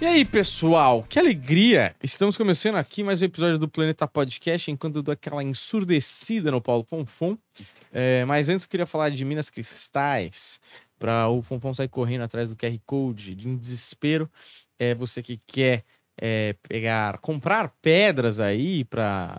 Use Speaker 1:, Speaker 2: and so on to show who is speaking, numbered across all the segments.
Speaker 1: E aí, pessoal, que alegria! Estamos começando aqui mais um episódio do Planeta Podcast, enquanto eu dou aquela ensurdecida no Paulo Fonfon. É, mas antes eu queria falar de Minas Cristais, para o Fonfon sair correndo atrás do QR Code, de um desespero. É você que quer é, pegar, comprar pedras aí para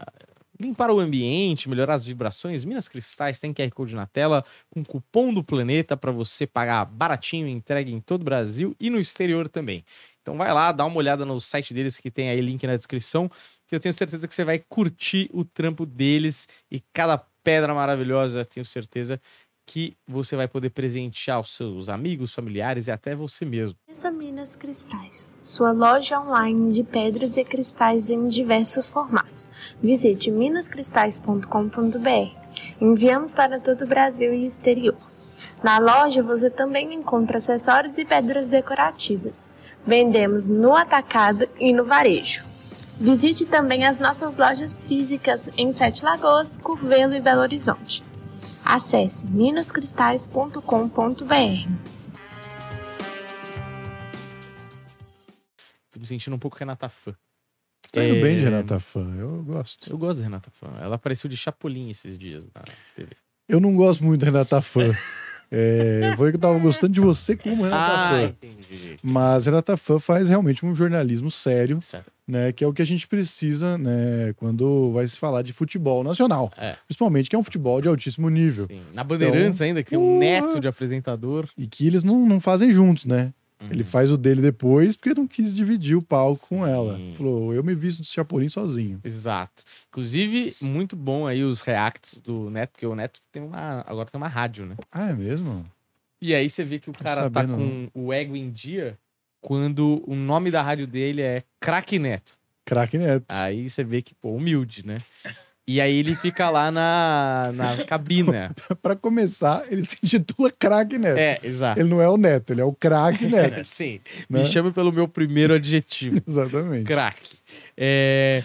Speaker 1: limpar o ambiente, melhorar as vibrações. Minas Cristais tem QR Code na tela, com cupom do planeta para você pagar baratinho, entregue em todo o Brasil e no exterior também. Então vai lá, dá uma olhada no site deles que tem aí link na descrição, que eu tenho certeza que você vai curtir o trampo deles e cada pedra maravilhosa, eu tenho certeza que você vai poder presentear os seus amigos, familiares e até você mesmo.
Speaker 2: Essa Minas Cristais, sua loja online de pedras e cristais em diversos formatos. Visite minascristais.com.br. Enviamos para todo o Brasil e exterior. Na loja você também encontra acessórios e pedras decorativas. Vendemos no atacado e no varejo. Visite também as nossas lojas físicas em Sete Lagoas, Curvelo e Belo Horizonte. Acesse minascristais.com.br.
Speaker 1: Tô me sentindo um pouco Renata Fã.
Speaker 3: Tá indo bem de
Speaker 1: É,
Speaker 3: Renata Fã, eu gosto.
Speaker 1: Eu gosto da Renata Fã. Ela apareceu de Chapolin esses dias na TV.
Speaker 3: Eu não gosto muito da Renata Fã. É, eu falei que eu tava gostando de você como Renata
Speaker 1: Ah,
Speaker 3: Fã.
Speaker 1: entendi.
Speaker 3: Mas Renata Fã faz realmente um jornalismo sério,
Speaker 1: Certo.
Speaker 3: né? Que é o que a gente precisa, né? Quando vai se falar de futebol nacional.
Speaker 1: É.
Speaker 3: Principalmente que é um futebol de altíssimo nível.
Speaker 1: Sim. Na Bandeirantes ainda, que tem um
Speaker 3: Porra.
Speaker 1: neto de apresentador.
Speaker 3: E que eles não, não fazem juntos, né?
Speaker 1: Uhum.
Speaker 3: Ele faz o dele depois porque não quis dividir o palco com
Speaker 1: Sim.
Speaker 3: ela. Falou, eu me visto de Chapolin sozinho.
Speaker 1: Exato. Inclusive, muito bom aí os reacts do Neto, porque o Neto tem uma, agora tem uma rádio, né?
Speaker 3: Ah, é mesmo?
Speaker 1: E aí você vê que o
Speaker 3: Tô
Speaker 1: cara tá
Speaker 3: sabendo, né?
Speaker 1: com o ego em dia quando o nome da rádio dele é Craque Neto.
Speaker 3: Craque Neto.
Speaker 1: Aí você vê que, pô, humilde, né? E aí ele fica lá na, na cabina.
Speaker 3: Pra começar, ele se intitula Craque Neto.
Speaker 1: É, exato.
Speaker 3: Ele não é o Neto, ele é o craque Neto.
Speaker 1: Sim. Me
Speaker 3: Né?
Speaker 1: chame pelo meu primeiro adjetivo.
Speaker 3: Exatamente.
Speaker 1: é craque. É,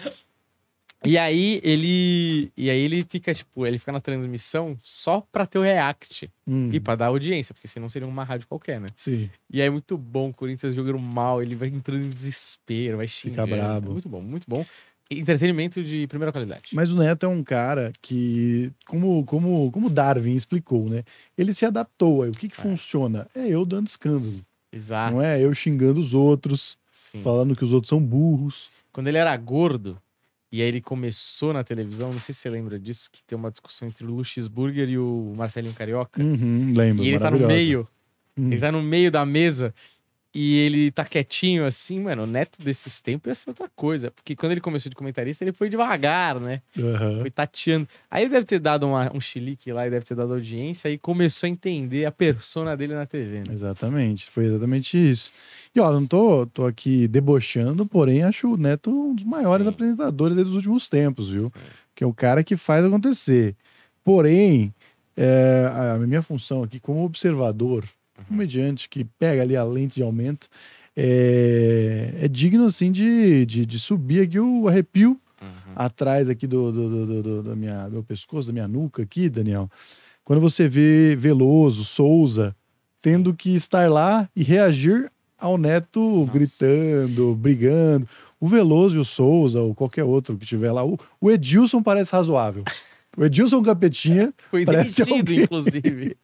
Speaker 1: E aí ele. E aí ele fica, tipo, ele fica na transmissão só pra ter o react
Speaker 3: Hum,
Speaker 1: e pra dar audiência, porque senão seria uma rádio qualquer, né?
Speaker 3: Sim.
Speaker 1: E aí é muito bom, o Corinthians jogando mal, ele vai entrando em desespero, vai xingando.
Speaker 3: brabo.
Speaker 1: É muito bom, muito bom. Entretenimento de primeira qualidade.
Speaker 3: Mas o Neto é um cara que, como, como, como Darwin explicou, né? Ele se adaptou. Aí, o que, que funciona? É eu dando escândalo.
Speaker 1: Exato.
Speaker 3: Não é eu xingando os outros,
Speaker 1: Sim.
Speaker 3: falando que os outros são burros.
Speaker 1: Quando ele era gordo, e aí ele começou na televisão, não sei se você lembra disso, que tem uma discussão entre o Luxemburger e o Marcelinho Carioca.
Speaker 3: Uhum, lembro.
Speaker 1: e ele tá no
Speaker 3: maravilhosa.
Speaker 1: meio.
Speaker 3: Uhum.
Speaker 1: Ele tá no meio da mesa e ele tá quietinho assim, mano. O neto desses tempos ia ser outra coisa. Porque quando ele começou de comentarista, ele foi devagar, né?
Speaker 3: Aham.
Speaker 1: Foi tateando. Aí ele deve ter dado uma- um chilique lá e deve ter dado audiência e começou a entender a persona dele na TV, né?
Speaker 3: Exatamente, foi exatamente isso. E ó, não tô, tô aqui debochando, porém acho o Neto um dos maiores
Speaker 1: Sim.
Speaker 3: apresentadores aí dos últimos tempos, viu? que é o cara que faz acontecer. Porém, é, a minha função aqui como observador, comediante que pega ali a lente de aumento, é, é digno assim de, de, de subir aqui o arrepio
Speaker 1: Uhum.
Speaker 3: atrás aqui do, do, do, do- do- da minha, do meu pescoço, da minha nuca aqui, Daniel. Quando você vê Veloso, Souza, tendo que estar lá e reagir ao Neto gritando, brigando. O Veloso e o Souza, ou qualquer outro que tiver lá. O, o Edilson parece razoável. O Edilson Capetinha,
Speaker 1: Foi
Speaker 3: Parece
Speaker 1: demitido,
Speaker 3: alguém.
Speaker 1: inclusive.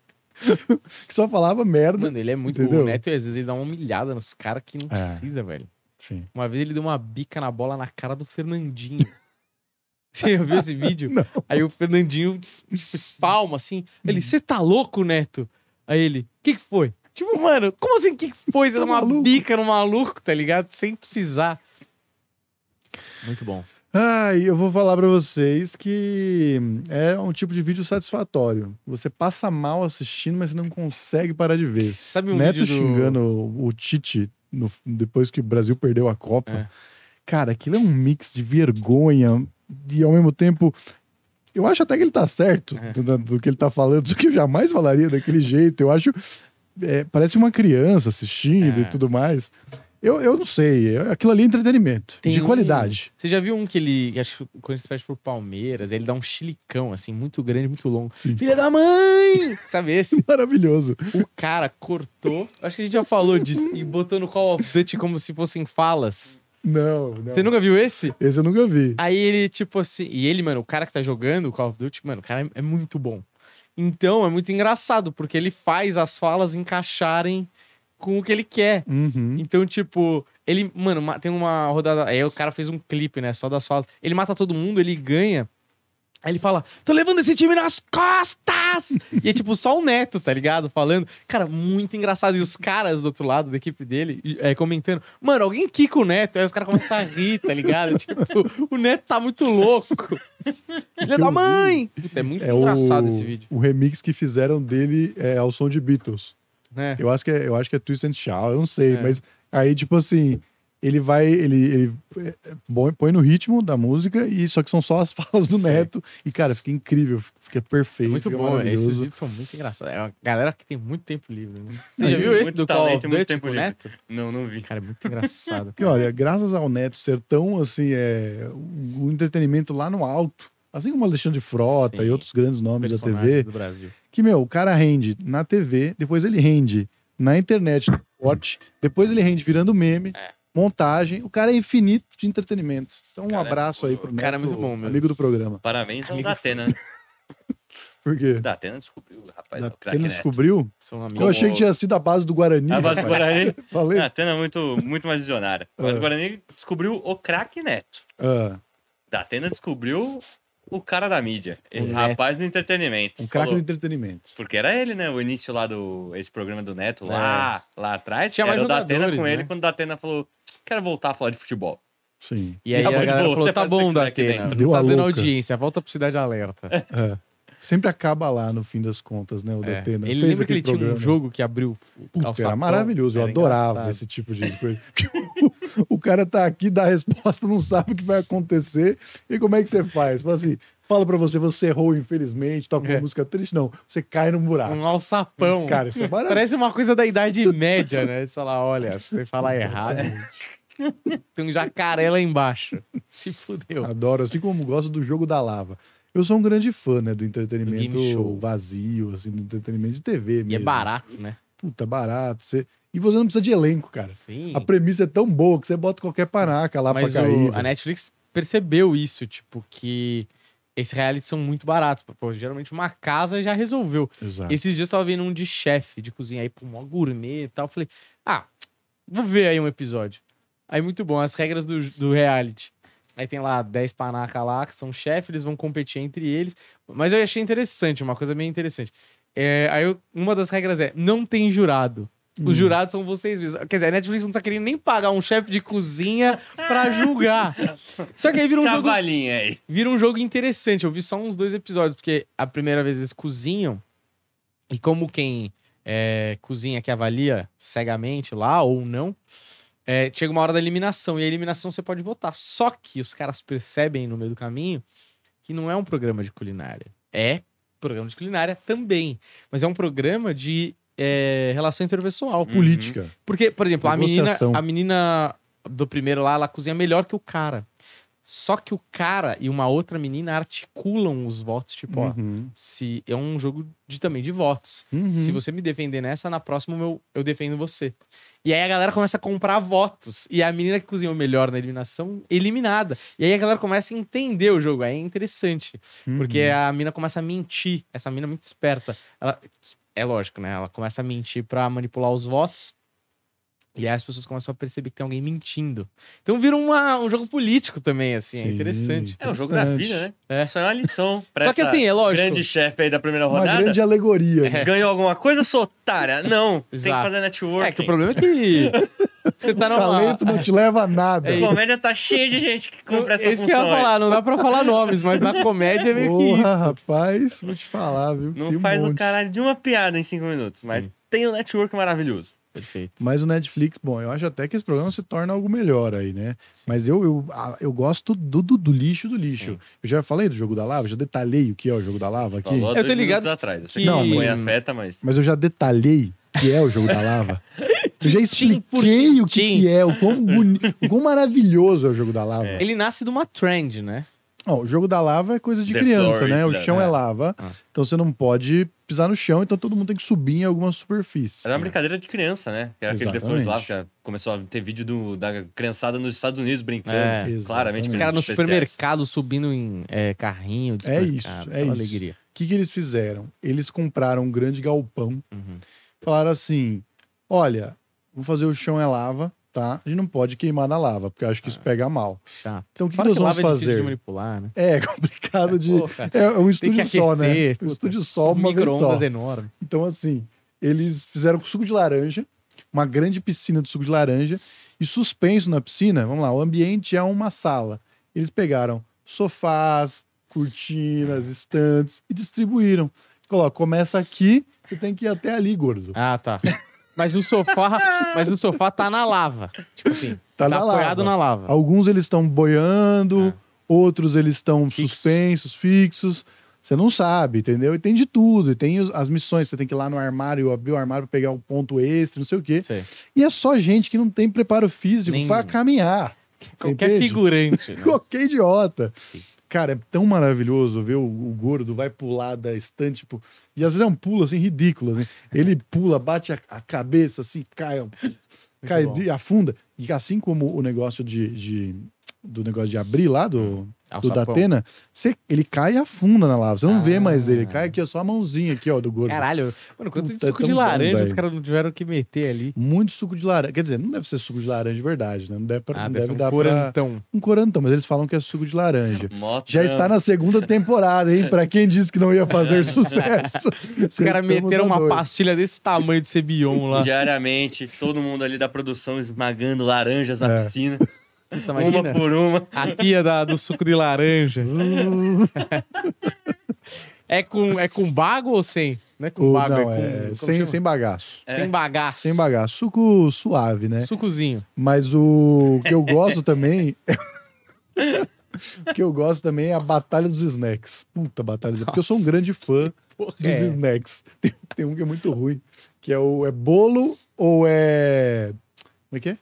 Speaker 3: que só falava merda.
Speaker 1: Mano, ele é muito
Speaker 3: Entendeu?
Speaker 1: O neto, às vezes, ele dá uma humilhada nos caras que não
Speaker 3: É.
Speaker 1: precisa, velho.
Speaker 3: Sim.
Speaker 1: Uma vez ele deu uma bica na bola na cara do Fernandinho. Você já viu esse vídeo?
Speaker 3: Não.
Speaker 1: Aí o Fernandinho des- tipo, espalma assim. Ele, você tá louco, Neto? Aí ele, o que, que foi? Tipo, mano, como assim, o que, que foi? Você
Speaker 3: Tá
Speaker 1: dá uma
Speaker 3: maluco?
Speaker 1: bica no maluco, tá ligado? Sem precisar. Muito bom.
Speaker 3: Ai, eu vou falar pra vocês que é um tipo de vídeo satisfatório. Você passa mal assistindo, mas você não consegue parar de ver.
Speaker 1: Sabe um
Speaker 3: Neto
Speaker 1: vídeo do...
Speaker 3: xingando o Tite no- depois que o Brasil perdeu a Copa.
Speaker 1: É.
Speaker 3: Cara, aquilo é um mix de vergonha e ao mesmo tempo. Eu acho até que ele tá certo
Speaker 1: É.
Speaker 3: do, do que ele tá falando, só que eu jamais falaria daquele jeito. Eu acho. é, parece uma criança assistindo
Speaker 1: É.
Speaker 3: e tudo mais. Eu, eu não sei. eu- Aquilo ali é entretenimento.
Speaker 1: Tem
Speaker 3: de
Speaker 1: um-
Speaker 3: qualidade.
Speaker 1: Você já viu um que ele. Acho que quando ele perde pro Palmeiras, ele dá um chilicão, assim, muito grande, muito longo.
Speaker 3: Sim.
Speaker 1: Filha da mãe! Sabe esse?
Speaker 3: Maravilhoso.
Speaker 1: O cara cortou. Acho que a gente já falou disso. E botou no Call of Duty como se fossem falas.
Speaker 3: Não, não.
Speaker 1: Você nunca viu esse?
Speaker 3: Esse eu nunca vi.
Speaker 1: Aí ele, tipo assim. E ele, mano, o cara que tá jogando o Call of Duty, mano, o cara é, é muito bom. Então é muito engraçado, porque ele faz as falas encaixarem com o que ele quer.
Speaker 3: Uhum.
Speaker 1: Então, tipo, ele, mano, ma- tem uma rodada. Aí o cara fez um clipe, né? Só das falas. Ele mata todo mundo, ele ganha. Aí ele fala, tô levando esse time nas costas! e é tipo só o Neto, tá ligado? Falando. Cara, muito engraçado. E os caras do outro lado da equipe dele e- é, comentando, mano, alguém quica o Neto. Aí os caras começam a rir, tá ligado? tipo, o Neto tá muito louco. Filha da mãe! Puta, é muito
Speaker 3: É
Speaker 1: engraçado
Speaker 3: o,
Speaker 1: esse vídeo,
Speaker 3: o remix que fizeram dele é, ao som de Beatles.
Speaker 1: né?
Speaker 3: Eu acho que é, eu acho que é Twist and Shout, eu não sei,
Speaker 1: É.
Speaker 3: mas aí tipo assim, ele vai, ele, ele é, põe- põe no ritmo da música e só que são só as falas do
Speaker 1: Sei.
Speaker 3: Neto e cara, fica incrível, fica perfeito,
Speaker 1: Muito
Speaker 3: fica
Speaker 1: bom, né? esses
Speaker 3: maravilhoso.
Speaker 1: vídeos são muito engraçados. É uma galera que tem muito tempo livre. Né? Você
Speaker 4: Aí,
Speaker 1: já viu esse
Speaker 4: muito
Speaker 1: do Call
Speaker 4: talento
Speaker 1: of
Speaker 4: e muito
Speaker 1: Duty
Speaker 4: tempo
Speaker 1: com o
Speaker 4: livre.
Speaker 1: Neto?
Speaker 4: Não, não vi.
Speaker 1: Cara, é muito engraçado.
Speaker 3: E olha, graças ao Neto ser tão assim, é um entretenimento lá no alto, assim como Alexandre Frota
Speaker 1: Sim.
Speaker 3: e outros grandes nomes da
Speaker 1: Personagens
Speaker 3: TV,
Speaker 1: um do Brasil.
Speaker 3: que, meu, o cara rende na TV, depois ele rende na internet, no corte, depois ele rende virando meme,
Speaker 1: É.
Speaker 3: montagem. O cara é infinito de entretenimento. Então, um
Speaker 4: Cara,
Speaker 3: abraço aí pro
Speaker 1: o cara é
Speaker 3: Neto,
Speaker 1: muito bom mesmo.
Speaker 3: amigo do programa.
Speaker 4: Parabéns ao
Speaker 1: Amigos
Speaker 4: Datena.
Speaker 3: Por quê?
Speaker 4: Datena descobriu, rapaz. é o craque
Speaker 3: Ele não
Speaker 4: Neto.
Speaker 3: descobriu?
Speaker 1: São amigos.
Speaker 3: Eu achei que tinha sido a base do Guarani.
Speaker 4: A base
Speaker 3: rapaz.
Speaker 4: do Guarani.
Speaker 3: Falei?
Speaker 4: Ah, Atena é muito, muito mais visionária. Mas
Speaker 3: É.
Speaker 4: o Guarani descobriu o craque Neto.
Speaker 3: Ah,
Speaker 4: Da Atena descobriu o cara da mídia. Esse
Speaker 1: O Neto.
Speaker 4: rapaz do entretenimento.
Speaker 3: um craque do
Speaker 4: Falou.
Speaker 3: entretenimento.
Speaker 4: Porque era ele, né? O início lá do. Esse programa do Neto lá, lá atrás.
Speaker 1: É. Tinha mais
Speaker 4: era o da Atena
Speaker 1: jogadores,
Speaker 4: com
Speaker 1: né?
Speaker 4: ele quando o da Atena falou: quero voltar a falar de futebol.
Speaker 3: Sim.
Speaker 1: E aí a
Speaker 4: Acabou de
Speaker 1: galera
Speaker 4: boa,
Speaker 1: falou,
Speaker 4: você
Speaker 1: tá
Speaker 4: faz o que
Speaker 1: bom,
Speaker 4: você quiser aqui
Speaker 1: Datena.
Speaker 4: dentro.
Speaker 3: Deu
Speaker 1: tá
Speaker 3: a
Speaker 1: dando
Speaker 3: louca.
Speaker 1: audiência, volta pro Cidade Alerta. É.
Speaker 3: É. Sempre acaba lá, no fim das contas, né? O Datena.
Speaker 1: Ele
Speaker 3: Fez
Speaker 1: lembra que
Speaker 3: aquele
Speaker 1: ele tinha um
Speaker 3: programa.
Speaker 1: jogo que abriu o
Speaker 3: Puta,
Speaker 1: calçapão?
Speaker 3: era maravilhoso, eu
Speaker 1: Era
Speaker 3: adorava
Speaker 1: engraçado.
Speaker 3: esse tipo de coisa. o cara tá aqui, dá a resposta, não sabe o que vai acontecer. E como é que você faz? Fala assim, fala pra você, você errou, infelizmente, toca uma
Speaker 1: É.
Speaker 3: música triste. Não, você cai no buraco.
Speaker 1: Um alçapão.
Speaker 3: Cara, isso é maravilhoso.
Speaker 1: Parece uma coisa da Idade Média, né? Você fala, olha, se você falar errado, tem um jacaré lá embaixo. Se fudeu.
Speaker 3: Adoro, assim como gosto do jogo da lava. Eu sou um grande fã, né, do entretenimento
Speaker 1: Do game show.
Speaker 3: vazio, assim, do entretenimento de TV mesmo.
Speaker 1: E é barato, né?
Speaker 3: Puta, barato. Você... E você não precisa de elenco, cara.
Speaker 1: Sim.
Speaker 3: A premissa é tão boa que você bota qualquer panaca lá
Speaker 1: Mas
Speaker 3: pra
Speaker 1: o- né,
Speaker 3: cair.
Speaker 1: a Netflix percebeu isso, tipo, que esses realities são muito baratos. Pô, geralmente uma casa já resolveu.
Speaker 3: Exato.
Speaker 1: Esses dias eu tava vendo um de chefe de cozinha aí, pô, mó gourmet e tal. Eu Falei, ah, vou ver aí um episódio. Aí muito bom, as regras do, do reality. Aí tem lá 10 panaca lá, que são chefe, eles vão competir entre eles. Mas eu achei interessante, uma coisa bem interessante. É, aí eu- uma das regras é, não tem jurado.
Speaker 3: Uhum.
Speaker 1: Os jurados são vocês mesmos. Quer dizer, a Netflix não tá querendo nem pagar um chefe de cozinha pra julgar. Só que aí vira um jogo
Speaker 4: Trabalhinha aí.
Speaker 1: vira um jogo interessante. Eu vi só uns dois episódios, porque a primeira vez eles cozinham. E como quem é, cozinha que avalia cegamente lá ou não, é, chega uma hora da eliminação. E a eliminação você pode votar. Só que os caras percebem no meio do caminho que não é um programa de culinária. É programa de culinária também. Mas é um programa de é, relação
Speaker 3: Uhum.
Speaker 1: interpessoal.
Speaker 3: Política.
Speaker 1: Porque, por exemplo, a menina,
Speaker 3: Negociação.
Speaker 1: a menina do primeiro lá, ela cozinha melhor que o cara. Só que o cara e uma outra menina articulam os votos, tipo, ó,
Speaker 3: Uhum.
Speaker 1: se é um jogo de também de votos.
Speaker 3: Uhum.
Speaker 1: Se você me defender nessa, na próxima eu, eu defendo você. E aí a galera começa a comprar votos. E a menina que cozinhou melhor na eliminação, eliminada. E aí a galera começa a entender o jogo. Aí é interessante. Porque é
Speaker 3: Uhum.
Speaker 1: a mina começa a mentir. Essa mina é muito esperta. Ela- é lógico, né? Ela começa a mentir pra manipular os votos. E aí as pessoas começam a perceber que tem alguém mentindo. Então vira uma- um jogo político também, assim. É
Speaker 3: Sim.
Speaker 1: interessante.
Speaker 4: É um jogo da vida, né?
Speaker 1: É.
Speaker 4: Isso é uma lição. Pra
Speaker 1: Só que
Speaker 4: essa
Speaker 1: assim, é lógico.
Speaker 4: grande chefe aí da primeira
Speaker 3: Uma
Speaker 4: rodada.
Speaker 3: grande
Speaker 1: É,
Speaker 3: alegoria. né?
Speaker 4: Ganhou alguma coisa, sou otária? Não, tem que
Speaker 1: Exato.
Speaker 4: fazer network.
Speaker 1: É que o problema é que você tá
Speaker 3: O
Speaker 1: numa...
Speaker 3: talento não te leva a nada.
Speaker 1: É isso.
Speaker 4: comédia tá cheia de gente que compra essa
Speaker 1: É isso que eu
Speaker 4: função
Speaker 1: ia
Speaker 4: aí.
Speaker 1: falar, não dá pra falar nomes, mas na comédia é meio que
Speaker 3: Porra,
Speaker 1: isso.
Speaker 3: rapaz, vou te falar, viu?
Speaker 4: Não
Speaker 3: Tem um
Speaker 4: faz um
Speaker 3: monte.
Speaker 4: caralho de uma piada em cinco minutos, mas tem um network maravilhoso.
Speaker 1: Perfeito.
Speaker 3: Mas o Netflix, bom, eu acho até que esse programa se torna algo melhor aí, né? Mas eu, eu, a- eu gosto do, do, do lixo do lixo.
Speaker 1: Sim.
Speaker 3: Eu já falei do jogo da lava, já detalhei o que é o jogo da lava aqui.
Speaker 4: Falou há
Speaker 1: Eu tô
Speaker 4: dois
Speaker 1: ligado
Speaker 4: minutos atrás. Eu sei
Speaker 1: que-
Speaker 4: que não,
Speaker 1: Não,
Speaker 4: põe
Speaker 1: mas-
Speaker 4: afeta, mas.
Speaker 3: Mas eu já detalhei o que é o jogo da lava. Eu já
Speaker 1: Tintim por
Speaker 3: expliquei o que,
Speaker 1: tintim.
Speaker 3: que é, o quão, boni... o quão maravilhoso é o jogo da lava.
Speaker 4: É.
Speaker 1: Ele nasce de uma trend, né?
Speaker 3: Ó, o jogo da lava é coisa de
Speaker 4: The
Speaker 3: criança,
Speaker 4: floor is
Speaker 3: né? O
Speaker 4: la-
Speaker 3: chão é
Speaker 4: é.
Speaker 3: lava,
Speaker 1: Ah.
Speaker 3: então você não pode pisar no chão, então todo mundo tem que subir em alguma superfície.
Speaker 4: Era uma brincadeira de criança, né? Que era aquele The Floor is Lava,
Speaker 3: Exatamente.
Speaker 4: que era- começou a ter vídeo do- da criançada nos Estados Unidos brincando.
Speaker 1: É.
Speaker 4: Claramente,
Speaker 3: Exatamente.
Speaker 1: Os caras no
Speaker 4: Especiais.
Speaker 1: supermercado subindo em é, carrinho. de
Speaker 3: É isso,
Speaker 1: supermercado.
Speaker 3: é
Speaker 1: Olha a
Speaker 3: isso.
Speaker 1: alegria.
Speaker 3: O que, que eles fizeram? Eles compraram um grande galpão,
Speaker 1: Uhum.
Speaker 3: falaram assim: olha, vou fazer o chão é lava, tá? A gente não pode queimar na lava, porque eu acho que isso pega mal.
Speaker 1: Chato.
Speaker 3: Então o que
Speaker 1: Ah. Fala
Speaker 3: nós
Speaker 1: que
Speaker 3: vamos
Speaker 1: lava é difícil de
Speaker 3: fazer?
Speaker 1: manipular, né?
Speaker 3: É complicado de.
Speaker 1: Porra,
Speaker 3: É um estúdio
Speaker 1: que
Speaker 3: só, né?
Speaker 1: aquecer,
Speaker 3: Um
Speaker 1: puta.
Speaker 3: estúdio só, uma vez só.
Speaker 1: micro-ondas enorme.
Speaker 3: Então, assim, eles fizeram com suco de laranja, uma grande piscina de suco de laranja, e suspenso na piscina, vamos lá, o ambiente é uma sala. Eles pegaram sofás, cortinas, estantes e distribuíram. Coloca, começa aqui, você tem que ir até ali, gordo.
Speaker 1: Ah, tá. Mas o sofá, mas o sofá tá na lava. Tipo assim,
Speaker 3: Tá,
Speaker 1: tá,
Speaker 3: na
Speaker 1: apoiado
Speaker 3: lava.
Speaker 1: na lava.
Speaker 3: Alguns eles estão boiando,
Speaker 1: É.
Speaker 3: outros eles estão
Speaker 1: Fixo.
Speaker 3: suspensos, fixos. Você não sabe, entendeu? E tem de tudo. E tem os- as missões. Você tem que ir lá no armário, abrir o armário pra pegar o ponto extra, não sei o quê.
Speaker 1: Sei.
Speaker 3: E é só gente que não tem preparo físico
Speaker 1: Nem-
Speaker 3: pra caminhar. Você
Speaker 1: Qualquer
Speaker 3: entende?
Speaker 1: figurante. né?
Speaker 3: Qualquer idiota.
Speaker 1: Sim.
Speaker 3: Cara, é tão maravilhoso ver o, o gordo vai pular da estante, tipo, e às vezes é um pulo assim ridículo, assim. Ele pula, bate a, a cabeça assim, cai, ó, cai
Speaker 1: bom.
Speaker 3: e afunda. E assim como o negócio de, de- do negócio de abrir lá do,
Speaker 1: Ah, o
Speaker 3: do
Speaker 1: sapão.
Speaker 3: Datena, você- ele cai e afunda na lava. Você não vê
Speaker 1: Ah.
Speaker 3: mais ele, cai aqui, ó, só a mãozinha aqui, ó, do gordo.
Speaker 1: Caralho, mano, quanto de
Speaker 3: Puta, é
Speaker 1: suco
Speaker 3: tão
Speaker 1: de
Speaker 3: bom,
Speaker 1: laranja os
Speaker 3: velho.
Speaker 1: caras não tiveram que meter ali.
Speaker 3: Muito suco de laranja. Quer dizer, não deve ser suco de laranja de verdade, né? Não deve, pra,
Speaker 1: Ah,
Speaker 3: não
Speaker 1: deve
Speaker 3: deve
Speaker 1: ser um
Speaker 3: dar pra.
Speaker 1: corantão.
Speaker 3: Um corantão, mas eles falam que é suco de laranja.
Speaker 4: Mó
Speaker 3: Já
Speaker 4: trampo.
Speaker 3: está na segunda temporada, hein? Pra quem disse que não ia fazer sucesso.
Speaker 1: Os caras meteram uma pastilha desse tamanho de Cebion lá.
Speaker 4: Diariamente, todo mundo ali da produção esmagando laranjas na
Speaker 3: É.
Speaker 4: piscina,
Speaker 1: Puta,
Speaker 4: uma
Speaker 1: imagina.
Speaker 4: por uma.
Speaker 1: A tia da- do suco de laranja. É com, é com bago ou sem? Não é com bago,
Speaker 3: não,
Speaker 1: é com.
Speaker 3: é,
Speaker 1: como
Speaker 3: sem,
Speaker 1: chama? É
Speaker 3: sem bagaço.
Speaker 1: Sem bagaço.
Speaker 3: Sem bagaço. Suco suave, né?
Speaker 1: Sucozinho.
Speaker 3: Mas o que eu gosto também. o que eu gosto também é a Batalha dos Snacks. Puta Batalha dos Snacks. Porque eu sou um
Speaker 1: Nossa,
Speaker 3: grande fã
Speaker 1: porra
Speaker 3: dos
Speaker 1: é essa?
Speaker 3: snacks. Tem, tem um que é muito ruim, que é o é bolo ou é. Como é que é?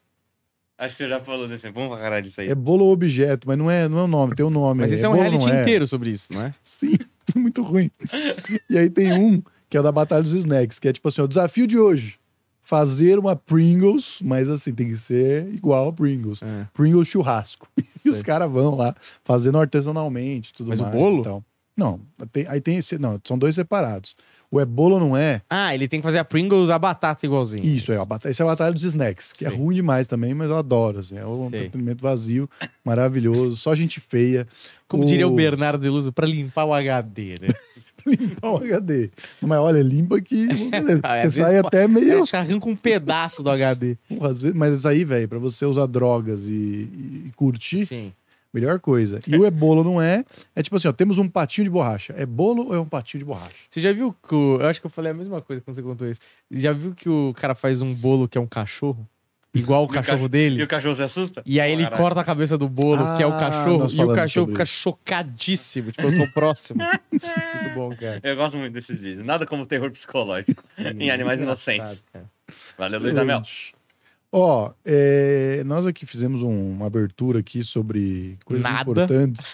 Speaker 4: Acho que você já falou desse. Vamos pra caralho disso aí.
Speaker 3: É bolo ou objeto, mas não é, não é o nome, tem o nome.
Speaker 1: Mas esse é um
Speaker 3: bolo, não
Speaker 1: reality
Speaker 3: é.
Speaker 1: inteiro sobre isso, não é?
Speaker 3: Sim, muito ruim. E aí tem um que é o da Batalha dos Snacks, que é tipo assim, o desafio de hoje. Fazer uma Pringles, mas assim, tem que ser igual a Pringles.
Speaker 1: É.
Speaker 3: Pringles churrasco. E
Speaker 1: Sei.
Speaker 3: os caras vão lá, fazendo artesanalmente, tudo
Speaker 1: Mas o
Speaker 3: mais.
Speaker 1: bolo?
Speaker 3: e tal. Não, tem- aí tem esse... Não, são dois separados. O é bolo ou não é?
Speaker 1: Ah, ele tem que fazer a Pringles a batata igualzinho.
Speaker 3: Isso, é a batalha, essa é a Batalha dos Snacks, que é
Speaker 1: Sei.
Speaker 3: ruim demais também, mas eu adoro. assim, é um
Speaker 1: Sei.
Speaker 3: entretenimento vazio, maravilhoso, só gente feia.
Speaker 1: Como diria o
Speaker 3: Bernardo.
Speaker 1: Bernardo Deluso, pra limpar o HD, né?
Speaker 3: limpar o HD. Mas olha, limpa que. beleza.
Speaker 1: Ah, é,
Speaker 3: Você
Speaker 1: às
Speaker 3: sai
Speaker 1: vezes
Speaker 3: até
Speaker 1: Eu
Speaker 3: meio.
Speaker 1: arranca um pedaço do HD.
Speaker 3: Às vezes, mas isso aí, velho, pra você usar drogas e, e curtir,
Speaker 1: Sim.
Speaker 3: melhor coisa. E o é bolo não é. É tipo assim, ó, temos um patinho de borracha. É bolo ou é um patinho de borracha?
Speaker 1: Você já viu que o... Eu acho que eu falei a mesma coisa quando você contou isso. Já viu que o cara faz um bolo que é um cachorro? Igual o
Speaker 4: E o
Speaker 1: cachorro
Speaker 4: cach-
Speaker 1: dele?
Speaker 4: E o cachorro se assusta?
Speaker 1: E aí ele
Speaker 4: Caralho.
Speaker 1: corta a cabeça do bolo, que é o
Speaker 3: Ah,
Speaker 1: cachorro,
Speaker 3: nós
Speaker 1: e o
Speaker 3: falamos
Speaker 1: cachorro
Speaker 3: sobre
Speaker 1: fica chocadíssimo. Tipo, eu sou o próximo. Muito bom, cara.
Speaker 4: Eu gosto muito desses vídeos. Nada como terror psicológico em animais
Speaker 1: Engraçado,
Speaker 4: inocentes.
Speaker 1: cara.
Speaker 4: Valeu, Luiz Amel.
Speaker 3: Ó, é, nós aqui fizemos um- uma abertura aqui sobre coisas
Speaker 1: Nada.
Speaker 3: importantes.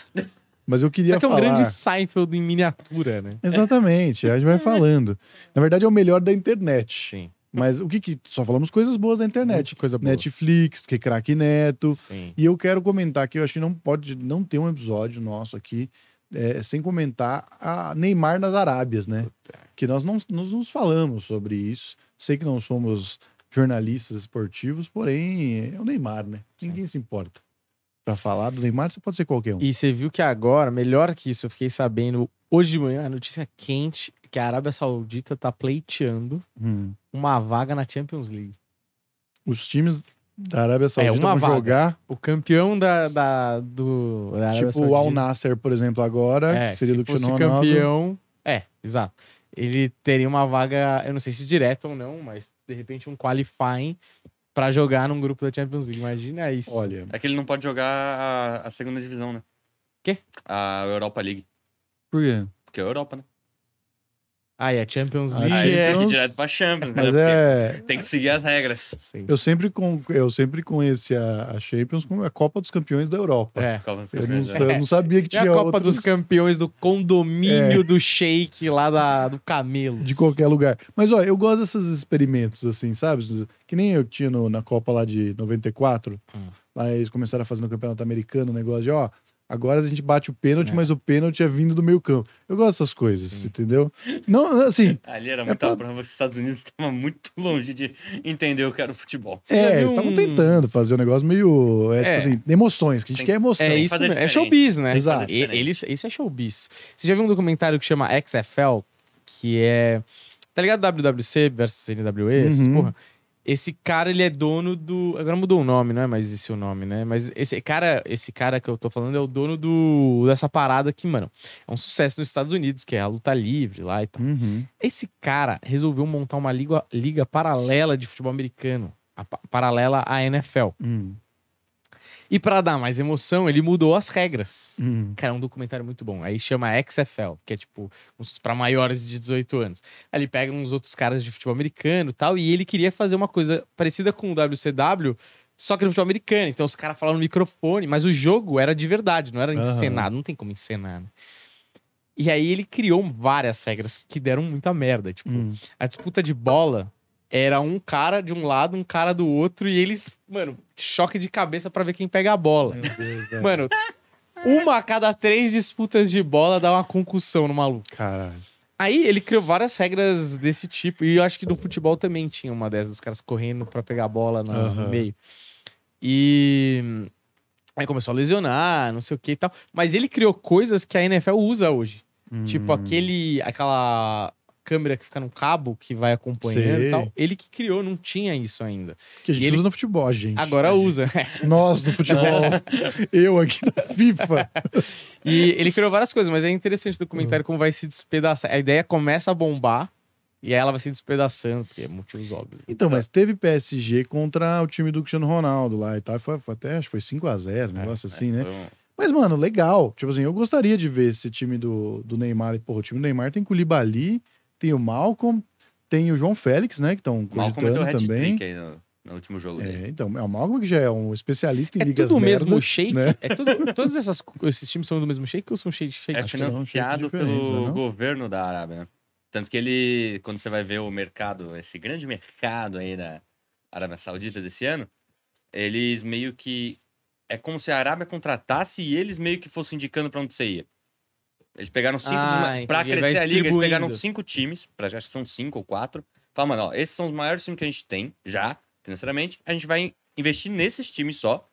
Speaker 3: Mas eu queria
Speaker 1: Só que é um
Speaker 3: falar.
Speaker 1: grande Seinfeld em miniatura, né?
Speaker 3: Exatamente, a gente vai falando. Na verdade, é o melhor da internet.
Speaker 1: Sim.
Speaker 3: Mas o que que. Só falamos coisas boas da internet.
Speaker 1: Muita coisa boa.
Speaker 3: Netflix, que é craque Neto.
Speaker 1: Sim.
Speaker 3: E eu quero comentar que eu acho que não pode não ter um episódio nosso aqui é, sem comentar a Neymar nas Arábias, né? Que nós não nós nos falamos sobre isso. Sei que não somos jornalistas esportivos, porém é o Neymar, né? Ninguém se importa. Pra falar do Neymar, você pode ser qualquer um.
Speaker 1: E você viu que agora, melhor que isso, eu fiquei sabendo hoje de manhã, a notícia quente, que a Arábia Saudita tá pleiteando
Speaker 3: Hum.
Speaker 1: uma vaga na Champions League.
Speaker 3: Os times da Arábia Saudita
Speaker 1: É, uma
Speaker 3: vão
Speaker 1: vaga.
Speaker 3: jogar,
Speaker 1: O campeão da, da, do, da Arábia
Speaker 3: tipo o Al
Speaker 1: Saudita-
Speaker 3: Nasser, por exemplo, agora,
Speaker 1: É,
Speaker 3: que seria
Speaker 1: se
Speaker 3: do
Speaker 1: fosse
Speaker 3: Cristiano Ronaldo.
Speaker 1: campeão. É, exato. Ele teria uma vaga, eu não sei se direta ou não, mas de repente um qualifying pra jogar num grupo da Champions League. Imagina isso.
Speaker 3: Olha,
Speaker 4: É que ele não pode jogar a, a segunda divisão, né?
Speaker 1: Quê?
Speaker 4: A Europa League.
Speaker 3: por quê?
Speaker 4: Porque é a Europa, né?
Speaker 1: Ah, e a Champions
Speaker 3: A
Speaker 1: League
Speaker 4: Aí
Speaker 1: é...
Speaker 4: tem que ir
Speaker 3: Champions-
Speaker 4: direto pra Champions, né?
Speaker 3: Mas
Speaker 4: Porque
Speaker 3: é.
Speaker 4: Tem que seguir as regras.
Speaker 1: Sim.
Speaker 3: Eu sempre, con- eu sempre conheci a, a Champions como a Copa dos Campeões da Europa.
Speaker 1: É.
Speaker 4: Copa dos
Speaker 3: Eu, não,
Speaker 4: Campeões, né?
Speaker 3: eu não sabia que
Speaker 1: É a
Speaker 3: tinha
Speaker 1: Copa
Speaker 3: outros É.
Speaker 1: dos Campeões do condomínio do Sheik lá da, do Camelo.
Speaker 3: de qualquer lugar. Mas, ó, eu gosto desses experimentos, assim, sabe? Que nem eu tinha no- na Copa lá de 94.
Speaker 1: Hum.
Speaker 3: Lá eles começaram a fazer no Campeonato Americano o negócio de, ó, agora a gente bate o pênalti,
Speaker 1: É.
Speaker 3: mas o pênalti é vindo do meio campo. Eu gosto dessas coisas, entendeu? Não, assim,
Speaker 4: Ali era muito
Speaker 3: pra-
Speaker 4: a prova que os Estados Unidos estavam muito longe de entender o que era o futebol.
Speaker 1: Você já
Speaker 3: é,
Speaker 1: viu
Speaker 3: eles estavam
Speaker 1: um-
Speaker 3: tentando fazer um negócio meio, é,
Speaker 1: É.
Speaker 3: tipo assim, emoções, que a gente
Speaker 4: Tem-
Speaker 3: quer emoção.
Speaker 1: É isso,
Speaker 4: fazer
Speaker 1: mesmo, é
Speaker 4: diferente.
Speaker 1: showbiz, né?
Speaker 3: Exato.
Speaker 1: E-
Speaker 4: Fazer
Speaker 1: Eles, isso é showbiz. Você já viu um documentário que chama XFL, que é. Tá ligado? WWC versus NWE, essas
Speaker 3: Uhum.
Speaker 1: porra. Esse cara, ele é dono do. Agora mudou o nome, não é mais esse o nome, né? Mas esse cara, esse cara que eu tô falando é o dono do, dessa parada que, mano, é um sucesso nos Estados Unidos, que é a luta livre lá e tal.
Speaker 3: Uhum.
Speaker 1: Esse cara resolveu montar uma liga, liga paralela de futebol americano, a pa- paralela à NFL.
Speaker 3: Hum,
Speaker 1: E pra dar mais emoção, ele mudou as regras.
Speaker 3: hum.
Speaker 1: Cara, é um documentário muito bom. Aí chama XFL, que é tipo uns pra maiores de 18 anos. Aí ele pega uns outros caras de futebol americano e tal, e ele queria fazer uma coisa parecida com o WCW, só que no futebol americano. Então os caras falavam no microfone, mas o jogo era de verdade, não era
Speaker 3: Aham.
Speaker 1: encenado, não tem como encenar, né? E aí ele criou várias regras que deram muita merda. Tipo,
Speaker 3: Hum.
Speaker 1: a disputa de bola era um cara de um lado, um cara do outro, e eles, mano, choque de cabeça pra ver quem pega a bola. Mano, uma a cada três disputas de bola dá uma concussão no maluco.
Speaker 3: Caralho.
Speaker 1: Aí ele criou várias regras desse tipo, e eu acho que no futebol também tinha uma dessas, dos caras correndo pra pegar a bola na- no
Speaker 3: Aham.
Speaker 1: meio. E. Aí começou a lesionar, não sei o que e tal. Mas ele criou coisas que a NFL usa hoje. Tipo
Speaker 3: Hum.
Speaker 1: aquele, aquela câmera que fica no cabo, que vai acompanhando
Speaker 3: Sei.
Speaker 1: e tal. Ele que criou, não tinha isso ainda.
Speaker 3: Que a gente
Speaker 1: e ele-
Speaker 3: usa no futebol, a gente.
Speaker 1: Agora usa.
Speaker 3: Nós do futebol. eu aqui da FIFA.
Speaker 1: E ele criou várias coisas, mas é interessante o
Speaker 3: Hum.
Speaker 1: documentário como vai se despedaçar. A ideia começa a bombar e aí ela vai se despedaçando, porque é motivos óbvios.
Speaker 3: Então, mas teve PSG contra o time do Cristiano Ronaldo lá e tal. Foi, foi até, acho que foi 5x0, um
Speaker 1: É,
Speaker 3: negócio assim, né?
Speaker 4: Foi um-
Speaker 3: Mas, mano, legal. Tipo assim, eu gostaria de ver esse time do, do Neymar. E, Porra, o time do Neymar tem Culibali, tem o Malcolm, tem o João Félix, né? Que estão
Speaker 4: Mal cometeu o
Speaker 3: cogitando
Speaker 1: é,
Speaker 3: também.
Speaker 4: hat-trick aí no, no último jogo dele.
Speaker 3: É, então, é o Malcolm que já é um especialista em
Speaker 1: É
Speaker 3: ligas
Speaker 1: tudo o
Speaker 3: merda.
Speaker 1: mesmo shake?
Speaker 3: né?
Speaker 1: É tudo, todos essas, esses times são do mesmo shake ou são shake? shake?
Speaker 4: É
Speaker 3: Acho que não, achei
Speaker 4: financiado
Speaker 3: diferente,
Speaker 4: pelo
Speaker 3: não?
Speaker 4: governo da Arábia. né? Tanto que ele, quando você vai ver o mercado, esse grande mercado aí da Arábia Saudita desse ano, eles meio que. É como se a Arábia contratasse e eles meio que fossem indicando pra onde você ia. Eles pegaram cinco.
Speaker 1: Ah,
Speaker 4: dos ma-
Speaker 1: entendi,
Speaker 4: pra
Speaker 1: vai
Speaker 4: crescer a liga, eles
Speaker 1: distribuindo.
Speaker 4: pegaram cinco times, pra, acho que são cinco ou quatro. Falaram, mano, ó, esses são os maiores times que a gente tem, já, financeiramente. A gente vai investir nesses times só.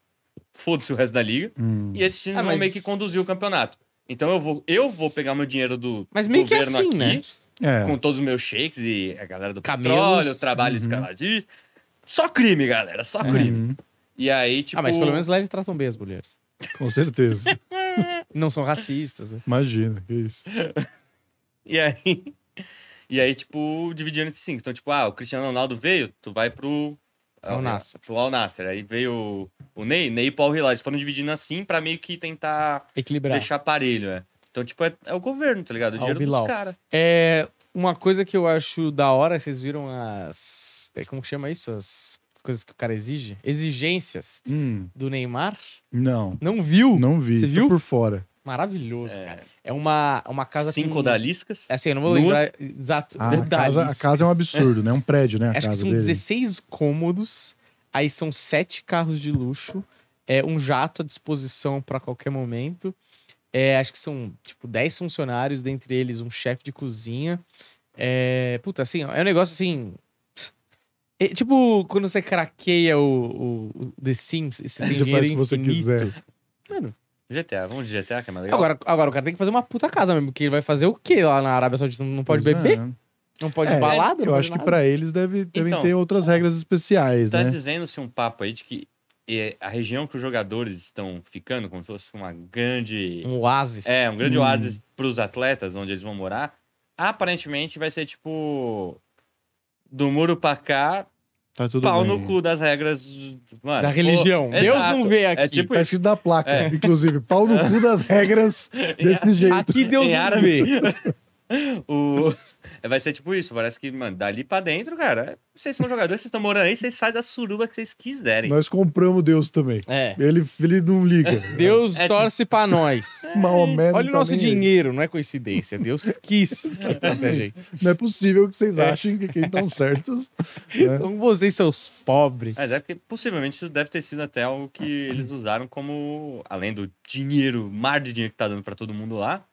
Speaker 4: Foda-se o resto da liga.
Speaker 3: Hum.
Speaker 4: E esses times
Speaker 1: Ah,
Speaker 4: vão
Speaker 1: mas-
Speaker 4: é meio que conduzir o campeonato. Então eu vou, eu vou pegar meu dinheiro do
Speaker 1: Mas meio que é
Speaker 4: governo
Speaker 1: assim,
Speaker 4: aqui,
Speaker 1: né?
Speaker 3: É.
Speaker 4: com todos os meus shakes e a galera do
Speaker 1: Camelos. Uhum.
Speaker 4: petróleo, o trabalho escaladi. Só crime, galera, só crime.
Speaker 3: Uhum,
Speaker 4: E aí, tipo...
Speaker 1: É. Ah, mas pelo menos lá eles tratam bem as mulheres.
Speaker 3: com certeza.
Speaker 1: Não são racistas. né?
Speaker 3: Imagina, que isso.
Speaker 4: E aí, e aí tipo, dividindo entre cinco. Então, tipo, ah, o Cristiano Ronaldo veio, tu vai pro... é,
Speaker 1: Al Nassr.
Speaker 4: Pro Al Nassr. Aí veio o Ney, Ney e Paul Hilal. Eles foram dividindo assim pra meio que tentar
Speaker 1: Equilibrar.
Speaker 4: deixar parelho, né? Então, tipo, é, é o governo, tá ligado? O
Speaker 1: Al
Speaker 4: dinheiro
Speaker 1: Hilal.
Speaker 4: dos caras.
Speaker 1: É, uma coisa que eu acho da hora, vocês viram as... é, Como que chama isso? As coisas que o cara exige? Exigências
Speaker 3: Hum,
Speaker 1: do Neymar.
Speaker 3: não,
Speaker 1: Não viu?
Speaker 3: não vi.
Speaker 1: Você
Speaker 3: Tô
Speaker 1: viu?
Speaker 3: por fora.
Speaker 1: Maravilhoso,
Speaker 4: É.
Speaker 1: cara. É uma, uma casa
Speaker 4: Cinco
Speaker 1: com...
Speaker 4: odaliscas.
Speaker 1: É Assim, eu não vou
Speaker 4: Duas.
Speaker 1: lembrar exato.
Speaker 3: Ah, a, casa, a
Speaker 1: Odaliscas.
Speaker 3: casa é um absurdo, né? É um prédio, né? A
Speaker 1: Acho que
Speaker 3: casa
Speaker 1: são
Speaker 3: dele.
Speaker 1: 16 cômodos, aí são sete carros de luxo, é um jato à disposição para qualquer momento. É, acho que são, tipo, 10 funcionários, dentre eles um chefe de cozinha. É, puta, assim, ó, é um negócio assim. é tipo, quando você craqueia o, o- o The Sims, e você tem
Speaker 3: Tu
Speaker 1: dinheiro
Speaker 3: faz o que
Speaker 1: infinito.
Speaker 3: você quiser.
Speaker 1: Mano,
Speaker 4: GTA, vamos de GTA, que é mais legal.
Speaker 1: agora, agora o cara tem que fazer uma puta casa mesmo, porque ele vai fazer o quê lá na Arábia Saudita? Não pode
Speaker 3: Pois
Speaker 1: beber?
Speaker 3: é.
Speaker 1: Não pode
Speaker 3: É,
Speaker 1: balada?
Speaker 3: Eu acho que pra eles deve, devem
Speaker 4: Então,
Speaker 3: ter outras regras especiais,
Speaker 4: tá
Speaker 3: né?
Speaker 4: dizendo-se um papo aí de que é, a região que os jogadores estão ficando, como se fosse uma grande.
Speaker 1: Um oásis.
Speaker 4: É, um grande
Speaker 3: Hum.
Speaker 4: oásis pros atletas, onde eles vão morar. Aparentemente vai ser tipo. Do muro pra cá,
Speaker 3: Tá tudo
Speaker 4: pau
Speaker 3: bem.
Speaker 4: no cu das regras. Mano,
Speaker 1: Da
Speaker 4: pô,
Speaker 1: religião. Deus
Speaker 4: exato.
Speaker 1: não vê aqui.
Speaker 4: É tipo
Speaker 3: Tá escrito na placa, inclusive. Pau no cu das regras desse jeito.
Speaker 1: Aqui Deus
Speaker 4: Em
Speaker 1: não
Speaker 4: árabe.
Speaker 1: vê.
Speaker 4: o... Vai ser tipo isso, parece que, mano, dali pra dentro, cara, vocês são jogadores, vocês estão morando aí, vocês saem da suruba que vocês quiserem.
Speaker 3: Nós compramos Deus também.
Speaker 1: É.
Speaker 3: Ele, ele não liga.
Speaker 1: Deus
Speaker 4: É.
Speaker 1: torce pra nós.
Speaker 3: Maomé não
Speaker 1: Olha o
Speaker 3: tá
Speaker 1: nosso
Speaker 3: nem aí.
Speaker 1: dinheiro, não é coincidência. Deus quis que fosse a gente.
Speaker 3: Não é possível que vocês
Speaker 1: É.
Speaker 3: achem que quem estão certos. né?
Speaker 1: São vocês, seus pobres.
Speaker 4: É, deve, que- possivelmente isso deve ter sido até algo que
Speaker 3: É.
Speaker 4: eles usaram como, além do dinheiro, mar de dinheiro que tá dando pra todo mundo lá,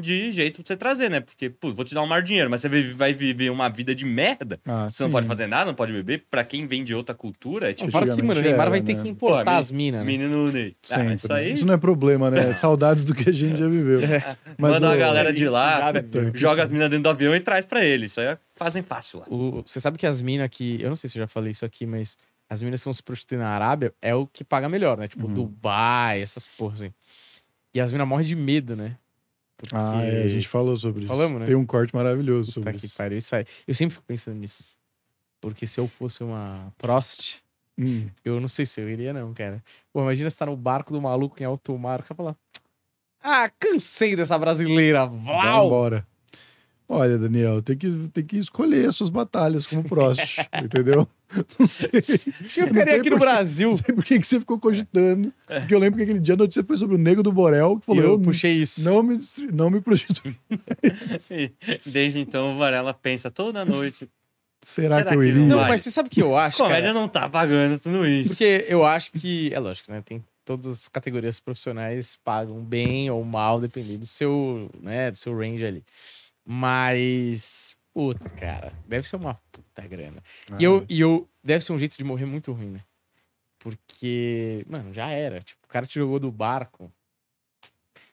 Speaker 4: de jeito pra você trazer, né? Porque, pô, vou te dar um mar de dinheiro, mas você vai- vai viver uma vida de merda.
Speaker 3: Ah,
Speaker 4: Você não
Speaker 3: sim.
Speaker 4: pode fazer nada, não pode beber. Pra quem vem de outra cultura, é tipo,
Speaker 3: Não,
Speaker 1: Fora que, mano, o Neymar
Speaker 3: era,
Speaker 1: vai ter
Speaker 3: né?
Speaker 1: que
Speaker 4: Pô,
Speaker 1: importar
Speaker 4: a
Speaker 1: as minas, né?
Speaker 4: menino Ney. Ah,
Speaker 3: Sempre.
Speaker 4: mas isso aí, É.
Speaker 3: não é problema, né? Saudades do que a gente já viveu. Mas
Speaker 4: manda
Speaker 3: o- É.
Speaker 4: a galera de lá,
Speaker 1: Já viveu.
Speaker 4: joga as minas dentro do avião e traz pra ele. Isso aí é, fazem fácil lá.
Speaker 1: O- Você sabe que as minas que. Eu não sei se eu já falei isso aqui, mas as minas que vão se prostituir na Arábia é o que paga melhor, né? Tipo,
Speaker 3: Uhum.
Speaker 1: Dubai, essas porras assim. E as minas morrem de medo, né? Porque.
Speaker 3: Ah, é, a gente falou sobre isso.
Speaker 1: Falamos, né?
Speaker 3: Tem um corte maravilhoso
Speaker 1: Puta
Speaker 3: sobre
Speaker 1: que
Speaker 3: isso.
Speaker 1: pariu, isso aí. Eu sempre fico pensando nisso. Porque se eu fosse uma prost,
Speaker 3: Hum.
Speaker 1: eu não sei se eu iria, não, cara. Pô, imagina você tá no barco do maluco em alto mar, o cara fala. Ah, cansei dessa brasileira.
Speaker 3: Vai
Speaker 1: Vlau!
Speaker 3: embora. Olha, Daniel, tem que, tem que escolher as suas batalhas como próximo, entendeu? Não sei, não
Speaker 1: Acho que eu
Speaker 3: Não tem
Speaker 1: ficaria aqui no
Speaker 3: porquê.
Speaker 1: Brasil.
Speaker 3: sei por que que você ficou cogitando. Porque eu lembro que aquele dia a notícia foi sobre o Nego do Borel, que
Speaker 1: É. E
Speaker 3: falou, eu,
Speaker 1: eu puxei isso.
Speaker 3: não me, destri- não me prostituí.
Speaker 4: Sim. Desde então, o Varela pensa toda noite.
Speaker 3: Será,
Speaker 4: Será
Speaker 3: que eu
Speaker 4: que
Speaker 3: iria?
Speaker 1: Não,
Speaker 4: Vai.
Speaker 1: mas você sabe o que eu acho,
Speaker 3: é
Speaker 1: cara?
Speaker 4: Comédia não tá pagando tudo isso.
Speaker 1: Porque eu acho que, é lógico, né? Tem todas as categorias profissionais pagam bem ou mal, dependendo do seu, né, do seu range ali. Mas, putz, cara, deve ser uma puta grana. E
Speaker 3: É.
Speaker 1: eu, e eu deve ser um jeito de morrer muito ruim, né? Porque, mano, já era. Tipo, o cara te jogou do barco.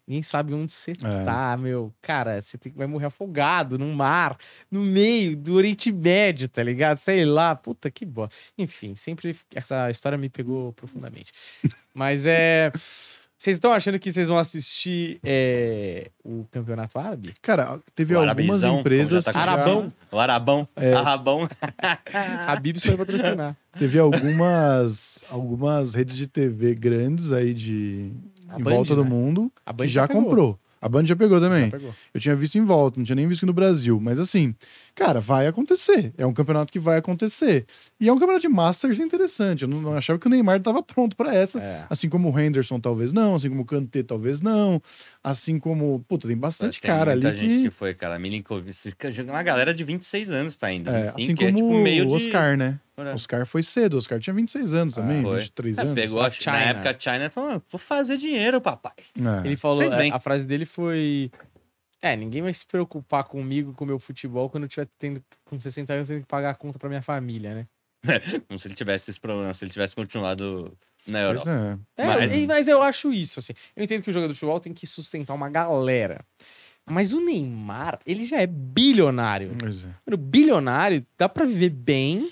Speaker 1: Ninguém sabe onde você
Speaker 3: É.
Speaker 1: tá, meu. Cara, você tem, que- vai morrer afogado no mar, no meio do Oriente Médio, tá ligado? Sei lá. Puta que bosta. Enfim, sempre f- essa história me pegou profundamente. Mas é. Vocês estão achando que vocês vão assistir é, o campeonato árabe?
Speaker 3: Cara, teve
Speaker 4: O
Speaker 3: algumas
Speaker 4: Arabizão, como
Speaker 3: empresas
Speaker 4: já
Speaker 3: que
Speaker 4: tá
Speaker 3: já- É.
Speaker 1: Arabão.
Speaker 4: O Arabão. Arabão.
Speaker 1: A Bíblia só vai patrocinar.
Speaker 3: Teve algumas, algumas redes de TV grandes aí de
Speaker 1: A
Speaker 3: em
Speaker 1: Band,
Speaker 3: volta do
Speaker 1: né?
Speaker 3: mundo
Speaker 1: A Band
Speaker 3: que já,
Speaker 1: pegou.
Speaker 3: comprou. A Band já pegou também.
Speaker 1: Já pegou.
Speaker 3: Eu tinha visto em volta, não tinha nem visto no Brasil. Mas assim, cara, vai acontecer. É um campeonato que vai acontecer. E é um campeonato de Masters interessante. Eu não, não achava que o Neymar estava pronto para essa.
Speaker 1: É.
Speaker 3: Assim como o Henderson, talvez não. Assim como o Kanté, talvez não. Assim como. Puta, tem bastante
Speaker 4: Tem
Speaker 3: cara ali
Speaker 4: muita gente
Speaker 3: que.
Speaker 4: foi, cara. Milinkovic. Uma galera de 26 anos tá ainda.
Speaker 3: É,
Speaker 4: 25,
Speaker 3: assim
Speaker 4: que é
Speaker 3: como
Speaker 4: tipo meio
Speaker 3: o
Speaker 4: de...
Speaker 3: Oscar, né?
Speaker 4: É.
Speaker 3: O Oscar foi cedo. O Oscar tinha 26 anos também,
Speaker 4: foi.
Speaker 3: 23
Speaker 4: É,
Speaker 3: anos.
Speaker 4: pegou
Speaker 1: A
Speaker 4: a China. Na
Speaker 1: China.
Speaker 4: época a China falou, "Ah, vou fazer dinheiro, papai.
Speaker 3: É.
Speaker 1: Ele falou,
Speaker 4: Fez bem.
Speaker 1: a, a frase dele foi: É, ninguém vai se preocupar comigo, com o meu futebol, quando eu tiver tendo, com 60 anos, tendo que pagar a conta pra minha família, né?
Speaker 4: Não se ele tivesse esse problema, se ele tivesse continuado na
Speaker 3: Pois
Speaker 4: Europa.
Speaker 3: é.
Speaker 1: É,
Speaker 4: Mas-
Speaker 1: e- mas eu acho isso, assim. Eu entendo que o jogador de futebol tem que sustentar uma galera. Mas o Neymar, ele já é bilionário.
Speaker 3: Pois é.
Speaker 1: Mano, bilionário, dá pra viver bem.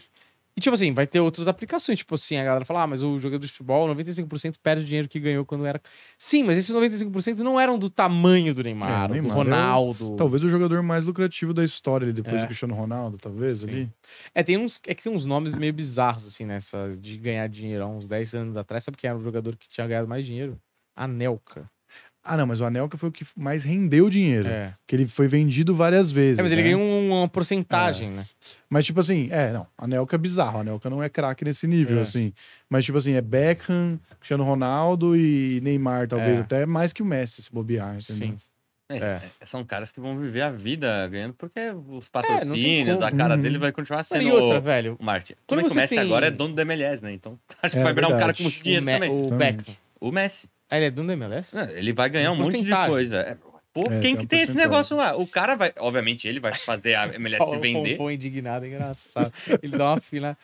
Speaker 1: E, tipo assim, vai ter outras aplicações. Tipo assim, a galera fala, ah, mas o jogador de futebol, 95% perde o dinheiro que ganhou quando era. Sim, mas esses 95% não eram do tamanho do Neymar,
Speaker 3: É, o
Speaker 1: do
Speaker 3: Neymar é o-
Speaker 1: Ronaldo.
Speaker 3: Talvez o jogador mais lucrativo da história ali, depois
Speaker 1: É.
Speaker 3: do Cristiano Ronaldo, talvez
Speaker 1: Sim.
Speaker 3: ali.
Speaker 1: É, tem uns, é que tem uns nomes meio bizarros, assim, nessa de ganhar dinheiro. Há uns 10 anos atrás, sabe quem era o jogador que tinha ganhado mais dinheiro? Anelka.
Speaker 3: Ah, não, mas o Anelka foi o que mais rendeu dinheiro.
Speaker 1: É.
Speaker 3: Que ele foi vendido várias vezes.
Speaker 1: É, mas ele
Speaker 3: né?
Speaker 1: ganhou um- uma porcentagem, né?
Speaker 3: Mas, tipo assim, é, não. Anelka é bizarro. Anelka não é craque nesse nível,
Speaker 1: É.
Speaker 3: assim. Mas, tipo assim, é Beckham, Cristiano Ronaldo e Neymar, talvez.
Speaker 1: É.
Speaker 3: Até mais que o Messi se bobear, entendeu?
Speaker 1: Sim. É.
Speaker 4: São caras que vão viver a vida ganhando, porque os
Speaker 1: tem
Speaker 4: patrocínios,
Speaker 1: como.
Speaker 4: a cara
Speaker 3: Uhum.
Speaker 4: dele vai continuar
Speaker 1: Mano,
Speaker 4: sendo
Speaker 1: e outra,
Speaker 4: o-
Speaker 1: velho.
Speaker 4: o Martin.
Speaker 1: Quando
Speaker 4: Quando Como
Speaker 1: você
Speaker 4: começa
Speaker 1: tem-
Speaker 4: agora é dono do MLS, né? Então acho que
Speaker 3: É,
Speaker 4: vai virar um cara
Speaker 3: verdade.
Speaker 4: com muito
Speaker 1: O,
Speaker 4: dinheiro
Speaker 1: Me,
Speaker 4: também.
Speaker 1: o
Speaker 3: Também.
Speaker 1: Beckham.
Speaker 4: O Messi.
Speaker 1: Ah, ele é dono do MLS?
Speaker 4: Ah, Ele vai ganhar um
Speaker 1: Tem
Speaker 4: monte de
Speaker 1: porcentagem.
Speaker 4: coisa. É, Pô,
Speaker 3: É, tem
Speaker 4: quem
Speaker 3: uma
Speaker 4: que tem esse
Speaker 3: porcentagem.
Speaker 4: negócio lá? O cara vai. Obviamente, ele vai fazer a MLS se
Speaker 1: Paulo
Speaker 4: vender.
Speaker 1: Fonfon indignado, engraçado. Ele dá uma fila.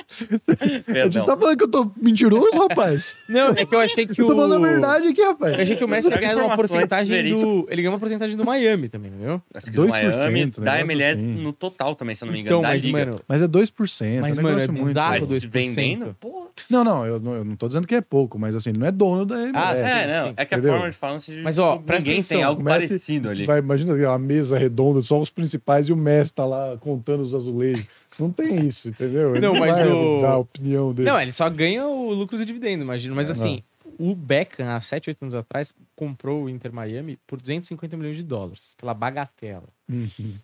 Speaker 3: A gente
Speaker 4: Perdão.
Speaker 3: tá falando que eu tô mentiroso, rapaz?
Speaker 1: Não, é que eu achei que
Speaker 3: eu
Speaker 1: o.
Speaker 3: tô falando a verdade aqui,
Speaker 1: Eu
Speaker 3: rapaz.
Speaker 1: achei que o Messi ia
Speaker 4: Traga
Speaker 1: ganhar uma
Speaker 4: informações
Speaker 1: porcentagem do.
Speaker 4: verídicas.
Speaker 1: Ele ganhou uma porcentagem do Miami também, entendeu?
Speaker 4: Acho que do
Speaker 3: 2%,
Speaker 4: Miami,
Speaker 3: negócio
Speaker 4: da MLS
Speaker 3: assim.
Speaker 4: no total também, se eu não me engano.
Speaker 1: Então,
Speaker 4: da
Speaker 1: mas,
Speaker 4: liga.
Speaker 1: mano.
Speaker 3: Mas é 2%.
Speaker 1: Mas,
Speaker 3: é um
Speaker 1: mano, é
Speaker 3: negócio muito-
Speaker 1: bizarro.
Speaker 4: Mas
Speaker 1: 2%.
Speaker 4: vendendo? É, Pô.
Speaker 3: Não, não eu, não, eu não tô dizendo que é pouco, mas assim, não é dono da MLS.
Speaker 1: Ah,
Speaker 4: É,
Speaker 1: sim,
Speaker 4: não.
Speaker 1: sim.
Speaker 4: É que a
Speaker 3: Entendeu?
Speaker 4: forma de falar não se
Speaker 1: Mas, ó,
Speaker 4: ninguém
Speaker 1: presta atenção,
Speaker 4: tem algo
Speaker 3: o Messi-
Speaker 4: parecido ali.
Speaker 3: Vai, imagina ali, uma mesa redonda, só os principais e o Messi tá lá contando os azulejos. Não tem isso, entendeu? Ele
Speaker 1: Não, mas
Speaker 3: vai
Speaker 1: o-
Speaker 4: é
Speaker 3: dar a opinião dele. É.
Speaker 1: Não, ele só ganha o lucros e dividendo, imagino. Mas assim, o Beckham, há 7, 8 anos atrás, comprou o Inter Miami por 250 milhões de dólares, pela bagatela.
Speaker 3: Uhum.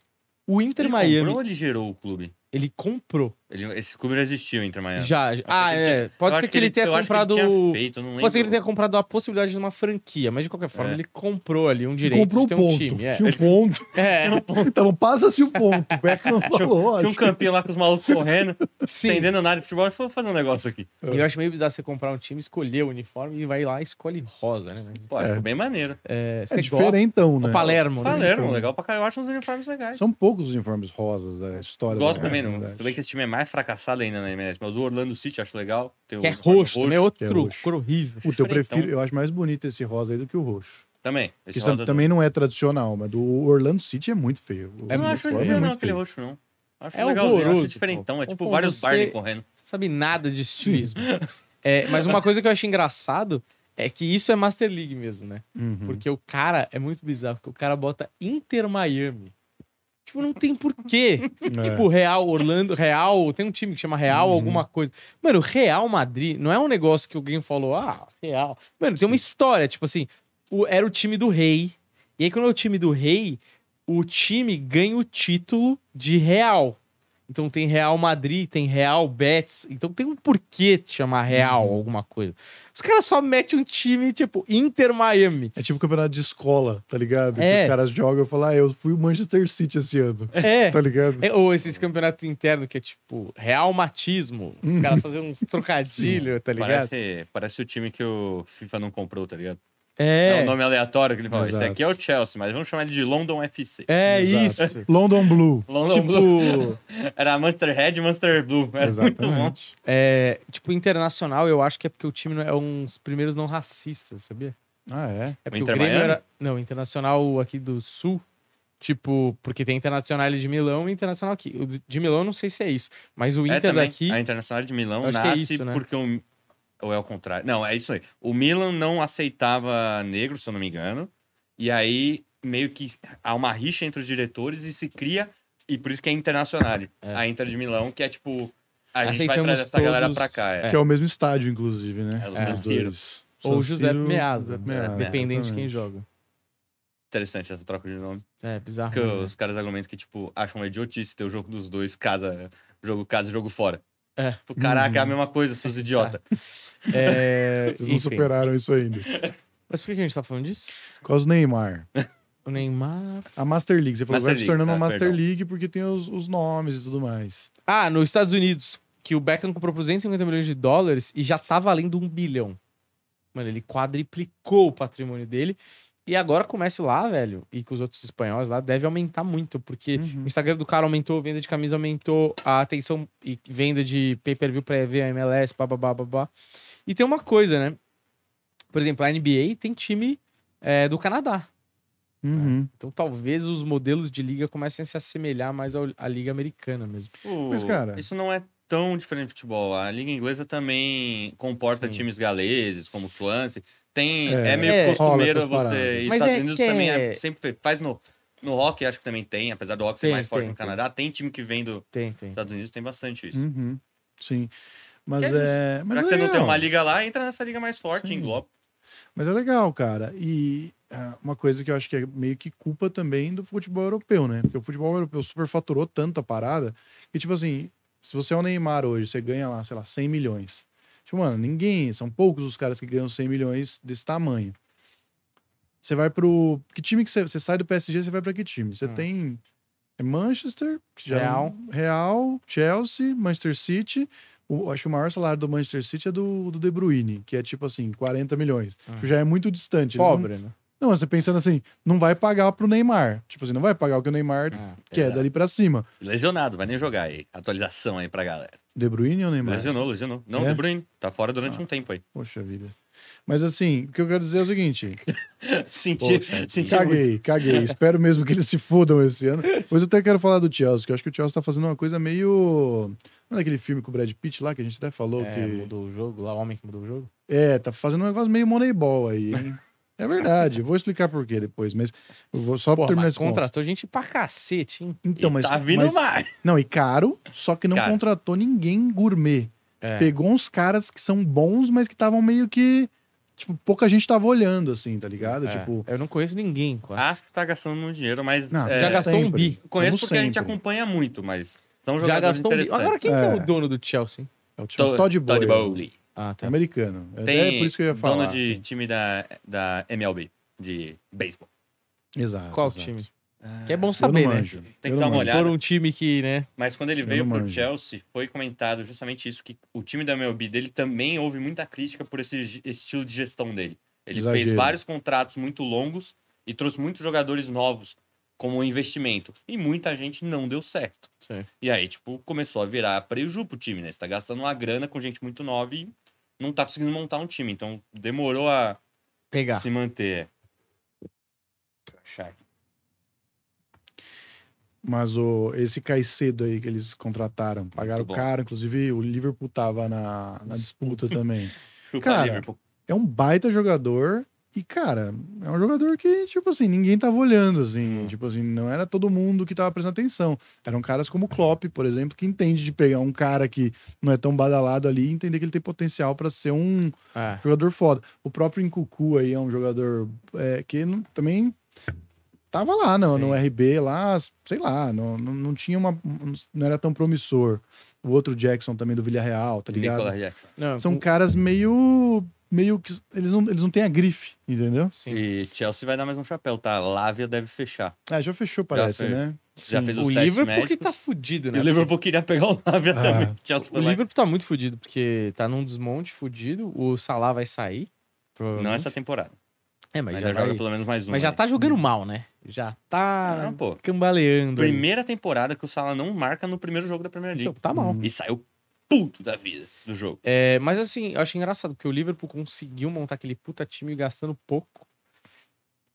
Speaker 1: O Inter
Speaker 4: Ele
Speaker 1: Miami,
Speaker 4: comprou ou ele gerou o clube?
Speaker 1: ele comprou.
Speaker 4: Ele, esse clube já existiu, Inter Miami.
Speaker 1: Já. já- Ah,
Speaker 4: que ele
Speaker 1: é. Pode
Speaker 4: É. Eu
Speaker 1: ser
Speaker 4: acho
Speaker 1: que ele tenha
Speaker 4: eu acho que
Speaker 1: comprado.
Speaker 4: tinha feito, eu
Speaker 1: Pode ser
Speaker 4: não
Speaker 1: que ele
Speaker 4: lembro.
Speaker 1: tenha comprado a possibilidade de uma franquia, mas de qualquer forma,
Speaker 4: É.
Speaker 1: ele comprou ali um direito
Speaker 3: Comprou um
Speaker 1: de ter um
Speaker 3: ponto.
Speaker 1: time. É.
Speaker 3: Tinha um ponto.
Speaker 1: É,
Speaker 3: Então passa-se o ponto. O Beck não falou,
Speaker 4: Tinha um
Speaker 3: acho.
Speaker 4: campinho lá com os malucos correndo,
Speaker 1: sim.
Speaker 4: entendendo nada de futebol, e falou, fazer um negócio aqui.
Speaker 1: E eu acho meio bizarro você comprar um time, escolher o uniforme e vai lá e escolhe rosa, né? Mas,
Speaker 4: Pô, ficou bem maneiro.
Speaker 1: é,
Speaker 3: É
Speaker 1: você gosta.
Speaker 3: diferentão, né?
Speaker 1: O Palermo, né?
Speaker 4: Palermo, legal pra caralho. Eu acho uns uniformes legais.
Speaker 3: São poucos os uniformes rosas da história.
Speaker 4: Gosto
Speaker 3: da
Speaker 4: também, não.
Speaker 3: verdade.
Speaker 4: Tudo bem que esse time é mais fracassado ainda na MLS, mas o Orlando City acho legal. Tem o
Speaker 1: Que é
Speaker 4: uniforme
Speaker 1: roxo, também é
Speaker 3: que é
Speaker 1: outro
Speaker 3: roxo.
Speaker 1: cor horrível.
Speaker 3: Puta, eu
Speaker 4: Diferentão.
Speaker 3: prefiro, eu acho mais bonito esse rosa aí do que o roxo.
Speaker 4: Também.
Speaker 3: Que
Speaker 4: Esse
Speaker 3: isso
Speaker 4: roda-
Speaker 3: também não é tradicional, mas do Orlando City é muito feio. O
Speaker 4: Eu não
Speaker 3: uniforme é
Speaker 4: acho
Speaker 3: muito
Speaker 4: legal, não, aquele
Speaker 3: feio.
Speaker 4: roxo, não. Acho
Speaker 1: É
Speaker 4: legalzinho, eu
Speaker 1: horroroso,
Speaker 4: acho diferentão. É
Speaker 1: pô.
Speaker 4: tipo
Speaker 1: Pô,
Speaker 4: vários
Speaker 1: você-
Speaker 4: Barney correndo.
Speaker 1: Não sabe nada de estilismo. É, mas uma coisa que eu acho engraçado é que isso é Master League mesmo, né?
Speaker 3: Uhum.
Speaker 1: Porque o cara é muito bizarro, porque o cara bota Inter Miami. Tipo, não tem porquê.
Speaker 3: É. Uhum.
Speaker 1: Tipo, Real Orlando, Real, tem um time que chama Real alguma coisa. Mano, Real Madrid não é um negócio que alguém falou, ah, Real. Mano, tem uma história, tipo assim, o- era o time do rei. E aí, quando é o time do rei, o time ganha o título de Real. Então tem Real Madrid, tem Real Betis. Então tem um porquê de chamar Real
Speaker 3: Uhum.
Speaker 1: alguma coisa. Os caras só metem um time, tipo, Inter Miami.
Speaker 3: É tipo campeonato de escola, tá ligado? Que
Speaker 1: É.
Speaker 3: os caras jogam e falam, ah, eu fui o Manchester City esse ano,
Speaker 1: É.
Speaker 3: tá ligado?
Speaker 1: É, ou esses campeonatos internos que é tipo real matismo. Os caras fazem uns trocadilhos, tá ligado?
Speaker 4: Uhum. Parece, parece o time que o FIFA não comprou, tá ligado? É,
Speaker 1: É,
Speaker 4: um nome aleatório que ele fala. Esse
Speaker 3: Exato.
Speaker 4: aqui é o Chelsea, mas vamos chamar ele de London FC.
Speaker 1: é
Speaker 3: Exato.
Speaker 1: isso.
Speaker 3: London Blue.
Speaker 4: London Blue.
Speaker 1: Tipo,
Speaker 4: Era Monster Red e Monster Blue. Era É muito bom.
Speaker 3: Exatamente.
Speaker 1: é, tipo, internacional, eu acho que é porque o time não- é um dos primeiros não racistas, sabia?
Speaker 3: Ah, é?
Speaker 1: É
Speaker 4: O
Speaker 1: porque
Speaker 4: Inter Miami?
Speaker 1: era. Não, internacional aqui do sul. Tipo, porque tem internacional de Milão e internacional aqui. O de Milão, eu não sei se é isso. Mas o
Speaker 4: É
Speaker 1: Inter
Speaker 4: também,
Speaker 1: daqui.
Speaker 4: A Internacional de Milão
Speaker 1: Eu acho que é
Speaker 4: nasce
Speaker 1: isso, né?
Speaker 4: porque o. Ou é o contrário? Não, é isso aí. O Milan não aceitava negro, se eu não me engano. E aí meio que há uma rixa entre os diretores e se cria. E por isso que é Internacional. A Inter de Milão, que é tipo. A gente vai
Speaker 1: Aceitamos
Speaker 4: trazer essa galera
Speaker 1: todos.
Speaker 4: pra cá. É.
Speaker 3: Que é o mesmo estádio, inclusive, né?
Speaker 4: É, o
Speaker 3: Os
Speaker 4: San Siro.
Speaker 3: dois.
Speaker 1: Ou
Speaker 3: San
Speaker 1: José
Speaker 3: Siro,
Speaker 1: Meazza,
Speaker 3: É,
Speaker 1: né? É,
Speaker 3: Giuseppe Meazza,
Speaker 1: dependente de quem
Speaker 3: exatamente.
Speaker 1: joga.
Speaker 4: Interessante essa troca de nome.
Speaker 1: É, bizarro.
Speaker 4: Porque
Speaker 1: né?
Speaker 4: os caras argumentam que, tipo, acham uma idiotice ter o jogo dos dois, casa, jogo casa e jogo fora.
Speaker 1: É.
Speaker 4: Tipo, caraca, é a mesma coisa, seus idiotas.
Speaker 1: É,
Speaker 3: Vocês não
Speaker 1: enfim.
Speaker 3: superaram isso ainda.
Speaker 1: Mas por que a gente tá falando disso?
Speaker 3: Por causa do Neymar.
Speaker 1: O Neymar.
Speaker 3: A Master League. Você falou que
Speaker 4: Master
Speaker 3: vai se
Speaker 4: League,
Speaker 3: tornando uma
Speaker 4: ah,
Speaker 3: Master
Speaker 4: perdão.
Speaker 3: League porque tem os, os nomes e tudo mais.
Speaker 1: Ah, nos Estados Unidos, que o Beckham comprou por 250 milhões de dólares e já tá valendo um bilhão. Mano, ele quadriplicou o patrimônio dele. E agora comece lá, velho, e com os outros espanhóis lá, deve aumentar muito, porque o Instagram do cara aumentou, a venda de camisa aumentou, a atenção e venda de pay-per-view pra EV, a MLS, bababá, babá. E tem uma coisa, né? Por exemplo, a NBA tem time eh, do Canadá.
Speaker 3: Uhum.
Speaker 1: Então talvez os modelos de liga comecem a se assemelhar mais ao- à liga americana mesmo.
Speaker 4: O-
Speaker 3: Mas, cara-
Speaker 4: Isso não é tão diferente de futebol. A Liga Inglesa também comporta
Speaker 1: Sim.
Speaker 4: times galeses, como o Swansea. Tem,
Speaker 3: É,
Speaker 4: é, meio
Speaker 1: é,
Speaker 3: rola
Speaker 4: costumeiro
Speaker 3: essas
Speaker 4: você.
Speaker 3: paradas.
Speaker 4: E
Speaker 1: Mas
Speaker 4: Estados
Speaker 1: é
Speaker 4: Unidos
Speaker 1: que é-
Speaker 4: também é- sempre fe- faz no. No rock, acho que também tem, apesar do rock ser
Speaker 1: Tem,
Speaker 4: mais forte
Speaker 1: tem,
Speaker 4: no
Speaker 1: tem.
Speaker 4: Canadá, tem time que vem dos
Speaker 1: Tem, tem.
Speaker 4: Estados Unidos, tem bastante isso.
Speaker 3: Uhum. Sim. Mas
Speaker 4: Que é isso.
Speaker 3: é. Mas
Speaker 4: Já
Speaker 3: é
Speaker 4: que você não tem
Speaker 3: legal.
Speaker 4: uma liga lá, entra nessa liga mais forte,
Speaker 3: Sim.
Speaker 4: engloba.
Speaker 3: Mas é legal, cara. E ah, uma coisa que eu acho que é meio que culpa também do futebol europeu, né? Porque o futebol europeu superfaturou tanto a parada que, tipo assim, se você é o Neymar hoje, você ganha lá, sei lá, 100 milhões. Tipo, mano, ninguém, são poucos os caras que ganham 100 milhões desse tamanho. Você vai pro. Que time que você. Você sai do PSG, você vai pra que time? Você
Speaker 1: Hum.
Speaker 3: tem. É Manchester, que já
Speaker 1: Real.
Speaker 3: Real, Chelsea, Manchester City. O- acho que o maior salário do Manchester City é do, do De Bruyne, que é tipo assim, 40 milhões.
Speaker 1: Ah.
Speaker 3: Já é muito distante. eles
Speaker 1: Pobre, né?
Speaker 3: Não, não, você pensando assim, não vai pagar pro Neymar. Tipo assim, não vai pagar o que o Neymar
Speaker 1: Ah,
Speaker 3: quer
Speaker 4: exato.
Speaker 3: dali pra cima.
Speaker 4: Lesionado, vai nem jogar aí. Atualização aí pra galera.
Speaker 3: De Bruyne ou Neymar?
Speaker 4: Lesionou, lesionou. Não,
Speaker 3: É? Ah.
Speaker 4: De Bruyne. Tá fora durante um tempo aí.
Speaker 3: Poxa vida. Mas assim, o que eu quero dizer é o seguinte:
Speaker 4: Senti,
Speaker 1: Poxa,
Speaker 4: senti muito.
Speaker 3: caguei, caguei. Espero mesmo que eles se fudam esse ano. Mas eu até quero falar do Chelsea, que eu acho que o Chelsea tá fazendo uma coisa meio. Não é aquele filme com o Brad Pitt lá, que a gente até falou
Speaker 1: é,
Speaker 3: que.
Speaker 1: mudou o jogo lá, o homem que mudou o jogo.
Speaker 3: É, tá fazendo um negócio meio moneyball aí, hein? É verdade, eu vou explicar por quê depois, mas eu vou só
Speaker 1: Porra,
Speaker 3: terminar
Speaker 1: mas
Speaker 3: esse ponto.
Speaker 1: contratou gente pra cacete, hein?
Speaker 3: Então,
Speaker 4: E
Speaker 3: mas,
Speaker 4: tá vindo
Speaker 3: mas-
Speaker 4: mais.
Speaker 3: Não, e caro, só que não
Speaker 4: Caro.
Speaker 3: contratou ninguém gourmet.
Speaker 1: É.
Speaker 3: Pegou uns caras que são bons, mas que estavam meio que tipo, pouca gente tava olhando, assim, tá ligado?
Speaker 1: É,
Speaker 3: Tipo,
Speaker 1: eu não conheço ninguém quase.
Speaker 4: Acho que tá gastando muito dinheiro, mas.
Speaker 3: Não,
Speaker 4: é,
Speaker 1: já gastou um
Speaker 3: sempre.
Speaker 1: bi.
Speaker 4: Conheço
Speaker 3: Como
Speaker 4: porque a gente
Speaker 3: sempre.
Speaker 4: acompanha muito, mas são
Speaker 1: Já
Speaker 4: jogadores
Speaker 1: gastou um bi.
Speaker 4: interessantes.
Speaker 1: Agora quem que é
Speaker 3: É.
Speaker 1: o dono do Chelsea?
Speaker 3: é o tipo
Speaker 4: To-
Speaker 3: Todd Boyle,
Speaker 4: Bowley.
Speaker 1: Ah,
Speaker 3: é
Speaker 1: tá.
Speaker 3: americano. É
Speaker 4: Tem
Speaker 3: até por isso que eu ia falar.
Speaker 4: dono de
Speaker 3: assim.
Speaker 4: time da, da MLB, de beisebol.
Speaker 3: assim. Exato.
Speaker 1: Qual
Speaker 3: exato.
Speaker 1: time?
Speaker 4: Ah,
Speaker 1: Que é bom
Speaker 3: Eu não
Speaker 1: saber, né?
Speaker 3: manjo. eu
Speaker 4: Tem que
Speaker 3: não
Speaker 4: dar uma
Speaker 3: manjo.
Speaker 4: olhada.
Speaker 1: For um time que, né?
Speaker 4: Mas quando ele
Speaker 3: Eu
Speaker 4: veio
Speaker 3: não
Speaker 4: pro
Speaker 3: manjo.
Speaker 4: Chelsea, foi comentado justamente isso, que o time da MLB dele também houve muita crítica por esse ge- estilo de gestão dele. Ele fez
Speaker 3: Exagero.
Speaker 4: vários contratos muito longos e trouxe muitos jogadores novos como investimento. E muita gente não deu certo.
Speaker 1: Sim.
Speaker 4: E aí, tipo, começou a virar preju pro time, né? Você tá gastando uma grana com gente muito nova e não tá conseguindo montar um time. Então, demorou a
Speaker 1: Pegar.
Speaker 4: se manter. Deixa eu achar aqui.
Speaker 3: Mas o, esse Caicedo aí que eles contrataram, pagaram
Speaker 4: bom.
Speaker 3: caro, inclusive o Liverpool tava na, na disputa também.
Speaker 4: Chupa,
Speaker 3: Cara,
Speaker 4: Liverpool.
Speaker 3: É um baita jogador e, cara, é um jogador que, tipo assim, ninguém tava olhando, assim.
Speaker 4: Hum.
Speaker 3: Tipo assim, não era todo mundo que tava prestando atenção. Eram caras como o Klopp, por exemplo, que entende de pegar um cara que não é tão badalado ali e entender que ele tem potencial pra ser um
Speaker 1: Ah,
Speaker 3: jogador foda. O próprio Incucu aí é um jogador é, que não- também tava lá no,
Speaker 1: Sim.
Speaker 3: no RB, lá, sei lá, não, não, não tinha uma. não era tão promissor. O outro Jackson também do Villarreal, tá ligado?
Speaker 4: Nicolas Jackson.
Speaker 1: não,
Speaker 3: São
Speaker 1: o-
Speaker 3: caras meio. meio que. Eles não, eles não têm a grife, entendeu?
Speaker 1: sim.
Speaker 4: E Chelsea vai dar mais um chapéu, tá? Lávia deve fechar.
Speaker 3: Ah, já fechou, parece,
Speaker 4: fez.
Speaker 3: né?
Speaker 4: Já fez os
Speaker 1: O
Speaker 4: testes
Speaker 1: Liverpool que
Speaker 4: médicos.
Speaker 1: tá fudido,
Speaker 4: E
Speaker 1: né?
Speaker 4: o Liverpool queria pegar o Lávia
Speaker 3: Ah.
Speaker 4: também. O Chelsea
Speaker 1: O
Speaker 4: foi lá.
Speaker 1: Liverpool tá muito fudido, porque tá num desmonte fudido. O Salah vai sair.
Speaker 4: Não
Speaker 1: provavelmente.
Speaker 4: essa temporada.
Speaker 1: É, mas,
Speaker 4: Mas
Speaker 1: já,
Speaker 4: ainda joga
Speaker 1: vai-
Speaker 4: pelo menos mais um.
Speaker 1: mas já tá jogando mal, né? Já tá
Speaker 4: Não, pô.
Speaker 1: cambaleando. ali.
Speaker 4: Primeira temporada que o Salah não marca no primeiro jogo da Premier League.
Speaker 1: Então, tá mal.
Speaker 4: E saiu puto da vida do jogo.
Speaker 1: É, mas assim, eu acho engraçado, porque o Liverpool conseguiu montar aquele puta time gastando pouco.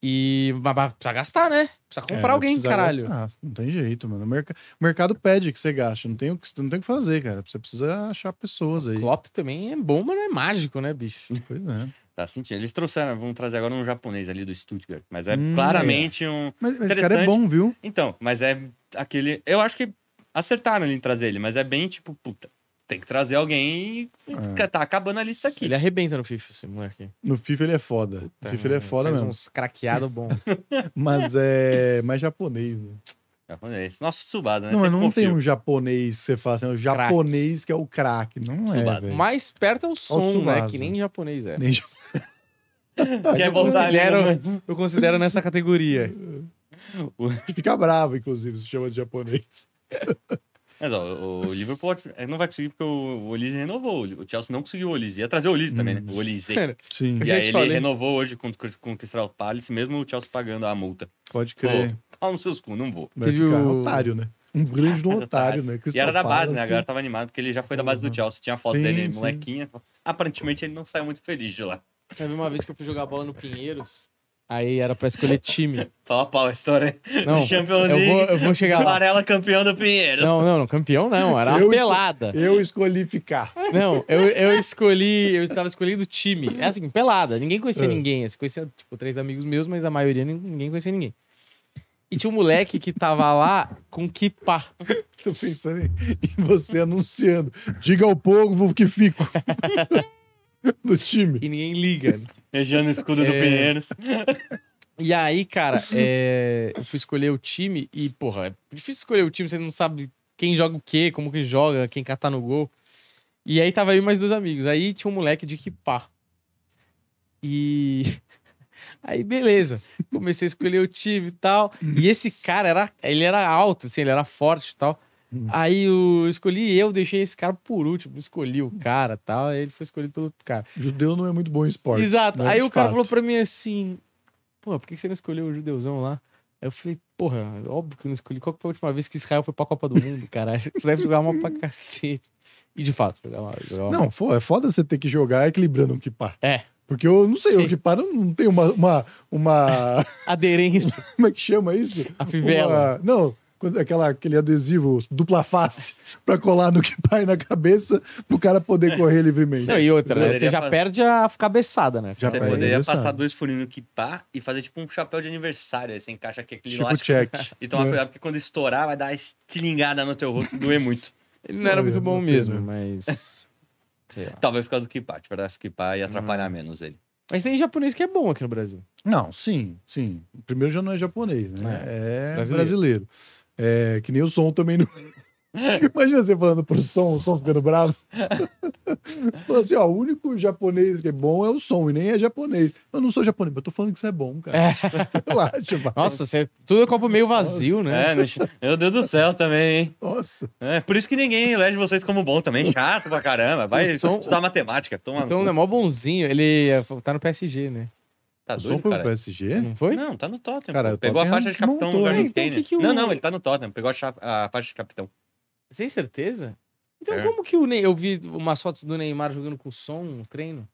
Speaker 1: E. Mas, mas precisa gastar, né? Precisa
Speaker 3: É,
Speaker 1: comprar
Speaker 3: vai
Speaker 1: alguém,
Speaker 3: precisar
Speaker 1: caralho.
Speaker 3: gastar. Ah, não tem jeito, mano. O, merca- o mercado pede que você gaste. Não tem, o que- não tem o que fazer, cara. Você precisa achar pessoas aí.
Speaker 1: Klopp também é bom, mas não é mágico, né, bicho?
Speaker 3: Pois é.
Speaker 4: Tá sentindo. Eles trouxeram, vamos trazer agora um japonês ali do Stuttgart. Mas é
Speaker 3: Hum,
Speaker 4: claramente um.
Speaker 3: Mas, mas esse cara é
Speaker 4: Interessante.
Speaker 3: bom, viu?
Speaker 4: Então, mas é aquele. Eu acho que acertaram ali em trazer ele, mas é bem tipo, puta. Tem que trazer alguém e
Speaker 3: É.
Speaker 4: tá acabando a lista aqui.
Speaker 1: Ah. Ele arrebenta no FIFA, esse moleque.
Speaker 3: No FIFA ele é foda. no FIFA ele é foda
Speaker 1: Faz
Speaker 3: mesmo.
Speaker 1: uns craqueados bons.
Speaker 3: Mas é mais japonês, né?
Speaker 1: é
Speaker 4: Japonês. Nossa, subado, né?
Speaker 3: Não,
Speaker 4: Sempre
Speaker 3: mas não tem
Speaker 4: confio.
Speaker 3: um japonês que você fala assim, é o japonês que é o craque. Não é,
Speaker 4: Tsubasa.
Speaker 3: velho.
Speaker 1: Mais perto é o som, né?
Speaker 3: Tsubasa.
Speaker 1: Que nem japonês é.
Speaker 3: Nem-
Speaker 1: Mas
Speaker 4: Quer
Speaker 1: eu
Speaker 4: voltar é tá ali né?
Speaker 1: considero-
Speaker 4: no-
Speaker 1: Eu considero nessa categoria.
Speaker 3: Fica bravo, inclusive, se chama de japonês.
Speaker 4: Mas ó, o o Liverpool eh, não vai conseguir porque o o Olise renovou. O Chelsea não conseguiu o Olise. Ia trazer o Olise também, né?
Speaker 1: Hum.
Speaker 4: O Olise.
Speaker 1: Cara,
Speaker 3: Sim,
Speaker 1: Eu
Speaker 4: E
Speaker 1: já
Speaker 4: aí
Speaker 1: te
Speaker 4: ele
Speaker 1: falei.
Speaker 4: renovou hoje com, o Crys- com o Crystal Palace, mesmo o Chelsea pagando a multa.
Speaker 3: pode crer.
Speaker 4: Pau nos seus cu, não vou.
Speaker 3: Vai
Speaker 1: Teve
Speaker 3: ficar
Speaker 1: o- tá
Speaker 3: otário, né? Um grande do otário, né?
Speaker 4: E era da base, né? Agora tava animado porque ele já foi da base do
Speaker 3: Uhum.
Speaker 4: Chelsea. Tinha a foto
Speaker 3: Sim,
Speaker 4: dele,
Speaker 3: sim.
Speaker 4: molequinha. Aparentemente ele não saiu muito feliz de lá.
Speaker 1: Teve uma vez que eu fui jogar bola no Pinheiros. Aí era pra escolher time.
Speaker 4: Fala pau a história.
Speaker 1: Não,
Speaker 4: Champions
Speaker 1: eu vou,
Speaker 4: League.
Speaker 1: eu vou chegar lá.
Speaker 4: Varela campeão do Pinheiro.
Speaker 1: Não, não, não, campeão não. Era
Speaker 3: Eu
Speaker 1: uma
Speaker 3: esco-
Speaker 1: pelada.
Speaker 3: Eu escolhi ficar.
Speaker 1: Não, eu, eu escolhi, eu tava escolhendo o time. É assim, pelada. Ninguém conhecia
Speaker 3: É.
Speaker 1: ninguém. Assim, conhecia, tipo, três amigos meus, mas a maioria nin- ninguém conhecia ninguém. E tinha um moleque que tava lá com kipá.
Speaker 3: Tô pensando em, em você anunciando. Diga ao povo que fico. do time.
Speaker 1: E ninguém liga.
Speaker 4: Beijando o escudo do
Speaker 1: É.
Speaker 4: Pinheiros.
Speaker 1: E aí, cara, é, eu fui escolher o time e, porra, é difícil escolher o time, você não sabe quem joga o quê, como que joga, quem catar no gol. E aí tava eu e mais dois amigos. Aí tinha um moleque de equipar. E. Aí, beleza. Comecei a escolher o time e tal. E esse cara era. Ele era alto, assim, ele era forte e tal.
Speaker 3: Hum.
Speaker 1: Aí eu escolhi eu, deixei esse cara por último, escolhi o cara e tal. Aí ele foi escolhido pelo outro cara.
Speaker 3: Judeu não é muito bom em esporte.
Speaker 1: Exato.
Speaker 3: né?
Speaker 1: Aí
Speaker 3: De
Speaker 1: o cara
Speaker 3: fato.
Speaker 1: falou pra mim assim: Pô, por que você não escolheu o judeuzão lá? Aí eu falei, porra, óbvio que eu não escolhi. Qual que foi a última vez que Israel foi pra Copa do Mundo, caralho? Você deve jogar mal pra cacete. E de fato, jogar mal. Jogar mal.
Speaker 3: Não, fo- é foda você ter que jogar equilibrando um kipá.
Speaker 1: É.
Speaker 3: Porque eu não sei,
Speaker 1: Sim.
Speaker 3: o kipá não- não tem uma. uma, uma
Speaker 1: Aderência,
Speaker 3: como é que chama isso?
Speaker 1: a fivela.
Speaker 3: Uma- não, quando- aquela, aquele adesivo dupla face pra colar no kipá e na cabeça pro cara poder correr livremente.
Speaker 1: Não, e outra, né? Você
Speaker 4: Poderia
Speaker 1: já
Speaker 4: fazer.
Speaker 1: perde a cabeçada, né?
Speaker 3: Já
Speaker 4: Você
Speaker 3: perdeu,
Speaker 4: poderia
Speaker 3: sabe?
Speaker 4: passar dois furinhos no kipá e fazer tipo um chapéu de aniversário. Aí você encaixa aqui aquele
Speaker 3: Tipo
Speaker 4: elástico
Speaker 3: check.
Speaker 4: E tomar
Speaker 1: É.
Speaker 3: né?
Speaker 4: cuidado, Então, porque quando estourar, vai dar uma estilingada no teu rosto e doer muito.
Speaker 1: Ele não era
Speaker 3: Olha,
Speaker 1: muito bom
Speaker 3: não
Speaker 1: mesmo,
Speaker 3: teve.
Speaker 1: mas. Sei lá. Hum.
Speaker 4: Talvez por causa do Kipá. Tiver que Kipá e atrapalhar menos ele.
Speaker 1: Mas tem japonês que é bom aqui no Brasil.
Speaker 3: Não, sim, sim. O primeiro já não é japonês, né? É,
Speaker 1: brasileiro.
Speaker 3: brasileiro. É, que nem o som também não. Imagina você falando pro som, o som ficando bravo. Falando assim, ó, o único japonês que é bom é o som, e nem é japonês. Eu não sou japonês, mas eu tô falando que isso é bom, cara. Relaxa, vai.
Speaker 1: Nossa, você- tudo é copo meio vazio, né?
Speaker 4: É, mas- meu Deus do céu também, hein?
Speaker 3: Nossa.
Speaker 4: É, por isso que ninguém elege vocês como bom também. Chato pra caramba. Vai
Speaker 1: O som-
Speaker 4: estudar matemática. Toma.
Speaker 1: Então, é mó bonzinho. Ele é, tá no PSG, né?
Speaker 4: tá
Speaker 3: o som
Speaker 4: doido,
Speaker 3: foi pro
Speaker 4: cara.
Speaker 3: PSG?
Speaker 1: Não foi?
Speaker 4: Não, tá no Tottenham.
Speaker 3: Cara,
Speaker 4: pô.
Speaker 3: o
Speaker 4: Pegou
Speaker 3: Tottenham
Speaker 4: a faixa de capitão
Speaker 3: desmontou,
Speaker 4: no lugar
Speaker 1: né?
Speaker 4: que
Speaker 1: Então,
Speaker 4: tem,
Speaker 1: o
Speaker 4: né?
Speaker 1: que que o-
Speaker 4: Não, não, ele tá no Tottenham. Pegou a, cha- a faixa de capitão.
Speaker 1: Sem certeza? Então,
Speaker 4: É.
Speaker 1: como que o Ney... Eu vi umas fotos do Neymar jogando com som no treino.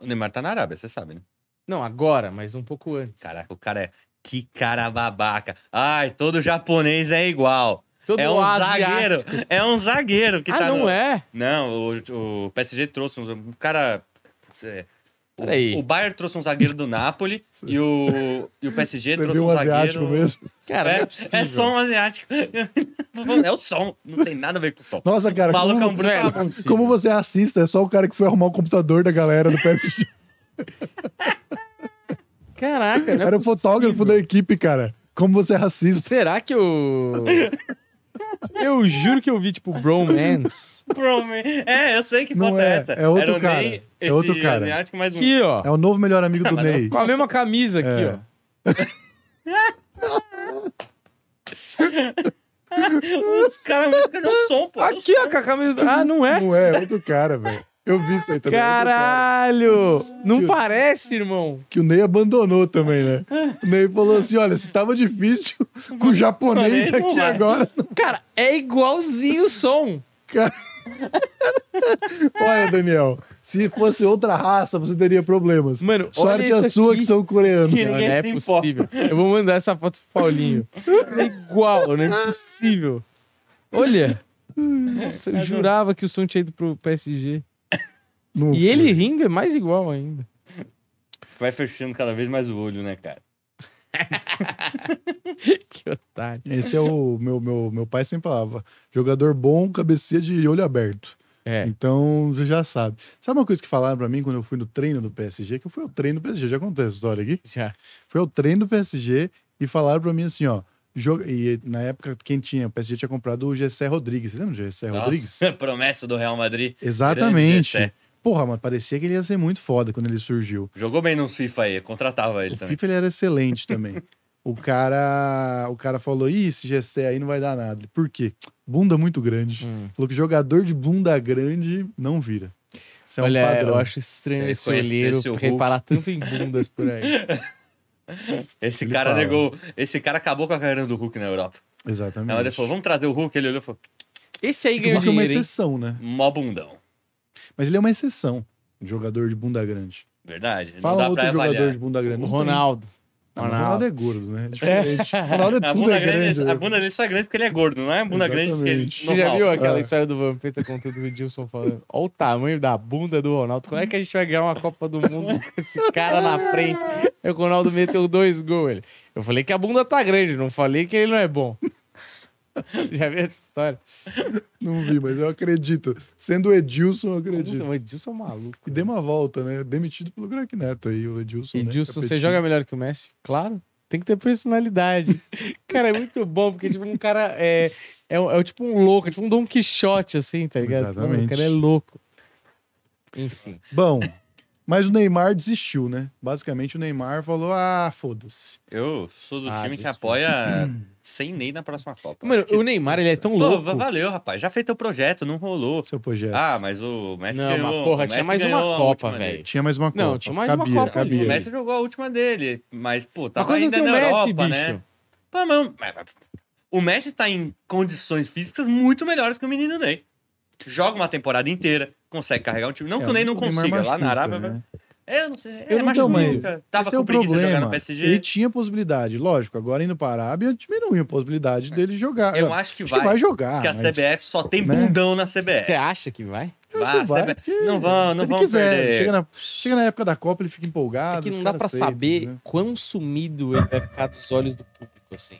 Speaker 4: O Neymar tá na Arábia, você sabe, né?
Speaker 1: Não, agora, mas um pouco antes.
Speaker 4: Caraca, o cara é. Que cara babaca. Ai, todo japonês é igual.
Speaker 1: Todo
Speaker 4: é um
Speaker 1: asiático.
Speaker 4: zagueiro. É um zagueiro que
Speaker 1: ah,
Speaker 4: tá.
Speaker 1: não
Speaker 4: no...
Speaker 1: é?
Speaker 4: Não, o, o PSG trouxe um, um cara. é, o-
Speaker 1: Peraí.
Speaker 4: o, Bayern trouxe um zagueiro do Napoli e, o, e o PSG
Speaker 3: Você
Speaker 4: trouxe
Speaker 3: viu
Speaker 4: um
Speaker 3: um asiático
Speaker 4: zagueiro.
Speaker 3: mesmo?
Speaker 1: Cara,
Speaker 4: é,
Speaker 1: não é
Speaker 4: é,
Speaker 1: possível.
Speaker 4: som asiático. é o som. Não tem nada a ver com o som.
Speaker 3: Nossa, cara,
Speaker 4: Maluco é
Speaker 3: como,
Speaker 4: um
Speaker 1: Não é
Speaker 4: brutal.
Speaker 1: possível.
Speaker 3: como você assista, é só o cara que foi arrumar o computador da galera do PSG.
Speaker 1: Caraca, não é
Speaker 3: Era o fotógrafo da equipe, cara. Como você é racista.
Speaker 1: Será que eu. eu juro que eu vi, tipo, Bromance.
Speaker 4: Bro, man. É, eu sei que
Speaker 3: Não
Speaker 4: foto é,
Speaker 3: é,
Speaker 4: essa.
Speaker 3: é outro
Speaker 4: Era o
Speaker 3: cara,
Speaker 4: Ney,
Speaker 3: é
Speaker 4: esse
Speaker 3: outro cara.
Speaker 4: asiático, mais um.
Speaker 1: Aqui, ó.
Speaker 3: É o novo melhor amigo do
Speaker 4: Mas não-
Speaker 3: Ney.
Speaker 1: Com a mesma camisa aqui,
Speaker 3: É.
Speaker 1: ó.
Speaker 4: Os caras vão ficar no um som, pô.
Speaker 1: Aqui, ó, com a camisa. Ah, não é?
Speaker 3: Não é, é outro cara, velho. Eu vi isso aí também. é outro cara.
Speaker 1: Caralho! Não
Speaker 3: Juro.
Speaker 1: parece, irmão.
Speaker 3: Que o Ney abandonou também, né? O Ney falou assim: olha, se tava difícil com o japonês
Speaker 4: Japonês não
Speaker 3: aqui
Speaker 4: vai.
Speaker 3: agora.
Speaker 1: Cara, é igualzinho o som.
Speaker 3: Olha, Daniel, se fosse outra raça, você teria problemas.
Speaker 1: Mano,
Speaker 3: Sorte
Speaker 1: olha
Speaker 3: a
Speaker 1: isso
Speaker 3: sua
Speaker 1: aqui.
Speaker 3: que são coreanos.
Speaker 4: Que-
Speaker 1: Não, não
Speaker 4: ninguém
Speaker 1: é
Speaker 4: se importa.
Speaker 1: possível. Eu vou mandar essa foto pro Paulinho. É igual, não é possível. Olha. Nossa,
Speaker 4: é.
Speaker 1: eu jurava que o som tinha ido pro PSG.
Speaker 3: Não
Speaker 1: E
Speaker 3: foi.
Speaker 1: ele rindo é mais igual ainda.
Speaker 4: Vai fechando cada vez mais o olho, né, cara?
Speaker 1: Que otário.
Speaker 3: Esse é o meu, meu, meu pai sempre falava: jogador bom, cabecia de olho aberto.
Speaker 1: É.
Speaker 3: Então, você já sabe. Sabe uma coisa que falaram pra mim quando eu fui no treino do PSG? Que eu fui ao treino do PSG, já contei essa história aqui.
Speaker 1: Já.
Speaker 3: Foi ao treino do PSG e falaram pra mim assim, ó. Joga... E na época, quem tinha? O PSG tinha comprado o Gessé Rodrigues. Você lembra do Gessé Rodrigues?
Speaker 4: Nossa, promessa do Real Madrid.
Speaker 3: Exatamente.
Speaker 4: Grande Gessé.
Speaker 3: Porra, mas parecia que ele ia ser muito foda quando ele surgiu.
Speaker 4: Jogou bem no FIFA aí, eu contratava ele
Speaker 3: O
Speaker 4: também.
Speaker 3: FIFA ele era excelente também. o cara o cara falou, Ih, esse Gessé aí não vai dar nada. Por quê? Bunda muito grande.
Speaker 1: Hum.
Speaker 3: Falou que jogador de bunda grande não vira. Isso é um
Speaker 1: Olha,
Speaker 3: padrão.
Speaker 1: eu acho estranho
Speaker 4: Você
Speaker 1: esse
Speaker 4: conhece
Speaker 1: olheiro
Speaker 4: esse Hulk?
Speaker 1: reparar tanto em bundas por aí.
Speaker 4: Esse
Speaker 3: Ele
Speaker 4: cara
Speaker 3: fala.
Speaker 4: negou. Esse cara acabou com a carreira do Hulk na Europa. Aí ele
Speaker 3: Exatamente.
Speaker 4: falou: vamos trazer o Hulk. Ele olhou e falou:
Speaker 1: Esse aí
Speaker 3: O
Speaker 1: ganhou
Speaker 3: Hulk é uma
Speaker 1: dinheiro, hein?
Speaker 3: exceção, né?
Speaker 4: mó bundão.
Speaker 3: Mas ele é uma exceção. Jogador de bunda grande.
Speaker 4: Verdade.
Speaker 3: Fala
Speaker 1: um
Speaker 4: não dá
Speaker 3: outro
Speaker 4: pra
Speaker 3: jogador
Speaker 4: avaliar.
Speaker 3: de bunda grande.
Speaker 1: O
Speaker 3: Não tem.
Speaker 1: Ronaldo.
Speaker 3: Não, mas o
Speaker 1: Ronaldo.
Speaker 3: Ronaldo é gordo, né? É diferente. O Ronaldo é
Speaker 4: A
Speaker 3: tudo
Speaker 4: bunda,
Speaker 3: é
Speaker 4: grande,
Speaker 3: grande.
Speaker 4: a bunda dele só é grande porque ele é gordo, não é a bunda grande porque ele.
Speaker 3: Exatamente.
Speaker 1: né? Você já
Speaker 4: normal.
Speaker 1: viu aquela
Speaker 3: É.
Speaker 1: história do Vampeta contando o Edilson falando? Olha o tamanho da bunda do Ronaldo. Como é que a gente vai ganhar uma Copa do Mundo com esse cara na frente? Aí o Ronaldo meteu dois gols. Ele. Eu falei que a bunda tá grande, não falei que ele não é bom. já viu essa história?
Speaker 3: Não vi, mas eu acredito. Sendo o Edilson, eu
Speaker 1: Edilson,
Speaker 3: acredito.
Speaker 1: o Edilson é um maluco.
Speaker 3: E deu uma volta, né? Demitido pelo Greg Neto aí, o Edilson. né?
Speaker 1: Edilson, você
Speaker 3: Capetinho.
Speaker 1: joga melhor que o Messi? Claro. Tem que ter personalidade. cara, é muito bom, porque, tipo, um cara é, é, um- é um tipo um louco, é tipo um Don Quixote, assim, tá ligado?
Speaker 3: Exatamente.
Speaker 1: Mano, O cara é louco. Enfim.
Speaker 3: Bom, mas o Neymar desistiu, né? Basicamente o Neymar falou: ah, foda-se.
Speaker 4: Eu sou do
Speaker 3: Ah,
Speaker 4: time que
Speaker 3: desculpa.
Speaker 4: apoia sem Ney na próxima Copa.
Speaker 1: Mano,
Speaker 4: Acho que-
Speaker 1: o Neymar, ele é tão
Speaker 4: Pô,
Speaker 1: louco.
Speaker 4: va- valeu, rapaz. Já fez teu projeto, não rolou.
Speaker 3: Seu projeto.
Speaker 4: Ah, mas o Messi
Speaker 1: Não,
Speaker 4: ganhou.
Speaker 1: mas porra,
Speaker 4: o
Speaker 1: tinha
Speaker 4: Messi
Speaker 1: mais uma
Speaker 4: ganhou a
Speaker 1: Copa,
Speaker 4: última
Speaker 1: velho.
Speaker 4: dele.
Speaker 3: Tinha mais uma Copa.
Speaker 1: Não, tinha mais uma
Speaker 3: cabia,
Speaker 1: Copa
Speaker 3: cabia.
Speaker 1: ali.
Speaker 4: O
Speaker 1: E aí?
Speaker 4: Messi jogou a última dele, mas, pô,
Speaker 1: Mas
Speaker 4: tava
Speaker 1: quando
Speaker 4: ainda
Speaker 1: tem o
Speaker 4: na
Speaker 1: Messi,
Speaker 4: Europa,
Speaker 1: bicho.
Speaker 4: né? Pô, mas, mas- mas- o Messi tá em condições físicas muito melhores que o menino Ney. Joga uma temporada inteira, consegue carregar um time. Não que o Ney não
Speaker 3: É, Neymar
Speaker 4: consiga, lá
Speaker 3: machuca,
Speaker 4: na Arábia...
Speaker 3: né?
Speaker 4: É, eu não sei,
Speaker 3: Eu
Speaker 4: é
Speaker 3: não
Speaker 4: machuca,
Speaker 3: tenho mais.
Speaker 4: cara. Tava
Speaker 3: Esse é
Speaker 4: com
Speaker 3: o
Speaker 4: preguiça de
Speaker 3: problema.
Speaker 4: jogar no PSG.
Speaker 3: Ele tinha possibilidade, lógico. Agora indo pra Arábia, diminui a possibilidade dele jogar.
Speaker 4: Eu acho que
Speaker 3: Acho
Speaker 4: vai,
Speaker 3: que vai jogar.
Speaker 4: porque a
Speaker 3: mas-
Speaker 4: CBF só tem
Speaker 3: né?
Speaker 4: bundão na CBF.
Speaker 1: Você acha que vai?
Speaker 4: Vai,
Speaker 3: Não vai,
Speaker 4: CBF.
Speaker 3: porque
Speaker 4: Não vão, não
Speaker 3: se ele
Speaker 4: vão perder.
Speaker 3: Chega na, chega na época da Copa, ele fica
Speaker 4: Ah,
Speaker 3: empolgado.
Speaker 1: é que não
Speaker 3: os
Speaker 1: dá
Speaker 3: caras
Speaker 4: né?
Speaker 1: pra
Speaker 3: aceitam,
Speaker 1: saber
Speaker 3: né?
Speaker 1: quão sumido ele vai ficar dos olhos do público, assim.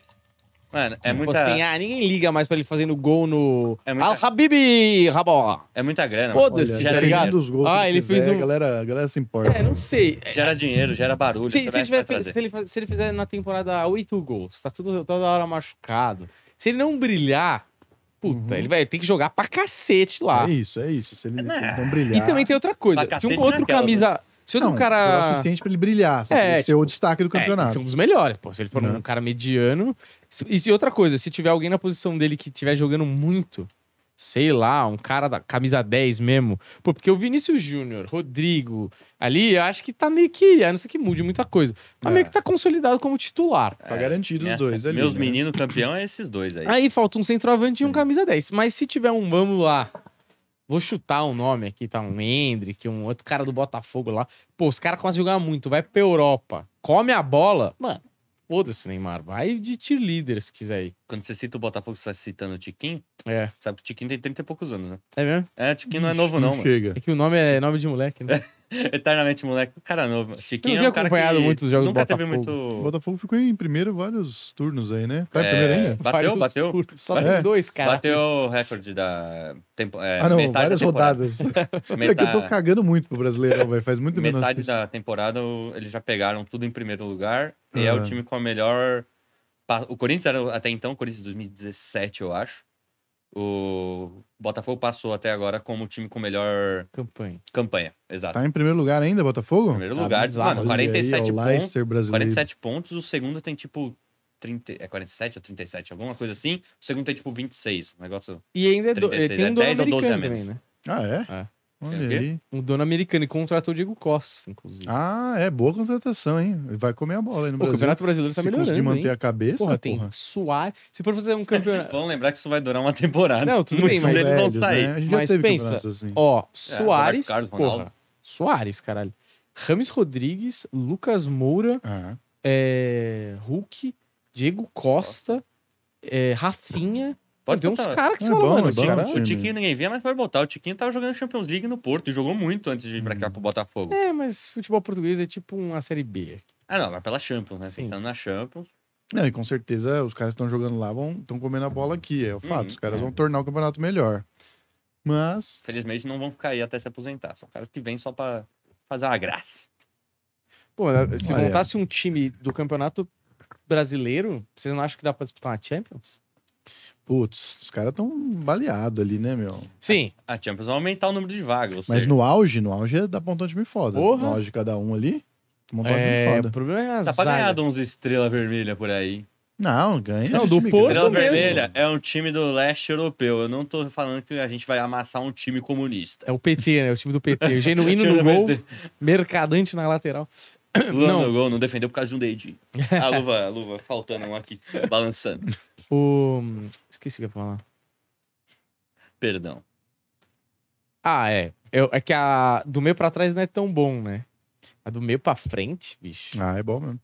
Speaker 4: Mano, é
Speaker 1: Tipo
Speaker 4: muita,
Speaker 1: assim, ah, ninguém liga mais pra ele fazendo gol no.
Speaker 4: É muita-
Speaker 1: Al Habibi, Rabó.
Speaker 4: é muita grana. mano.
Speaker 1: Foda-se,
Speaker 4: já
Speaker 1: tá
Speaker 4: era
Speaker 1: ligado?
Speaker 4: dinheiro,
Speaker 3: Dos gols
Speaker 1: Ah,
Speaker 3: que
Speaker 1: ele
Speaker 3: quiser,
Speaker 1: fez um-
Speaker 3: A galera, a galera se importa.
Speaker 1: É, não sei.
Speaker 4: gera dinheiro, gera barulho.
Speaker 1: Se, se
Speaker 4: você
Speaker 1: ele tiver
Speaker 4: vai, vai
Speaker 1: fe- se
Speaker 4: trazer.
Speaker 1: ele fa- se ele fizer na temporada 8 gols, tá tudo toda hora machucado. Se ele não brilhar, puta,
Speaker 3: Uhum.
Speaker 1: ele vai ter que jogar pra cacete lá.
Speaker 3: É isso, é isso. Se ele, se ele não
Speaker 1: E
Speaker 3: brilhar.
Speaker 1: também tem outra coisa.
Speaker 4: Pra
Speaker 1: Se um
Speaker 4: cacete
Speaker 1: outro
Speaker 4: naquela, né?
Speaker 1: camisa. Se outro
Speaker 3: Não, jogar o
Speaker 1: cara.
Speaker 3: suficiente pra ele brilhar, sabe?
Speaker 1: É,
Speaker 3: Ele ser o destaque do
Speaker 1: É, tem que
Speaker 3: campeonato. Uhum.
Speaker 1: ser um dos melhores, pô. Se ele for um
Speaker 3: Não.
Speaker 1: cara mediano. Se- E se outra coisa, se tiver alguém na posição dele que estiver jogando muito, sei lá, um cara da camisa 10 mesmo. Pô, porque o Vinícius Júnior, Rodrigo, ali, eu acho que tá meio que. A não ser que mude muita coisa. Mas
Speaker 3: É.
Speaker 1: meio que tá consolidado como titular.
Speaker 3: Tá garantido os
Speaker 4: Minha-
Speaker 3: dois ali.
Speaker 4: Meus
Speaker 3: né?
Speaker 4: meninos campeão é esses dois aí.
Speaker 1: Aí falta um centroavante e um camisa 10. Mas se tiver um, vamos lá. Vou chutar um nome aqui, tá? Um Hendrick, um outro cara do Botafogo lá. Pô, os caras começam a jogar muito, vai pra Europa, come a bola. Mano, foda-se, Neymar. Vai de cheerleader se quiser ir.
Speaker 4: Quando você cita o Botafogo, você tá citando o Tiquinho.
Speaker 1: É.
Speaker 4: Sabe que o Tiquinho tem 30 e poucos anos, né?
Speaker 1: É mesmo?
Speaker 4: É, Tiquinho não é novo, não, mano.
Speaker 3: chega.
Speaker 1: É que o nome é nome de moleque, né?
Speaker 4: Eternamente, moleque. O cara novo. mano. Tiquinho
Speaker 1: tinha
Speaker 4: é um cara
Speaker 1: acompanhado
Speaker 4: que
Speaker 1: muito os jogos do
Speaker 4: nunca teve
Speaker 1: Botafogo.
Speaker 3: O
Speaker 4: muito.
Speaker 3: Botafogo ficou em primeiro vários turnos aí, né? Caiu em
Speaker 4: É,
Speaker 3: primeiro ainda?
Speaker 4: Bateu,
Speaker 1: Vários
Speaker 4: bateu.
Speaker 1: turnos, Só
Speaker 3: É.
Speaker 1: tem dois, cara.
Speaker 4: Bateu o recorde da. Tempo, é,
Speaker 3: Ah, não,
Speaker 4: metade da
Speaker 3: várias
Speaker 4: temporada.
Speaker 3: rodadas. É que eu tô
Speaker 4: Metade,
Speaker 3: cagando muito pro Brasileirão, velho. Faz muito menos.
Speaker 4: metade da temporada o- eles já pegaram tudo em primeiro lugar. E é o
Speaker 3: Aham.
Speaker 4: time com a melhor. pa- O Corinthians era até então, o Corinthians 2017, eu acho. O Botafogo passou até agora como o time com melhor
Speaker 1: Campanha.
Speaker 4: campanha. Exato.
Speaker 3: Tá em primeiro lugar ainda, Botafogo?
Speaker 4: Primeiro
Speaker 1: Tá
Speaker 4: lugar,
Speaker 1: bizarro.
Speaker 4: mano,
Speaker 3: Olha
Speaker 4: 47
Speaker 3: aí, ó, o
Speaker 4: pontos.
Speaker 3: Leicester brasileiro.
Speaker 4: 47 pontos, o segundo tem tipo 30, é 47 ou 37, alguma coisa assim. O segundo tem tipo 26, um negócio.
Speaker 1: E ainda é do-
Speaker 4: 36,
Speaker 1: tem um
Speaker 4: é
Speaker 1: dono
Speaker 4: 10 ou 12
Speaker 1: americano
Speaker 4: a
Speaker 1: também,
Speaker 4: menos.
Speaker 1: né?
Speaker 3: Ah, é?
Speaker 1: É.
Speaker 4: Tem o
Speaker 3: Olha
Speaker 4: quê?
Speaker 3: aí.
Speaker 1: Um dono americano e contratou o Diego Costa, inclusive.
Speaker 3: Ah, é boa contratação, hein? Vai comer a bola aí no
Speaker 1: Pô, o
Speaker 3: Brasil.
Speaker 1: Campeonato Brasileiro tá
Speaker 3: Se
Speaker 1: melhorando,
Speaker 3: conseguir manter
Speaker 1: hein?
Speaker 3: a cabeça,
Speaker 1: Porra,
Speaker 3: porra.
Speaker 1: tem Suárez. Se for fazer um campeonato...
Speaker 4: Vamos lembrar que isso vai durar uma temporada.
Speaker 1: Não, tudo
Speaker 4: Muitos
Speaker 1: bem, mas- é,
Speaker 4: deles
Speaker 3: São
Speaker 4: vão
Speaker 3: velhos,
Speaker 4: sair.
Speaker 3: né? A gente já
Speaker 1: Mas
Speaker 3: teve
Speaker 1: pensa,
Speaker 3: campeonatos assim.
Speaker 1: Ó, Soares.
Speaker 4: É, Roberto Carlos,
Speaker 1: porra,
Speaker 4: Ronaldo.
Speaker 1: Soares, caralho. Rames Rodrigues, Lucas Moura,
Speaker 3: Ah,
Speaker 1: é, Hulk, Diego Costa, é, Rafinha. Pode ter uns
Speaker 4: botar. né?
Speaker 1: caras que
Speaker 3: É
Speaker 1: você fala,
Speaker 3: bom,
Speaker 1: mano,
Speaker 3: é
Speaker 1: esse
Speaker 3: bom.
Speaker 1: cara-
Speaker 4: O Tiquinho ninguém via, mas pode botar. O Tiquinho tava jogando Champions League no Porto e jogou muito antes de vir pra cá pro Botafogo.
Speaker 1: É, mas futebol português é tipo uma série B.
Speaker 4: Ah, não, mas pela Champions, né?
Speaker 1: Sim.
Speaker 4: Pensando na Champions.
Speaker 3: Não, e com certeza os caras que estão jogando lá vão estão comendo a bola aqui, é o fato.
Speaker 4: Uhum,
Speaker 3: os caras
Speaker 1: é.
Speaker 3: vão tornar o campeonato melhor. Mas
Speaker 4: Felizmente não vão ficar aí até se aposentar. São caras que vêm só pra fazer uma graça.
Speaker 1: Pô, se
Speaker 3: né, Olha.
Speaker 1: montasse um time do campeonato brasileiro, vocês não acham que dá pra disputar uma Champions?
Speaker 3: Putz, os caras estão baleados ali, né, meu?
Speaker 1: Sim.
Speaker 4: A Champions vai aumentar o número de vagas. ou
Speaker 3: Mas
Speaker 4: seja,
Speaker 3: no auge, no auge dá pra montar um time foda.
Speaker 1: Porra.
Speaker 3: No auge de cada um ali, montar um time
Speaker 1: É, o
Speaker 3: foda.
Speaker 1: problema é a
Speaker 4: Tá pra ganhar
Speaker 1: zaga.
Speaker 4: de uns estrela vermelha por aí.
Speaker 3: Não, ganha.
Speaker 1: Não,
Speaker 3: de
Speaker 1: do
Speaker 3: time
Speaker 1: Porto
Speaker 3: grande.
Speaker 4: Estrela
Speaker 1: mesmo.
Speaker 4: Vermelha é um time do leste europeu. Eu não tô falando que a gente vai amassar um time comunista.
Speaker 1: É o PT, né? O time do PT. O Genuíno
Speaker 4: Time
Speaker 1: no
Speaker 4: do
Speaker 1: gol,
Speaker 4: PT.
Speaker 1: Mercadante na lateral.
Speaker 4: Luan
Speaker 1: Não.
Speaker 4: no gol não defendeu por causa de um dedinho. A luva, a luva faltando um aqui, balançando.
Speaker 1: O... hum, Esqueci o que eu ia falar.
Speaker 4: Perdão.
Speaker 1: Ah, é. Eu- é que a do meio pra trás não é tão bom, né? A do meio pra frente, bicho.
Speaker 3: Ah, é bom mesmo.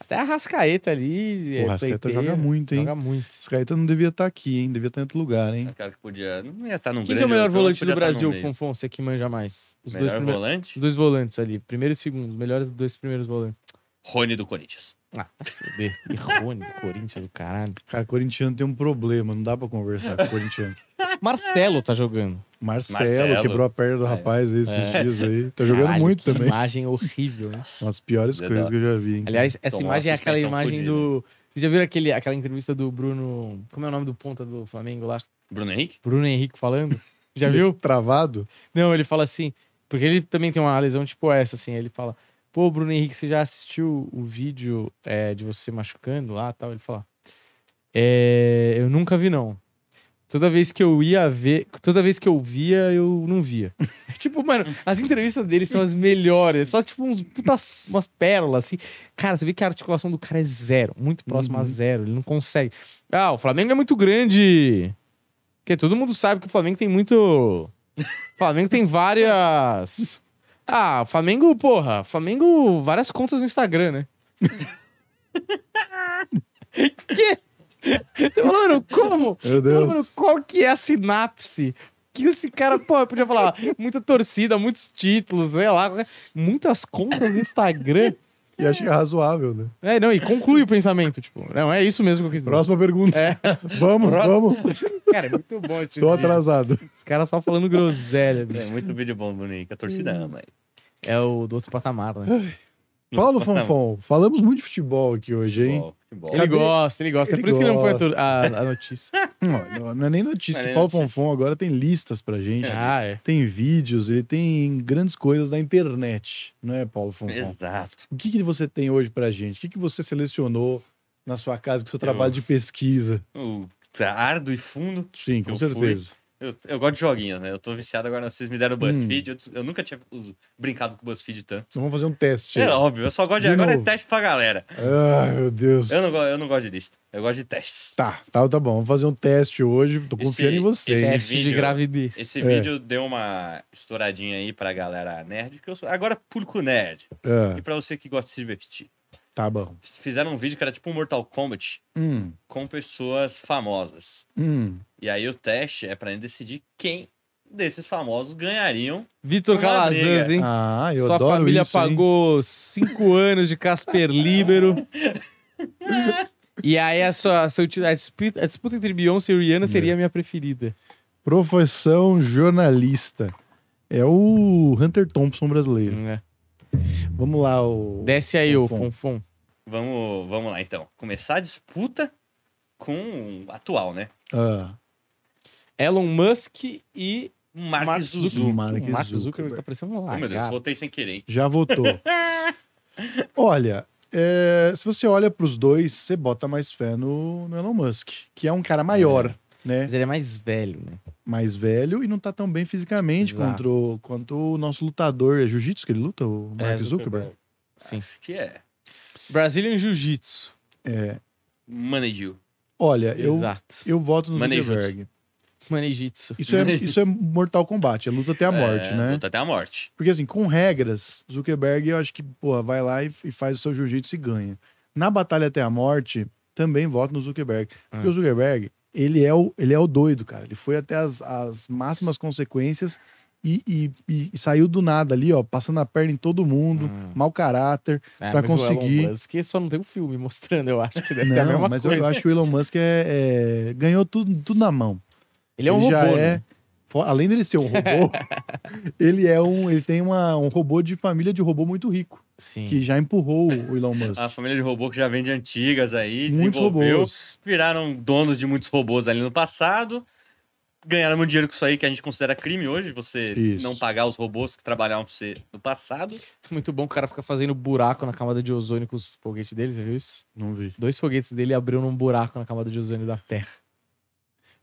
Speaker 1: Até a Rascaeta ali. é,
Speaker 3: o Rascaeta
Speaker 1: pleiteia,
Speaker 3: joga muito, hein?
Speaker 1: Joga muito.
Speaker 3: Esse Caeta não devia estar aqui, hein? Devia estar em outro lugar, hein?
Speaker 4: O cara que podia. Não ia estar num
Speaker 1: Quem que
Speaker 4: grande
Speaker 1: é o melhor
Speaker 4: europeu,
Speaker 1: volante
Speaker 4: podia
Speaker 1: do
Speaker 4: estar num
Speaker 1: Brasil,
Speaker 4: meio.
Speaker 1: Confon? Você que manja mais. Os dois,
Speaker 4: Melhor
Speaker 1: prime-
Speaker 4: volante?
Speaker 1: os dois volantes ali. Primeiro e segundo. Os melhores dois primeiros volantes.
Speaker 4: Rony do Corinthians.
Speaker 1: Ah, vai se fuder. E Rony, Corinthians do caralho.
Speaker 3: Cara, corintiano tem um problema, não dá pra conversar com o corintiano.
Speaker 1: Marcelo tá jogando.
Speaker 3: Marcelo,
Speaker 4: Marcelo.
Speaker 3: quebrou a perna do rapaz aí esses dias aí. Tá jogando
Speaker 1: Caralho,
Speaker 3: muito
Speaker 1: que
Speaker 3: também.
Speaker 1: imagem horrível, né?
Speaker 3: Uma das piores
Speaker 4: Zé
Speaker 3: coisas
Speaker 4: dó.
Speaker 3: que eu já vi. hein?
Speaker 1: Aliás, essa
Speaker 4: Tomou uma
Speaker 1: imagem é aquela
Speaker 4: suspensão
Speaker 1: imagem
Speaker 4: fodida.
Speaker 1: do... Vocês já viram aquele, aquela entrevista do Bruno... Como é o nome do ponta do Flamengo lá?
Speaker 4: Bruno Henrique?
Speaker 1: Bruno Henrique falando? Já
Speaker 3: Ele
Speaker 1: viu?
Speaker 3: Travado?
Speaker 1: Não, ele fala assim, porque ele também tem uma lesão tipo essa, assim, ele fala, pô, Bruno Henrique, você já assistiu o vídeo é, de você machucando lá e tal? Ele fala, é, eu nunca vi, não. Toda vez que eu ia ver, toda vez que eu via, eu não via. É tipo, mano, as entrevistas dele são as melhores, só tipo uns putas, umas pérolas, assim. Cara, você vê que a articulação do cara é zero, muito próximo
Speaker 3: Uhum.
Speaker 1: a zero, ele não consegue. Ah, o Flamengo é muito grande. Porque todo mundo sabe que o Flamengo tem muito... Flamengo tem várias. Ah, Flamengo, porra. Flamengo, várias contas no Instagram, né? Quê? Tô falando, como?
Speaker 3: Meu
Speaker 1: Tô falando,
Speaker 3: Deus.
Speaker 1: qual que é a sinapse? Que esse cara, pô, podia falar muita torcida, muitos títulos, sei lá, muitas contas no Instagram.
Speaker 3: E acho que é razoável, né?
Speaker 1: É, não, e conclui o pensamento, tipo, não, é isso mesmo que eu quis dizer.
Speaker 3: Próxima pergunta.
Speaker 1: É.
Speaker 3: Vamos, vamos.
Speaker 1: Cara, é muito bom esse
Speaker 3: Estou atrasado.
Speaker 1: Os caras só falando groselha, velho.
Speaker 4: É muito vídeo bom, bonito. que A torcida ama.
Speaker 1: É o do outro patamar, né?
Speaker 3: Paulo Fonfon, falamos muito de futebol aqui hoje, hein?
Speaker 4: Futebol, futebol.
Speaker 1: Ele
Speaker 3: Cadê?
Speaker 1: gosta, ele gosta. é
Speaker 3: Ele
Speaker 1: por isso que ele não põe a,
Speaker 3: gosta.
Speaker 1: tur- a- a notícia.
Speaker 3: Não, não- não é nem notícia.
Speaker 4: Não é nem
Speaker 3: Paulo
Speaker 4: notícia.
Speaker 3: Fonfon agora tem listas pra gente.
Speaker 1: ah, é.
Speaker 3: Tem vídeos, ele tem grandes coisas da internet, não é, Paulo Fonfon?
Speaker 4: Exato.
Speaker 3: O que, que você tem hoje pra gente? O que, que você selecionou na sua casa, com o seu
Speaker 4: Eu-
Speaker 3: trabalho de pesquisa?
Speaker 4: O ardo e fundo.
Speaker 3: Sim, com
Speaker 4: Eu fui-
Speaker 3: certeza.
Speaker 4: Eu, eu gosto de joguinhos, né? Eu tô viciado agora. Vocês me
Speaker 1: Hum.
Speaker 4: deram o BuzzFeed. Eu, eu nunca tinha us- brincado com o BuzzFeed tanto.
Speaker 3: Então vamos fazer um teste.
Speaker 4: É óbvio, eu só gosto de.
Speaker 3: De
Speaker 4: agora
Speaker 3: novo.
Speaker 4: é teste pra galera.
Speaker 3: Ai, meu Deus.
Speaker 4: Eu não, go- eu não gosto de lista. Eu gosto de testes.
Speaker 3: Tá, tá, tá bom. Vamos fazer um teste hoje. Tô confiando em você.
Speaker 4: esse-
Speaker 3: hein?
Speaker 1: Teste de
Speaker 4: vídeo-
Speaker 1: gravidez.
Speaker 4: Esse
Speaker 3: É.
Speaker 4: vídeo deu uma estouradinha aí pra galera nerd, que eu sou. Agora público nerd.
Speaker 3: É,
Speaker 4: E pra você que gosta de se divertir.
Speaker 3: tá bom.
Speaker 4: Fizeram um vídeo que era tipo um Mortal Kombat
Speaker 3: Hum,
Speaker 4: com pessoas famosas.
Speaker 3: hum.
Speaker 4: E aí o teste é pra gente decidir quem desses famosos ganhariam.
Speaker 1: Vitor
Speaker 4: Uma
Speaker 1: Calazans,
Speaker 4: briga.
Speaker 1: hein?
Speaker 3: Ah, eu
Speaker 1: Sua
Speaker 3: adoro
Speaker 1: família
Speaker 3: isso, hein?
Speaker 1: pagou cinco anos de Casper Libero. e aí a sua, seu ti- a, disputa, a disputa entre Beyoncé e Rihanna seria a minha preferida.
Speaker 3: Profissão jornalista. É o Hunter Thompson brasileiro.
Speaker 1: né?
Speaker 3: Vamos lá, o.
Speaker 1: Desce aí, ô
Speaker 3: Fonfon.
Speaker 1: Fonfon.
Speaker 4: Vamos, vamos lá então. Começar a disputa com o atual, né?
Speaker 3: Ah,
Speaker 1: Elon Musk e
Speaker 4: Mark,
Speaker 1: Mark
Speaker 4: Zuzu.
Speaker 1: Zuckerberg.
Speaker 3: Mark
Speaker 1: Mark, Zuckerberg.
Speaker 3: Zuckerberg.
Speaker 1: tá parecendo um
Speaker 4: Oh, meu Deus,
Speaker 1: lagarto.
Speaker 4: voltei sem querer. hein?
Speaker 3: já votou. olha, é, se você olha pros dois, você bota mais fé no, no Elon Musk, que é um cara maior, né?
Speaker 1: Mas ele é mais velho, né?
Speaker 3: Mais velho e não tá tão bem fisicamente
Speaker 1: Exato.
Speaker 3: contra o- quanto o nosso lutador. É jiu-jitsu que ele luta, o
Speaker 1: É,
Speaker 3: Mark Zuckerberg?
Speaker 1: Sim.
Speaker 4: Acho que é.
Speaker 1: Brazilian Jiu-Jitsu.
Speaker 4: Manejil.
Speaker 3: Olha, eu,
Speaker 1: Exato.
Speaker 3: eu voto no
Speaker 4: Manejutsu.
Speaker 3: Zuckerberg.
Speaker 1: Manejitsu.
Speaker 3: Isso é, isso é Mortal Kombat, é luta até a morte,
Speaker 4: É,
Speaker 3: né?
Speaker 4: luta Até a morte.
Speaker 3: Porque assim, com regras, Zuckerberg, eu acho que, porra, vai lá e, e faz o seu jiu-jitsu e ganha. Na Batalha até a Morte, também voto no Zuckerberg. Porque
Speaker 1: Ah.
Speaker 3: o Zuckerberg, ele é o, ele é o doido, cara. Ele foi até as, as máximas consequências e, e- e- e saiu do nada ali, ó, passando a perna em todo mundo,
Speaker 1: Ah.
Speaker 3: mau caráter.
Speaker 1: É,
Speaker 3: Pra
Speaker 1: mas o Elon
Speaker 3: conseguir-
Speaker 1: Musk só não tem um filme mostrando, eu acho que deve ser é a
Speaker 3: Não,
Speaker 1: mesma
Speaker 3: mas eu-
Speaker 1: coisa.
Speaker 3: eu acho que o Elon Musk é, é, ganhou tudo, tudo na mão.
Speaker 1: Ele é um
Speaker 3: já
Speaker 1: robô,
Speaker 3: é-
Speaker 1: né?
Speaker 3: fo- Além dele ser um robô, ele é um. Ele tem uma, um robô de família de robô muito rico,
Speaker 1: Sim.
Speaker 3: que já empurrou o Elon Musk.
Speaker 1: Ah,
Speaker 4: A família de robô que já vem de antigas aí,
Speaker 3: Muitos
Speaker 4: desenvolveu,
Speaker 3: robôs.
Speaker 4: viraram donos de muitos robôs ali no passado, ganharam muito dinheiro com isso aí que a gente considera crime hoje, você
Speaker 3: Isso.
Speaker 4: não pagar os robôs que trabalharam com você no passado.
Speaker 1: Muito bom, o cara fica fazendo buraco na camada de ozônio com os foguetes dele, você viu isso?
Speaker 3: Não vi.
Speaker 1: Dois foguetes dele abriram um buraco na camada de ozônio da Terra.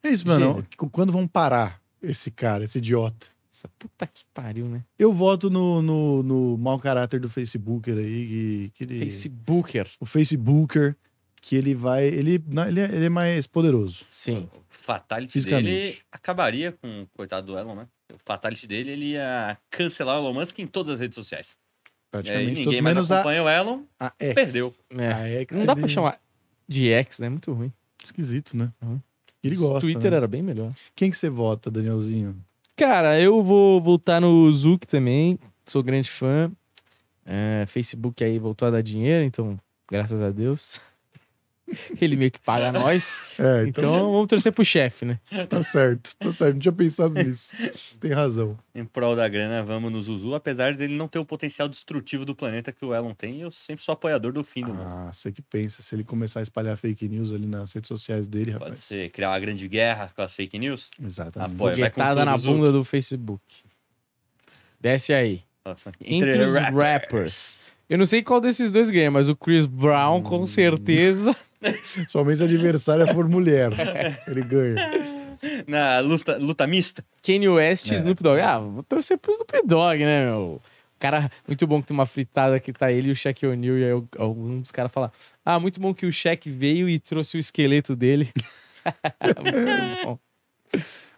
Speaker 3: É isso, mano. Qu- Quando vão parar esse cara, esse idiota?
Speaker 1: Essa puta que pariu, né?
Speaker 3: Eu voto no, no, no mau caráter do Facebooker aí, que, que ele-
Speaker 1: Facebooker.
Speaker 3: o Facebooker, que ele vai. Ele, não, ele, é, ele é mais poderoso.
Speaker 1: Sim.
Speaker 4: O fatality
Speaker 3: Fisicamente.
Speaker 4: dele acabaria com o coitado do Elon, né? O fatality dele, ele ia cancelar o Elon Musk em todas as redes sociais. E aí
Speaker 3: Praticamente.
Speaker 4: ninguém
Speaker 3: todos
Speaker 4: mais
Speaker 3: menos a,
Speaker 4: acompanha o Elon,
Speaker 3: a X.
Speaker 4: perdeu.
Speaker 1: É.
Speaker 3: A X,
Speaker 1: Não dá pra
Speaker 3: ele-
Speaker 1: chamar de ex, né? Muito ruim.
Speaker 3: Esquisito, né?
Speaker 1: Uhum.
Speaker 3: Ele
Speaker 1: Esse
Speaker 3: gosta.
Speaker 1: Twitter é-
Speaker 3: né?
Speaker 1: era bem melhor.
Speaker 3: Quem que você vota, Danielzinho?
Speaker 1: Cara, eu vou voltar no Zuc também. Sou grande fã. É, Facebook aí voltou a dar dinheiro, então, graças a Deus. Ele meio que paga nós.
Speaker 3: É,
Speaker 1: Então,
Speaker 3: então,
Speaker 1: vamos torcer pro chefe, né?
Speaker 3: tá certo. Tá certo. Não tinha pensado nisso. Tem razão.
Speaker 4: em prol da grana, vamos no Zuzu, apesar dele não ter o potencial destrutivo do planeta que o Elon tem, eu sempre sou apoiador do fim do mundo.
Speaker 3: Ah, você que pensa. Se ele começar a espalhar fake news ali nas redes sociais dele,
Speaker 4: Pode
Speaker 3: rapaz.
Speaker 4: ser criar uma grande guerra com as fake news.
Speaker 3: Exatamente.
Speaker 4: Apoio. Pô, vai com
Speaker 1: Foguetada
Speaker 4: tudo,
Speaker 1: na
Speaker 4: Zuc.
Speaker 1: bunda do Facebook. Desce aí. Entre, os rappers. Eu não sei qual desses dois ganha, mas o Chris Brown, com
Speaker 4: Hum.
Speaker 1: certeza.
Speaker 3: Somente se a adversária for mulher, ele ganha.
Speaker 4: Na luta, luta mista.
Speaker 1: Kanye West e
Speaker 3: É.
Speaker 1: Snoop Dogg. Ah, vou torcer pro Snoop Dogg, né, meu? O cara, muito bom que tem uma fritada que tá ele e o Shaq O'Neal. E aí o- algum dos caras fala: Ah, muito bom que o Shaq veio e trouxe o esqueleto dele. muito bom.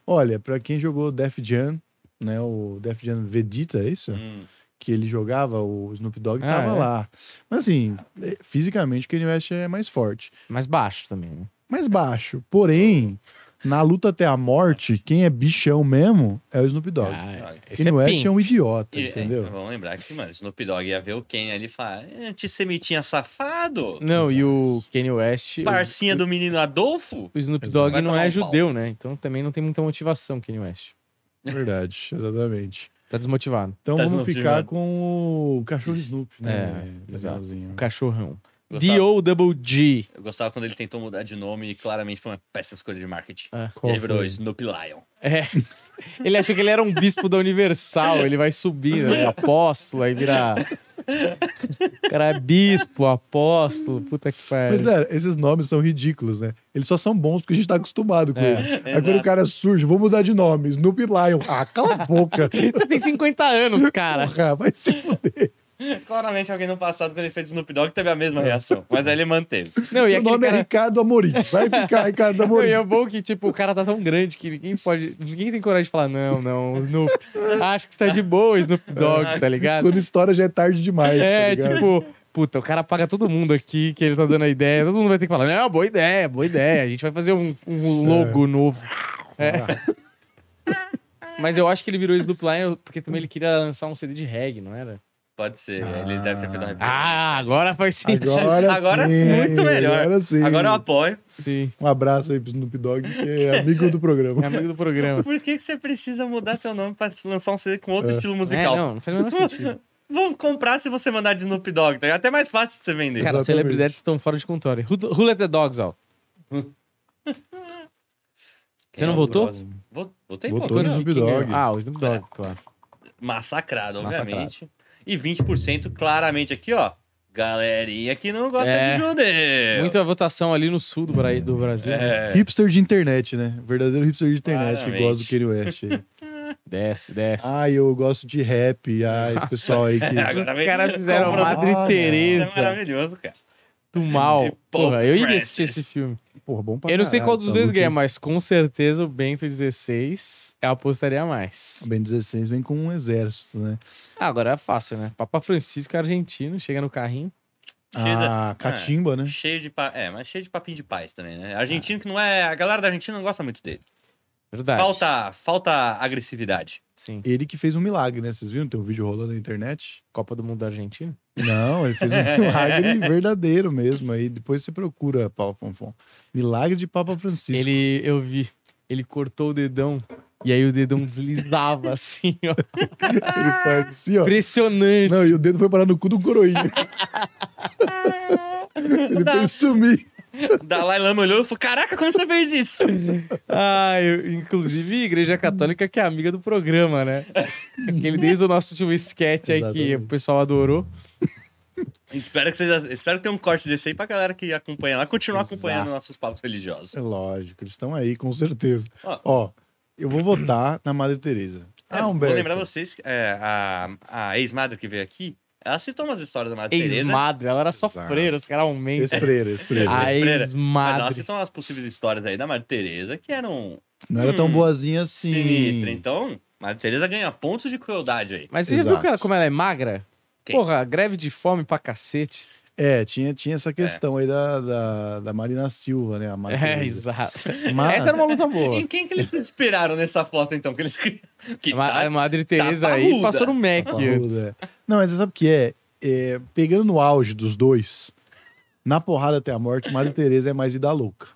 Speaker 3: Olha, pra quem jogou Def Jam, né, o Def Jam Vedita, é isso?
Speaker 4: Hum,
Speaker 3: Que ele jogava, o Snoop Dogg
Speaker 1: Ah,
Speaker 3: tava
Speaker 1: é?
Speaker 3: lá. Mas assim, é, fisicamente o Kanye West é mais forte.
Speaker 1: Mas baixo também, né?
Speaker 3: Mais baixo, porém, Na luta até a morte, quem é bichão mesmo é o Snoop Dogg.
Speaker 1: Ah, esse
Speaker 3: Kanye
Speaker 1: é
Speaker 3: West
Speaker 1: pimp.
Speaker 3: é um idiota,
Speaker 4: E, é,
Speaker 3: entendeu?
Speaker 4: vamos lembrar que, mano, Snoop Dogg ia ver o Ken ali e falar: "É, antissemitinha safado,
Speaker 1: Não, e o Kanye West... o-
Speaker 4: parcinha do menino Adolfo.
Speaker 1: O Snoop
Speaker 3: Exato.
Speaker 1: Dogg
Speaker 4: Vai
Speaker 1: não
Speaker 4: tomar
Speaker 1: é
Speaker 4: um pau.
Speaker 1: judeu, né? Então também não tem muita motivação, Kanye West.
Speaker 4: então.
Speaker 3: Verdade, exatamente.
Speaker 1: Tá desmotivado.
Speaker 3: Então
Speaker 4: Tá
Speaker 3: vamos
Speaker 4: Snoop
Speaker 3: ficar
Speaker 4: Dogg.
Speaker 3: com o cachorro Snoop,
Speaker 1: É,
Speaker 3: né?
Speaker 1: exato.
Speaker 3: Legalzinho.
Speaker 1: O cachorrão.
Speaker 4: Gostava.
Speaker 1: D.O.W.G.
Speaker 4: Eu gostava quando ele tentou mudar de nome e claramente foi uma péssima escolha de marketing.
Speaker 1: É.
Speaker 3: Qual
Speaker 4: ele virou
Speaker 3: foi?
Speaker 4: Snoop Lion.
Speaker 1: É. Ele achou que ele era um bispo da Universal, ele vai subir, né? Apóstolo, aí vira. O cara é bispo, apóstolo, puta que
Speaker 3: Mas
Speaker 1: pariu.
Speaker 3: é, esses nomes são ridículos, né? Eles só são bons porque a gente tá acostumado com
Speaker 1: É,
Speaker 3: eles. Aí quando o cara surge, vou mudar de nome, Snoop Lion. Ah, cala a boca.
Speaker 1: Você tem 50 anos, cara.
Speaker 3: Porra, vai se fuder.
Speaker 4: Claramente alguém no passado, quando ele fez Snoop Dogg, teve a
Speaker 1: É.
Speaker 4: mesma reação. Mas aí ele manteve.
Speaker 1: Não, e
Speaker 3: Meu
Speaker 1: aquele
Speaker 3: nome é
Speaker 1: cara.
Speaker 3: Ricardo Amorim. Vai ficar Ricardo
Speaker 1: Não, e
Speaker 3: Amorim.
Speaker 1: é bom que, tipo, o cara tá tão grande que ninguém pode. Ninguém tem coragem de falar, não, não, Snoop. Acho que você tá de boa, Snoop Dogg, tá ligado?
Speaker 3: Quando história já é tarde demais.
Speaker 1: É,
Speaker 3: tá ligado?
Speaker 1: tipo, puta, o cara paga todo mundo aqui que ele tá dando a ideia. Todo mundo vai ter que falar, não, boa ideia, boa ideia. A gente vai fazer um, um logo novo. É. Mas eu acho que ele virou Snoop Lion porque também ele queria lançar um CD de reggae, não era?
Speaker 4: Pode ser. Ele deve ter feito uma
Speaker 1: Ah, agora faz sentido.
Speaker 3: Agora,
Speaker 4: Agora
Speaker 3: sim,
Speaker 4: muito melhor.
Speaker 3: Agora sim.
Speaker 4: Agora eu apoio.
Speaker 1: Sim,
Speaker 3: Um abraço aí pro Snoop Dogg, que é amigo do
Speaker 1: é
Speaker 3: programa.
Speaker 1: amigo do programa.
Speaker 4: Por que que você precisa mudar teu nome pra lançar um CD com outro
Speaker 3: É.
Speaker 4: estilo
Speaker 1: É,
Speaker 4: musical?
Speaker 1: não, não faz o menor sentido.
Speaker 4: Vamos comprar se você mandar de Snoop Dogg. Tá? ligado? Até mais fácil de você vender.
Speaker 1: Cara,
Speaker 3: Exatamente.
Speaker 1: celebridades estão fora de controle. Who, who let the dogs out? Você não voltou?
Speaker 4: Vol- Voltei
Speaker 3: Voltou.
Speaker 4: pouco,
Speaker 3: Quando
Speaker 4: né?
Speaker 3: Snoop Dogg.
Speaker 1: Ah, o Snoop Dogg, claro.
Speaker 4: Massacrado,
Speaker 1: Massacrado.
Speaker 4: obviamente. E 20% claramente aqui, ó. Galerinha que não gosta
Speaker 1: É.
Speaker 4: de judeu.
Speaker 1: Muita votação ali no sul do, Bra- do Brasil. né?
Speaker 4: É.
Speaker 3: Hipster de internet, né? Verdadeiro hipster de
Speaker 1: Ah,
Speaker 3: internet que
Speaker 4: Claramente.
Speaker 3: gosta do Kanye West. aí.
Speaker 1: Desce, desce.
Speaker 3: Ai, eu gosto de rap. Ai, esse pessoal aí que.
Speaker 4: Agora
Speaker 1: Os caras fizeram
Speaker 3: Comprou-
Speaker 1: Madre
Speaker 3: Ah,
Speaker 4: Isso é
Speaker 1: Teresa
Speaker 4: maravilhoso, cara.
Speaker 1: do mal.
Speaker 4: E Paul
Speaker 1: Porra, eu ia
Speaker 4: Francis.
Speaker 1: assistir esse filme.
Speaker 3: Porra, bom pra
Speaker 1: eu não sei
Speaker 3: caralho,
Speaker 1: qual dos
Speaker 3: tá
Speaker 1: dois
Speaker 3: muito-
Speaker 1: ganha, mas com certeza o Bento 16 eu apostaria mais.
Speaker 3: Ben 16 vem com um exército, né?
Speaker 1: Ah, agora é fácil, né? Papa Francisco é argentino, chega no carrinho.
Speaker 4: Cheio da-
Speaker 1: É.
Speaker 3: Ah, catimba, né?
Speaker 4: Cheio de pa... É, mas cheio de papinho de paz também, né? Argentino que não é. A galera da Argentina não gosta muito dele.
Speaker 1: Verdade.
Speaker 4: Falta, falta agressividade.
Speaker 1: Sim.
Speaker 3: Ele que fez um milagre, né? Vocês viram? Tem um vídeo rolando na internet.
Speaker 1: Copa do Mundo da Argentina?
Speaker 3: Não, ele fez um milagre verdadeiro mesmo. Aí depois você procura, Paulo Fonfon. Milagre de Papa Francisco.
Speaker 1: Ele, eu vi, ele cortou o dedão e aí o dedão deslizava assim, ó.
Speaker 3: Ele faz assim, ó.
Speaker 1: Impressionante.
Speaker 3: Não, e o dedo foi parar no cu do coroinha. ele fez sumir.
Speaker 4: Dalai Lama olhou e falou: Caraca, como você fez isso?
Speaker 1: Ah, eu- inclusive a Igreja Católica que é amiga do programa, né? Aquele desde o nosso último sketch aí que
Speaker 3: Exatamente.
Speaker 1: o pessoal adorou.
Speaker 4: espero, que vocês, espero que tenha um corte desse aí pra galera que acompanha lá, continuar
Speaker 1: Exato.
Speaker 4: acompanhando nossos papos religiosos.
Speaker 3: É lógico, eles estão aí, com certeza.
Speaker 4: Ó.
Speaker 3: Ó, eu vou votar na Madre Teresa.
Speaker 4: É,
Speaker 3: Ah,
Speaker 4: vou
Speaker 3: Humberto.
Speaker 4: lembrar vocês, que, é, a, a ex-madre que veio aqui, ela citou umas histórias da Madre Teresa.
Speaker 1: Ex-madre, ela era só
Speaker 3: Exato.
Speaker 1: freira, os caras aumentam.
Speaker 3: Esfreira, esfreira.
Speaker 1: A
Speaker 4: ex-freira. Mas ela
Speaker 1: ex-madre.
Speaker 4: citou umas possíveis histórias aí da Madre Teresa que eram
Speaker 3: Não era tão
Speaker 4: Hum,
Speaker 3: boazinha assim.
Speaker 4: sinistras. Então, Madre Teresa ganha pontos de crueldade aí.
Speaker 1: Mas você viu
Speaker 3: Exato.
Speaker 1: cara, como ela é magra?
Speaker 4: Quem?
Speaker 1: Porra, greve de fome pra cacete.
Speaker 3: É, tinha, tinha essa questão
Speaker 4: É.
Speaker 3: aí da, da, da Marina Silva, né? A Madre
Speaker 1: É,
Speaker 3: Teresa.
Speaker 1: exato.
Speaker 3: Mas-
Speaker 1: Essa era uma luta boa.
Speaker 4: Em quem que eles se inspiraram nessa foto, então? Que eles criam? Que
Speaker 3: É
Speaker 1: A Ma- a
Speaker 4: tá...
Speaker 1: Madre Teresa
Speaker 4: tá
Speaker 1: aí
Speaker 4: parruda.
Speaker 1: passou no Mac antes.
Speaker 3: Parruda, é. Não, mas você sabe o que é? É, Pegando no auge dos dois, na porrada até a morte, Madre Teresa é mais vida louca.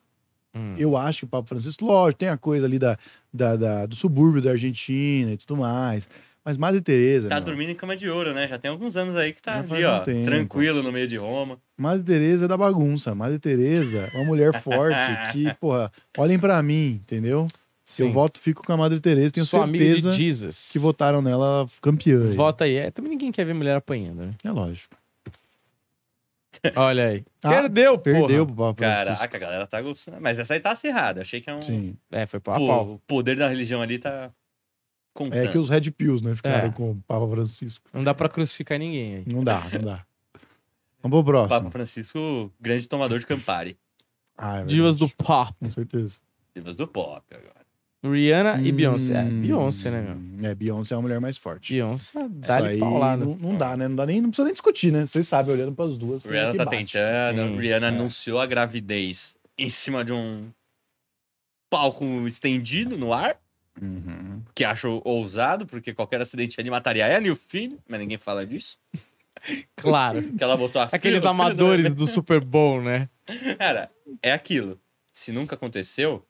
Speaker 1: Hum.
Speaker 3: Eu acho que o Papa Francisco, lógico, tem a coisa ali da, da- da- do subúrbio da Argentina e tudo mais. Mas Madre Teresa,
Speaker 4: tá
Speaker 3: meu,
Speaker 4: dormindo em cama de ouro, né? Já tem alguns anos aí que tá
Speaker 3: Já faz
Speaker 4: ali,
Speaker 3: um
Speaker 4: ó,
Speaker 3: tempo.
Speaker 4: tranquilo no meio de Roma.
Speaker 3: Madre Teresa é da bagunça. Madre Teresa é uma mulher forte que, porra, olhem pra mim, entendeu?
Speaker 1: Sim.
Speaker 3: Eu voto, fico com a Madre Teresa, tenho
Speaker 1: Sou amigo
Speaker 3: certeza
Speaker 1: de Jesus.
Speaker 3: que votaram nela campeã. aí.
Speaker 1: Vota aí. É, também ninguém quer ver mulher apanhando, né?
Speaker 3: É lógico.
Speaker 1: Olha aí.
Speaker 3: Ah,
Speaker 1: perdeu, porra.
Speaker 3: Perdeu pro Papa Francisco.
Speaker 4: Caraca, a galera tá gostando. Mas essa aí tá acirrada. Achei que é um.
Speaker 3: Sim.
Speaker 1: É, foi pau a
Speaker 4: Pô,
Speaker 1: pau.
Speaker 4: o poder da religião ali tá. Contando.
Speaker 3: É que os Red Pills, né, ficaram
Speaker 1: É.
Speaker 3: com o Papa Francisco.
Speaker 1: Não dá pra crucificar ninguém aí.
Speaker 3: Não dá, não dá. Vamos pro
Speaker 4: O Papa
Speaker 3: próximo.
Speaker 4: Francisco, grande tomador de Campari.
Speaker 3: Ah, é
Speaker 1: Divas do
Speaker 3: verdade.
Speaker 1: pop.
Speaker 3: Com certeza.
Speaker 4: Divas do pop agora.
Speaker 1: Rihanna e Beyoncé. É,
Speaker 3: Hum,
Speaker 1: Beyoncé, né, meu?
Speaker 3: É, Beyoncé é uma mulher mais forte.
Speaker 1: Beyoncé,
Speaker 3: Isso
Speaker 1: dá-lhe
Speaker 3: aí
Speaker 1: paulada.
Speaker 3: Não, não dá, né? Não dá nem, não precisa nem discutir, né? Vocês sabem, olhando para as duas. quem é
Speaker 4: Rihanna
Speaker 3: que
Speaker 4: tá
Speaker 3: bate.
Speaker 1: É.
Speaker 4: tentando.
Speaker 1: sim.
Speaker 4: Rihanna
Speaker 3: É.
Speaker 4: anunciou a gravidez em cima de um palco estendido no ar,
Speaker 5: Uhum.
Speaker 4: que acho ousado, porque qualquer acidente ali mataria ela e o filho, mas ninguém fala disso.
Speaker 1: Claro.
Speaker 4: Que ela botou a filha, o
Speaker 1: Aqueles
Speaker 4: filho
Speaker 1: amadores do Super Bowl, né?
Speaker 4: do- Cara, é aquilo. Se nunca aconteceu,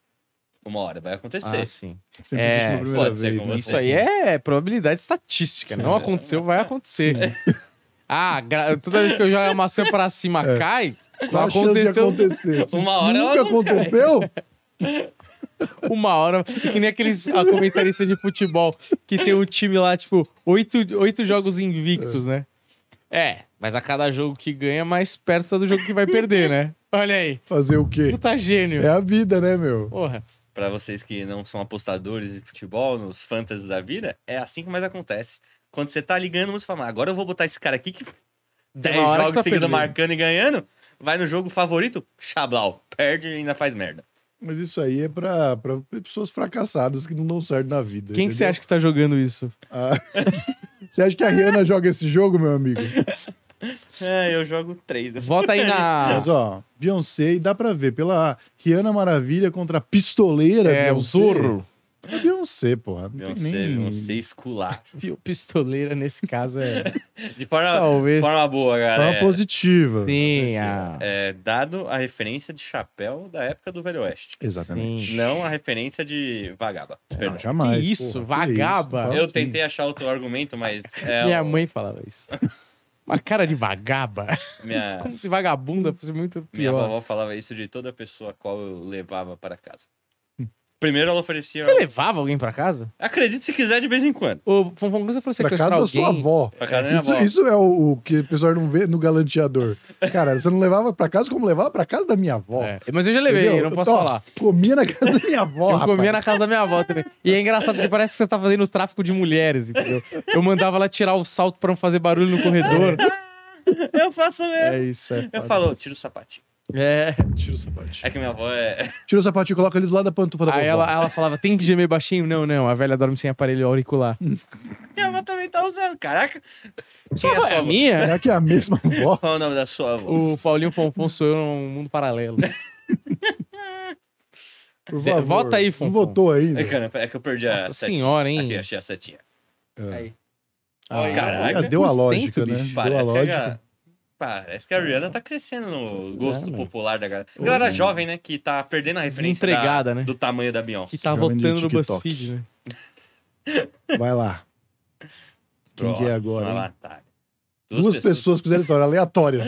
Speaker 4: uma hora vai acontecer.
Speaker 1: Ah, sim.
Speaker 3: Sempre
Speaker 1: É,
Speaker 3: é, na primeira
Speaker 4: pode ser
Speaker 3: vez,
Speaker 4: com
Speaker 3: né?
Speaker 4: você.
Speaker 1: Isso aí é probabilidade estatística. né? Não aconteceu, vai acontecer. Ah, gra- toda vez que eu jogo a maçã pra cima
Speaker 3: É.
Speaker 1: cai,
Speaker 3: Qual a chance de
Speaker 1: aconteceu
Speaker 3: acontecer? Se
Speaker 4: Uma hora
Speaker 3: Nunca
Speaker 4: ela não cai.
Speaker 3: aconteceu?
Speaker 1: uma hora. Que nem aqueles ah, comentaristas de futebol que tem um time lá, tipo, oito, oito jogos invictos, né? É, mas a cada jogo que ganha, mais perto tá do jogo que vai perder, né? Olha aí.
Speaker 3: Fazer o quê?
Speaker 1: Puta gênio.
Speaker 3: É a vida, né, meu?
Speaker 1: Porra.
Speaker 4: Pra vocês que não são apostadores de futebol, nos fantasy da vida, é assim que mais acontece. Quando você tá ligando, você fala, "Mas agora eu vou botar esse cara aqui que 10
Speaker 1: hora que
Speaker 4: jogos
Speaker 1: tá
Speaker 4: seguidos
Speaker 1: perdendo."
Speaker 4: marcando e ganhando, vai no jogo favorito, xablau, perde e ainda faz merda.
Speaker 3: Mas isso aí é pra, pra pessoas fracassadas que não dão certo na vida.
Speaker 1: Quem que você acha que tá jogando isso?
Speaker 3: Você acha que a Rihanna joga esse jogo, meu amigo?
Speaker 4: É, eu jogo três dessa.
Speaker 1: Volta aí na.
Speaker 3: Mas, ó, Beyoncé, e dá pra ver, pela Rihanna Maravilha contra a pistoleira
Speaker 1: É, o
Speaker 3: Beyoncé.
Speaker 1: Zorro.
Speaker 3: É Beyoncé, porra. Não
Speaker 4: Não
Speaker 3: tem
Speaker 4: sei,
Speaker 3: nem...
Speaker 4: não sei escular.
Speaker 1: Pistoleira, nesse caso, é.
Speaker 4: De forma,
Speaker 1: Talvez.
Speaker 4: forma boa,
Speaker 3: Fala
Speaker 4: galera.
Speaker 3: positiva.
Speaker 1: Sim, ah, a...
Speaker 4: É, dado a referência de chapéu da época do Velho Oeste.
Speaker 3: Exatamente.
Speaker 1: Sim.
Speaker 4: Não a referência de vagaba. Perdão.
Speaker 3: Não, jamais.
Speaker 1: Que isso,
Speaker 3: que
Speaker 1: vagaba.
Speaker 3: isso, fala
Speaker 4: Eu
Speaker 3: assim.
Speaker 4: tentei achar outro argumento, mas é
Speaker 1: Ah, Minha
Speaker 4: o-
Speaker 1: mãe falava isso. Uma cara de vagaba.
Speaker 4: minha,
Speaker 1: Como se vagabunda fosse muito
Speaker 4: Minha
Speaker 1: pior.
Speaker 4: vovó falava isso de toda pessoa a qual eu levava para casa. Primeiro ela oferecia.
Speaker 1: Hum. Você levava alguém pra casa?
Speaker 4: Acredite se quiser de vez em quando.
Speaker 1: Ô, um Fonfon, quando você for
Speaker 3: Pra
Speaker 1: sequestrar
Speaker 3: casa da
Speaker 1: alguém...
Speaker 3: sua avó.
Speaker 4: Pra casa da minha
Speaker 3: Isso,
Speaker 4: avó.
Speaker 3: isso é o, o que o pessoal não vê no galanteador. Cara, você não levava pra casa como levava pra casa da minha avó.
Speaker 1: É, mas eu já levei,
Speaker 3: Entendeu?
Speaker 1: eu não posso
Speaker 3: Ó,
Speaker 1: falar.
Speaker 3: Comia na casa da minha avó,
Speaker 1: eu
Speaker 3: rapaz.
Speaker 1: comia na casa da minha avó também. E é engraçado porque parece que você tá fazendo tráfico de mulheres, entendeu? Eu mandava ela tirar o salto pra não fazer barulho no corredor.
Speaker 4: Eu faço mesmo.
Speaker 1: É isso, é. foda.
Speaker 4: eu falo, tira o sapatinho.
Speaker 1: É.
Speaker 3: Tira o sapatinho.
Speaker 4: É que minha avó é.
Speaker 3: Tira o sapatinho e coloca ele do lado da pantufa da
Speaker 1: Aí
Speaker 3: vovó.
Speaker 1: ela, ela falava, tem que gemer baixinho? Não, não, a velha dorme sem aparelho auricular.
Speaker 4: Minha avó também tá usando. Caraca. Quem é
Speaker 1: Sua avó é a minha?
Speaker 3: Será que é a mesma avó?
Speaker 4: Qual é o nome da sua avó?
Speaker 1: O Paulinho Fonfon sou eu num mundo paralelo.
Speaker 3: Por
Speaker 1: De-
Speaker 3: favor.
Speaker 1: vota aí, Fonfon.
Speaker 3: Não votou ainda.
Speaker 4: É, cara, é que eu perdi a.
Speaker 1: Nossa
Speaker 4: setinha.
Speaker 1: senhora, hein?
Speaker 4: Aqui, achei a setinha.
Speaker 3: É.
Speaker 4: Olha aí.
Speaker 3: Ah,
Speaker 4: Caraca.
Speaker 3: deu a
Speaker 1: Custento,
Speaker 3: lógica, né?
Speaker 1: bicho.
Speaker 3: Deu a
Speaker 4: Parece que, a,
Speaker 3: lógica.
Speaker 4: parece que a Rihanna tá crescendo no gosto
Speaker 1: mano.
Speaker 4: popular da galera. A galera jovem, né? Que tá perdendo a referência da-
Speaker 1: Desempregada, né?
Speaker 4: do tamanho da Beyoncé.
Speaker 1: Que tá
Speaker 3: Jovem de
Speaker 1: votando no
Speaker 3: TikTok.
Speaker 1: BuzzFeed, né?
Speaker 3: Vai lá. Quem que é
Speaker 4: Nossa,
Speaker 3: agora,
Speaker 4: uma
Speaker 3: hein?
Speaker 4: batalha.
Speaker 3: Duas pessoas fizeram história aleatórias.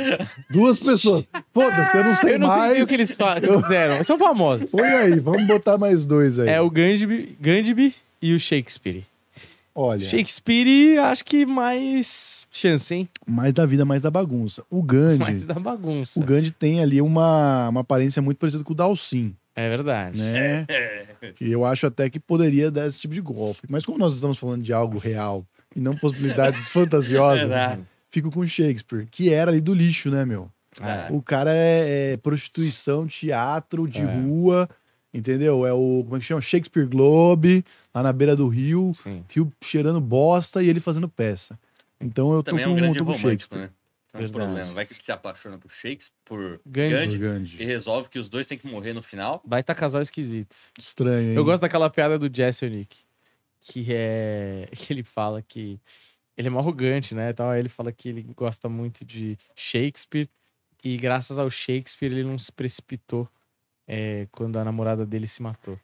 Speaker 3: Duas pessoas. Foda-se, eu não sei
Speaker 1: Eu não sei nem o
Speaker 3: mais.
Speaker 1: que eles fa- que fizeram. São famosos.
Speaker 3: Põe aí, vamos botar mais dois aí.
Speaker 1: É o Gandhi, Gandhi e o Shakespeare.
Speaker 3: Olha,
Speaker 1: Shakespeare, acho que mais chance, hein?
Speaker 3: mais da vida, mais da bagunça. O Gandhi,
Speaker 1: Mais da bagunça.
Speaker 3: o Gandhi tem ali uma, uma aparência muito parecida com o Dalsim,
Speaker 1: É verdade.
Speaker 3: né?
Speaker 4: É,
Speaker 3: Que eu acho até que poderia dar esse tipo de golpe. Mas como nós estamos falando de algo real e não possibilidades fantasiosas,
Speaker 4: Exato.
Speaker 3: fico com o Shakespeare, que era ali do lixo, né, meu?
Speaker 4: Ah,
Speaker 3: O cara é, é prostituição, teatro, de
Speaker 1: É.
Speaker 3: rua, entendeu? É o, como é que chama? Shakespeare Globe, lá na beira do rio,
Speaker 1: Sim.
Speaker 3: rio cheirando bosta e ele fazendo peça. Então eu tô
Speaker 4: também é
Speaker 3: com,
Speaker 4: um grande
Speaker 3: tô com
Speaker 4: romântico,
Speaker 3: Shakespeare.
Speaker 4: né? Então é um
Speaker 1: Verdade.
Speaker 4: problema. Vai que se apaixona por Shakespeare, por
Speaker 1: Gandhi.
Speaker 4: Gandhi,
Speaker 3: Grande.
Speaker 4: e resolve que os dois têm que morrer no final.
Speaker 1: Vai tá casal esquisito.
Speaker 3: Estranho, hein?
Speaker 1: Eu gosto daquela piada do Jesse e o Nick. Que é. Que ele fala que. Ele é mó arrogante, né? e Tal. Aí ele fala que ele gosta muito de Shakespeare. E graças ao Shakespeare, ele não se precipitou é, quando a namorada dele se matou.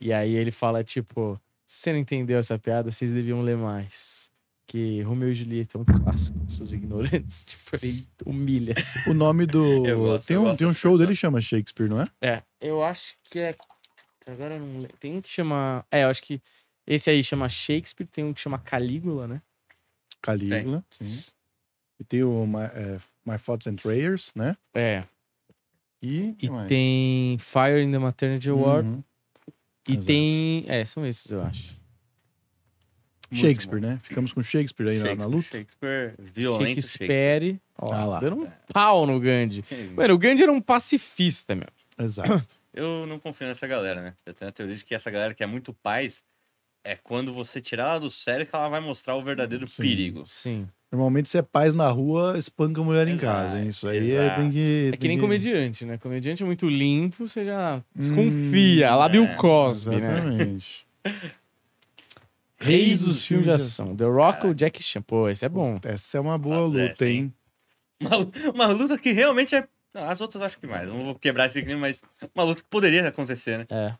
Speaker 1: E aí ele fala, tipo, você não entendeu essa piada, vocês deviam ler mais. Que Romeu e Julieta é um clássico, seus ignorantes. Tipo, ele humilha, assim.
Speaker 3: O nome do.
Speaker 4: Eu gosto,
Speaker 3: tem
Speaker 4: eu
Speaker 3: um,
Speaker 4: gosto
Speaker 3: tem um
Speaker 4: dessa
Speaker 3: show
Speaker 4: versão.
Speaker 3: dele que chama Shakespeare, não é?
Speaker 1: É, eu acho que é. Agora eu não lembro. Tem um que chama. É, eu acho que esse aí chama Shakespeare, tem um que chama Calígula, né?
Speaker 3: Calígula. Sim. E tem o My, é, My Thoughts and Prayers, né?
Speaker 1: É.
Speaker 3: E,
Speaker 1: E
Speaker 3: Ué.
Speaker 1: tem Fire in the Maternity Ward.
Speaker 3: Uhum.
Speaker 1: E
Speaker 3: exato.
Speaker 1: tem. É, são esses, eu acho.
Speaker 4: Muito
Speaker 3: Shakespeare,
Speaker 4: bom.
Speaker 3: né? Ficamos com Shakespeare aí na- na,
Speaker 4: Shakespeare,
Speaker 3: luta.
Speaker 4: Shakespeare, violento Shakespeare.
Speaker 1: Shakespeare. Ó,
Speaker 3: Ah lá.
Speaker 1: Dando um pau no Gandhi. Mano, o Gandhi era um pacifista, meu.
Speaker 3: Exato.
Speaker 4: Eu não confio nessa galera, né? Eu tenho a teoria de que essa galera que é muito paz é quando você tirar ela do sério que ela vai mostrar o verdadeiro
Speaker 3: Sim.
Speaker 4: perigo.
Speaker 1: Sim.
Speaker 3: Normalmente, se é paz na rua, espanca a mulher em
Speaker 4: Exato,
Speaker 3: casa, hein? Isso aí é-
Speaker 4: exato.
Speaker 3: tem que.
Speaker 1: É que nem comediante, né? Comediante é muito limpo, você já
Speaker 3: Hum,
Speaker 1: desconfia. Lábio
Speaker 4: é,
Speaker 1: Cosby, né?
Speaker 3: Exatamente.
Speaker 1: Reis dos filmes de ação. The Rock ou Jack Chan. Pô, esse é bom.
Speaker 3: Essa é uma boa
Speaker 4: Ah, é,
Speaker 3: luta,
Speaker 4: sim.
Speaker 3: hein?
Speaker 4: Uma, uma luta que realmente é. não, As outras eu acho que mais. Não vou quebrar esse clima, mas uma luta que poderia acontecer, né?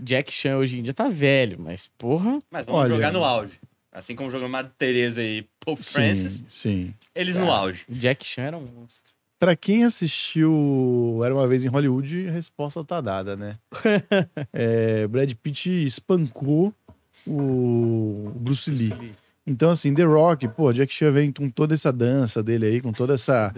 Speaker 1: Jack Chan hoje em dia tá velho, mas porra.
Speaker 4: Mas vamos
Speaker 3: Olha.
Speaker 4: jogar no auge. Assim como jogou Madre Teresa e Pope Francis,
Speaker 3: Sim, É. sim.
Speaker 4: eles
Speaker 1: Cara.
Speaker 4: no auge.
Speaker 1: o Jack Chan era um monstro.
Speaker 3: Pra quem assistiu Era Uma Vez em Hollywood, a resposta tá dada, né? é, Brad Pitt espancou o Bruce Lee. Então, assim, The Rock, pô, Jack Chan vem com toda essa dança dele aí, com toda essa...